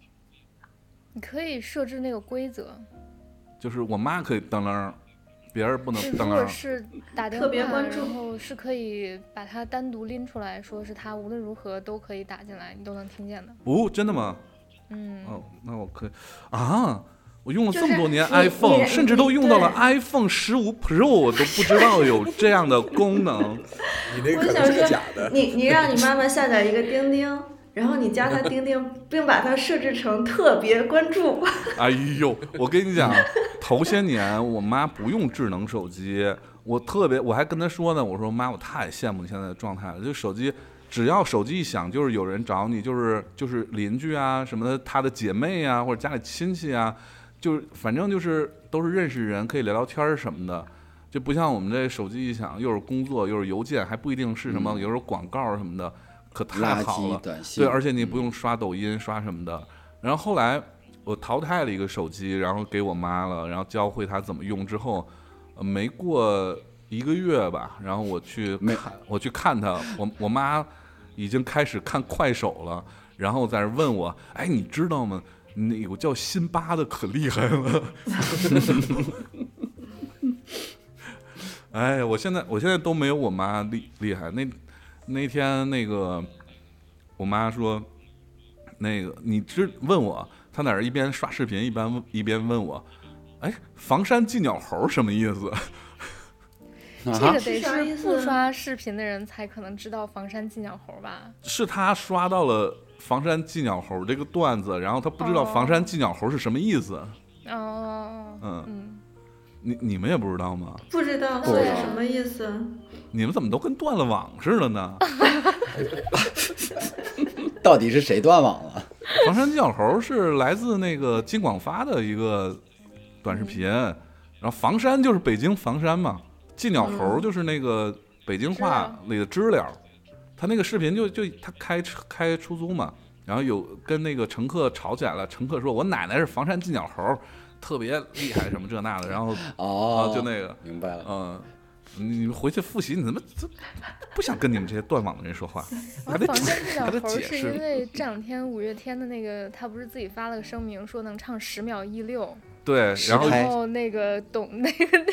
S5: 你可以设置那个规则，
S2: 就是我妈可以当啷，别人不能
S5: 就如
S2: 当啊
S5: 果
S2: 啷。
S5: 是打电话，
S3: 特别关注
S5: 然后是可以把它单独拎出来，说是它无论如何都可以打进来，你都能听见的。
S2: 哦，真的吗？
S5: 嗯，
S2: 哦，那我可以啊。我用了这么多年
S3: 就是你
S2: iPhone，、
S3: 你
S2: 甚至都用到了
S3: 对
S2: iPhone 十五 Pro，我都不知道有这样的功能。
S6: 你那
S3: 我
S6: 可
S3: 想
S6: 能是个
S3: 说
S6: 假的，。
S3: 你你让你妈妈下载一个钉钉，然后你加她钉钉，并把它设置成特别关注。
S2: 哎呦，我跟你讲，头些年我妈不用智能手机，我特别我还跟她说呢，我说妈，我太羡慕你现在的状态了，就手机。只要手机一响，就是有人找你，就是就是邻居啊什么的，她的姐妹啊，或者家里亲戚啊，就是反正就是都是认识人，可以聊聊天儿什么的，就不像我们这手机一响，又是工作又是邮件，还不一定是什么，有时候广告什么的，可太
S4: 嗯垃
S2: 好了
S4: 圾。短信，嗯
S2: 对，而且你不用刷抖音、刷什么的。然后后来我淘汰了一个手机，然后给我妈了，然后教会她怎么用之后，呃没过一个月吧，然后我去
S4: 没啊
S2: 看，我去看她，我我妈已经开始看快手了，然后在那儿问我，哎，你知道吗？那有叫辛巴的可厉害了。 哎，我现在我现在都没有我妈厉厉害。那那天那个我妈说，那个你知问我，她在那儿一边刷视频一边问一边问我，哎，房山寄鸟猴什么意思？
S5: 这
S4: 啊
S5: 个
S3: 是
S5: 得
S3: 啥意
S5: 是
S3: 思
S5: 不
S3: 啊
S5: 刷视频的人才可能知道房山寄鸟猴吧？
S2: 是他刷到了房山寄鸟猴这个段子，然后他不知道
S5: 哦
S2: 房山寄鸟猴是什么意思。
S5: 哦，
S2: 嗯
S5: 嗯，
S2: 你你们也不知道吗？
S3: 不知道
S4: 不
S3: 这
S4: 知
S3: 是
S4: 道
S3: 什么意思？
S2: 你们怎么都跟断了网似的呢？
S4: 到底是谁断网了？
S2: 房山鸟猴是来自那个金广发的一个短视频，然后房山就是北京房山嘛，寄鸟猴就是那个北京话里的知了。他那个视频就就他开车开出租嘛，然后有跟那个乘客吵起来了，乘客说我奶奶是房山寄鸟猴，特别厉害什么这那的，然后啊，
S4: 哦
S2: 就那个，
S4: 明白了。
S2: 嗯。你们回去复习，你怎么这不想跟你们这些断网的人说话？还
S5: 然
S2: 得
S5: 后房山寄鸟
S2: 还得
S5: 猴
S2: 解
S5: 是因
S2: 释，
S5: 为这两天五月天的那个，他不是自己发了个声明说能唱十秒一六，
S2: 对，
S4: 实
S2: 然后
S4: 拍
S5: 然后那个懂那个那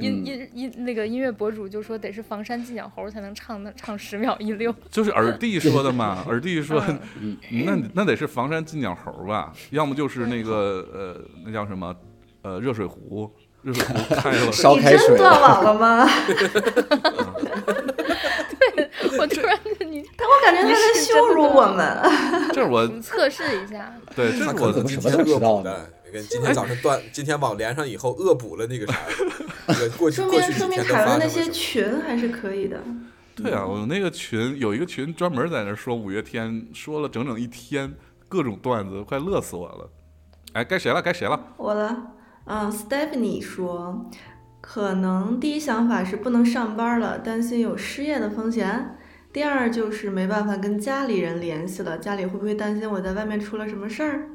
S5: 音
S4: 嗯，
S5: 音音那个音乐博主就说得是房山寄鸟猴才能唱能唱十秒一 六，
S2: 就是耳弟说的嘛，耳弟说
S5: 嗯，
S2: 那那得是房山金鸟猴吧，要么就是那个呃，那叫什么，呃，热水壶，热水 壶开了
S4: 烧
S3: 你
S4: 开水
S3: 真断
S4: 了，
S3: 网了吗？
S5: 我突然就你
S3: 但我感觉他
S5: 你
S3: 在
S5: 是真
S3: 羞
S5: 的
S3: 辱
S5: 断
S3: 我
S5: 网
S3: 们。
S2: 这是 我
S5: 我们测试一下，
S2: 对，这
S6: 他
S2: 是
S6: 可
S2: 我
S4: 怎
S6: 能
S4: 么
S6: 今
S4: 什么
S6: 天
S4: 都知
S6: 恶
S4: 道
S6: 补
S4: 呢
S6: 的，跟今天早上
S2: 哎
S6: 断，今天网连上以后恶补了那个 啥，那个过去
S3: 说
S6: 过
S3: 明
S6: 去几
S3: 说明
S6: 天都
S3: 凯
S6: 发
S3: 文
S6: 生
S3: 那
S6: 了什
S3: 些
S6: 么。
S3: 群还是可以的，
S2: 对啊，我那个群有一个群专门在那说五月天，说了整整一天各种段子，快乐死我了。哎，该谁了？该谁了？
S3: 我了。嗯，Stephanie 说，可能第一想法是不能上班了，担心有失业的风险；第二就是没办法跟家里人联系了，家里会不会担心我在外面出了什么事儿？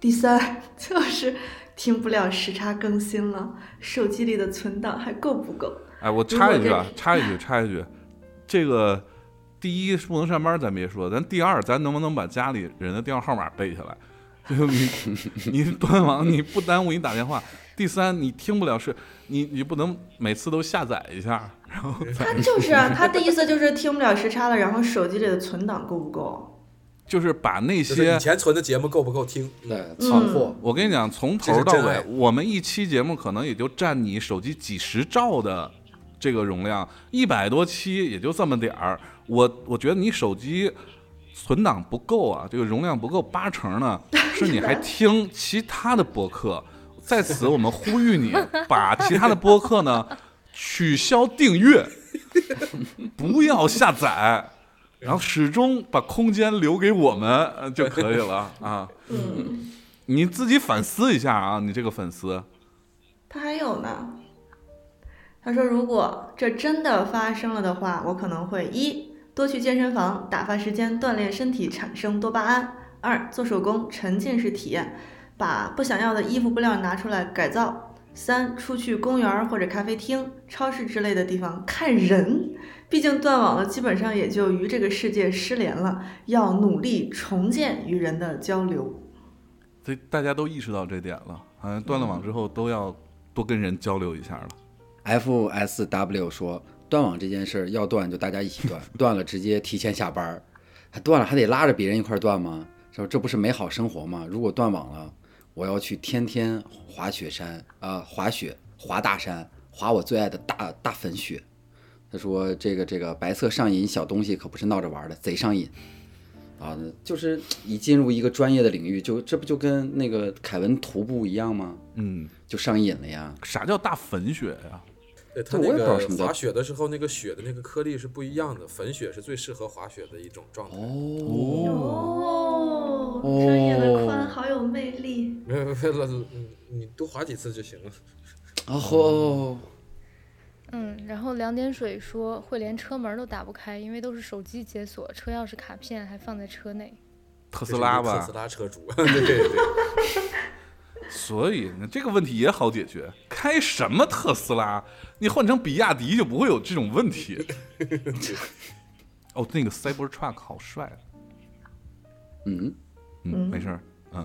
S3: 第三 就是听不了时差更新了，手机里的存档还够不 够？
S2: 哎，我
S3: 如
S2: 插
S3: 果
S2: 一句啊
S3: 这，
S2: 插一句，插一句，这个第一是不能上班，咱别说，咱第二，咱能不能把家里人的电话号码背下来？就你 你端网，你不耽误你打电话。第三，你听不了是，你你不能每次都下载一下，然后再
S3: 他就是啊，他的意思就是听不了时差了，然后手机里的存档够不够？
S2: 就是把那
S6: 就是
S2: 些
S6: 以前存的节目够不够听？嗯
S4: 对，存货。
S2: 我跟你讲，从
S6: 这
S2: 头
S6: 是
S2: 到
S6: 真
S2: 尾
S6: 爱，
S2: 我们一期节目可能也就占你手机几十兆的这个容量，一百多期也就这么点儿。我我觉得你手机存档不够啊，这个容量不够，八成 呢是你还听其他的播客。在此，我们呼吁你把其他的播客呢取消订阅， 不要下载。然后始终把空间留给我们呃就可以了啊！
S3: 嗯，
S2: 你自己反思一下啊，你这个粉丝，
S3: 他还有呢。他说，如果这真的发生了的话，我可能会一多去健身房打发时间，锻炼身体，产生多巴胺；二做手工，沉浸式体验，把不想要的衣服布料拿出来改造；三出去公园儿或者咖啡厅、超市之类的地方看人，毕竟断网了，基本上也就与这个世界失联了，要努力重建与人的交流。
S2: 这大家都意识到这点了，好像断了网之后都要多跟人交流一下了。
S4: F S W 说，断网这件事儿要断就大家一起断， 断了直接提前下班儿，还断了还得拉着别人一块儿断吗？说这不是美好生活吗？如果断网了，我要去天天滑雪山啊、滑雪滑大山，滑我最爱的大大粉雪。他说这个这个白色上瘾小东西可不是闹着玩儿的，贼上瘾。啊，就是一进入一个专业的领域，就这不就跟那个凯文徒步一样吗？
S2: 嗯，
S4: 就上瘾了呀。
S2: 啥叫大粉雪呀、
S6: 对他
S4: 我
S6: 那
S4: 也不知道什
S6: 个
S4: 么叫
S6: 滑雪的时候，那个雪的那个颗粒是不一样的，粉雪是最适合滑雪的一种状态。
S4: 哦
S3: 哦，
S4: 哦
S3: 专业的宽好有魅力。
S6: 没有没有，老嗯你多滑几次就行了。
S4: 哦，
S5: 嗯，然后两点水说会连车门都打不开，因为都是手机解锁，车钥匙卡片还放在车内。
S2: 特斯拉
S6: 特
S2: 吧
S6: 斯，拉车主， 对对对，
S2: 所以呢这个问题也好解决。开什么特斯拉？你换成比亚迪就不会有这种问 题。哦，那个 Cybertruck 好帅啊、
S4: 嗯，
S2: 嗯，没事儿，嗯，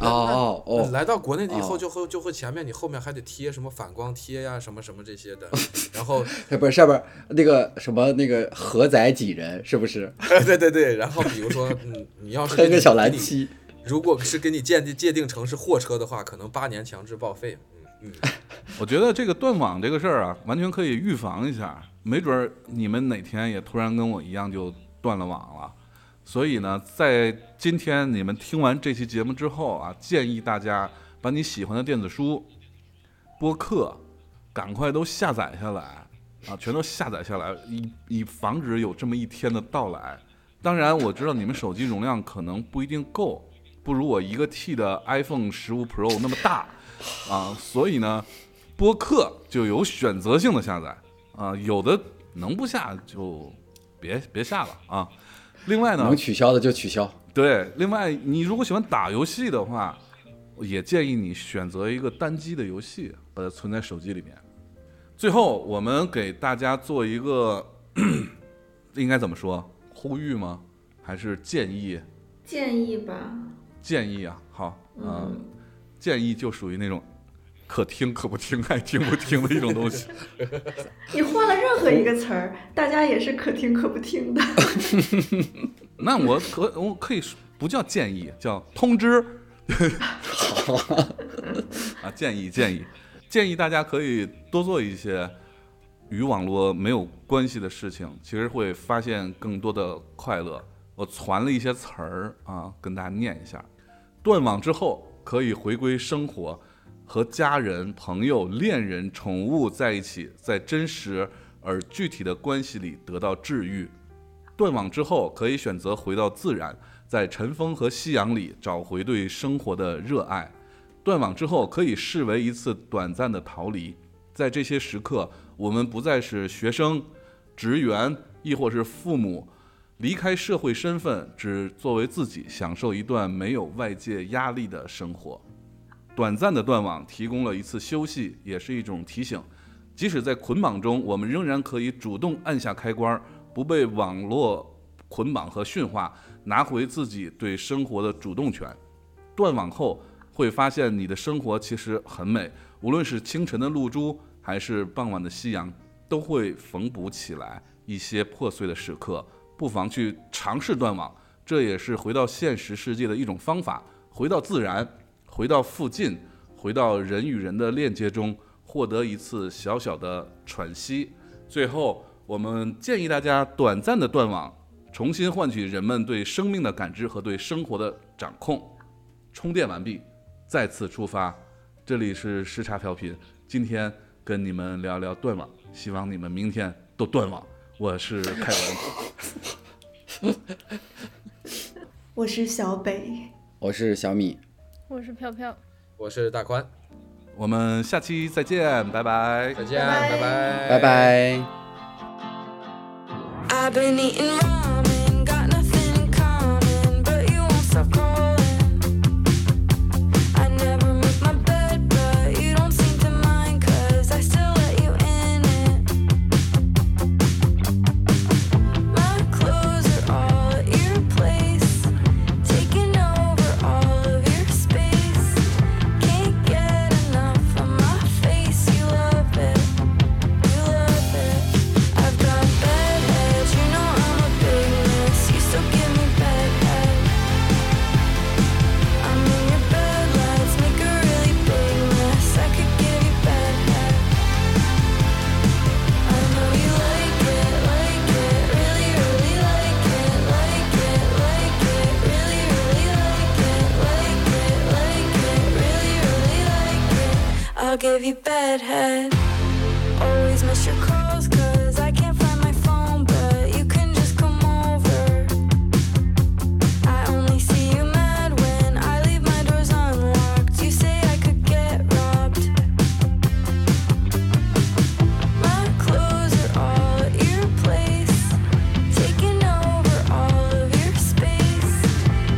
S4: 哦哦哦，
S6: 来到国内以后
S4: 哦
S6: 就会就会前面你后面还得贴什么反光贴呀、什么什么这些 的，然后
S4: 哎不是上边那个什么那个何载几人是不是？
S6: 对对对，然后比如说嗯，你要是
S4: 喷
S6: 给
S4: 个
S6: 你
S4: 小
S6: 给
S4: 蓝
S6: 你
S4: 漆，
S6: 如果是给你鉴定界定成是货车的话，可能八年强制报废。嗯，
S2: 我觉得这个断网这个事儿啊，完全可以预防一下，没准儿你们哪天也突然跟我一样就断了网了。所以呢，在今天你们听完这期节目之后啊，建议大家把你喜欢的电子书、播客，赶快都下载下来啊，全都下载下来，以以防止有这么一天的到来。当然，我知道你们手机容量可能不一定够，不如我一个 T 的 iPhone 十五 Pro 那么大啊，所以呢，播客就有选择性的下载啊，有的能不下就别别下了啊。另外呢
S4: 能，取消的就取消。
S2: 对，另外你如果喜欢打游戏的话，也建议你选择一个单机的游戏，把它存在手机里面。最后，我们给大家做一个， 应该怎么说？呼吁吗？还是建议？
S3: 建议吧，
S2: 建议啊，好，嗯
S3: 嗯，
S2: 建议就属于那种可听可不听、爱听不听的一种东西。
S3: 你换了任何一个词儿，大家也是可听可不听的。
S2: 那我可我可以说不叫建议，叫通知。 啊，建议建议建议大家可以多做一些与网络没有关系的事情，其实会发现更多的快乐。我传了一些词儿啊，跟大家念一下：断网之后可以回归生活，和家人、朋友、恋人、宠物在一起，在真实而具体的关系里得到治愈。断网之后，可以选择回到自然，在晨风和夕阳里找回对生活的热爱。断网之后，可以视为一次短暂的逃离。在这些时刻，我们不再是学生、职员，亦或是父母，离开社会身份，只作为自己，享受一段没有外界压力的生活。短暂的断网提供了一次休息，也是一种提醒。即使在捆绑中，我们仍然可以主动按下开关，不被网络捆绑和驯化，拿回自己对生活的主动权。断网后，会发现你的生活其实很美，无论是清晨的露珠，还是傍晚的夕阳，都会缝补起来一些破碎的时刻。不妨去尝试断网，这也是回到现实世界的一种方法，回到自然，回到附近，回到人与人的链接中，获得一次小小的喘息。最后，我们建议大家短暂的断网，重新换取人们对生命的感知和对生活的掌控。充电完毕，再次出发。这里是时差调频，今天跟你们聊聊断网，希望你们明天都断网。我是凯文。
S3: 我是小北，
S4: 我是小米，
S5: 我是飘飘。
S6: 我是大宽，
S2: 我们下期再见，拜拜。
S6: 再见，
S3: 拜拜
S6: 拜
S4: 拜拜。
S1: I've been eating ramen, got nothing in common, but you won't stop calling. I never make my bed, but you don't seem to mind, cause I still let you in it. My clothes are all at your place, taking over all of your space. Can't get enough of my face, you love it. You love it. I've got bad heads, you know I'm a big mess. You still give me bad head. I'm in your bed, let's make a really big mess. I could give you bad head. I know you like it, like it, really, really like it, like it, like it, really, really like it, like it, like it, really, really like it. I'll give you bad head. Always miss your calls 'cause I can't find my phone, but you can just come over. I only see you mad when I leave my doors unlocked. You say I could get robbed. My clothes are all at your place, taking over all of your space.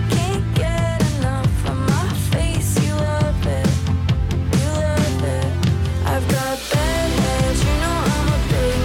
S1: Can't get enough of my face, you love it. You love it. I've got bad heads, you know I'm a big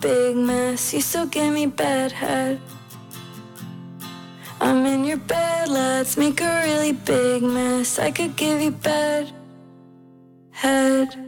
S1: big mess. You still gave me bad head. I'm in your bed, let's make a really big mess. I could give you bad head.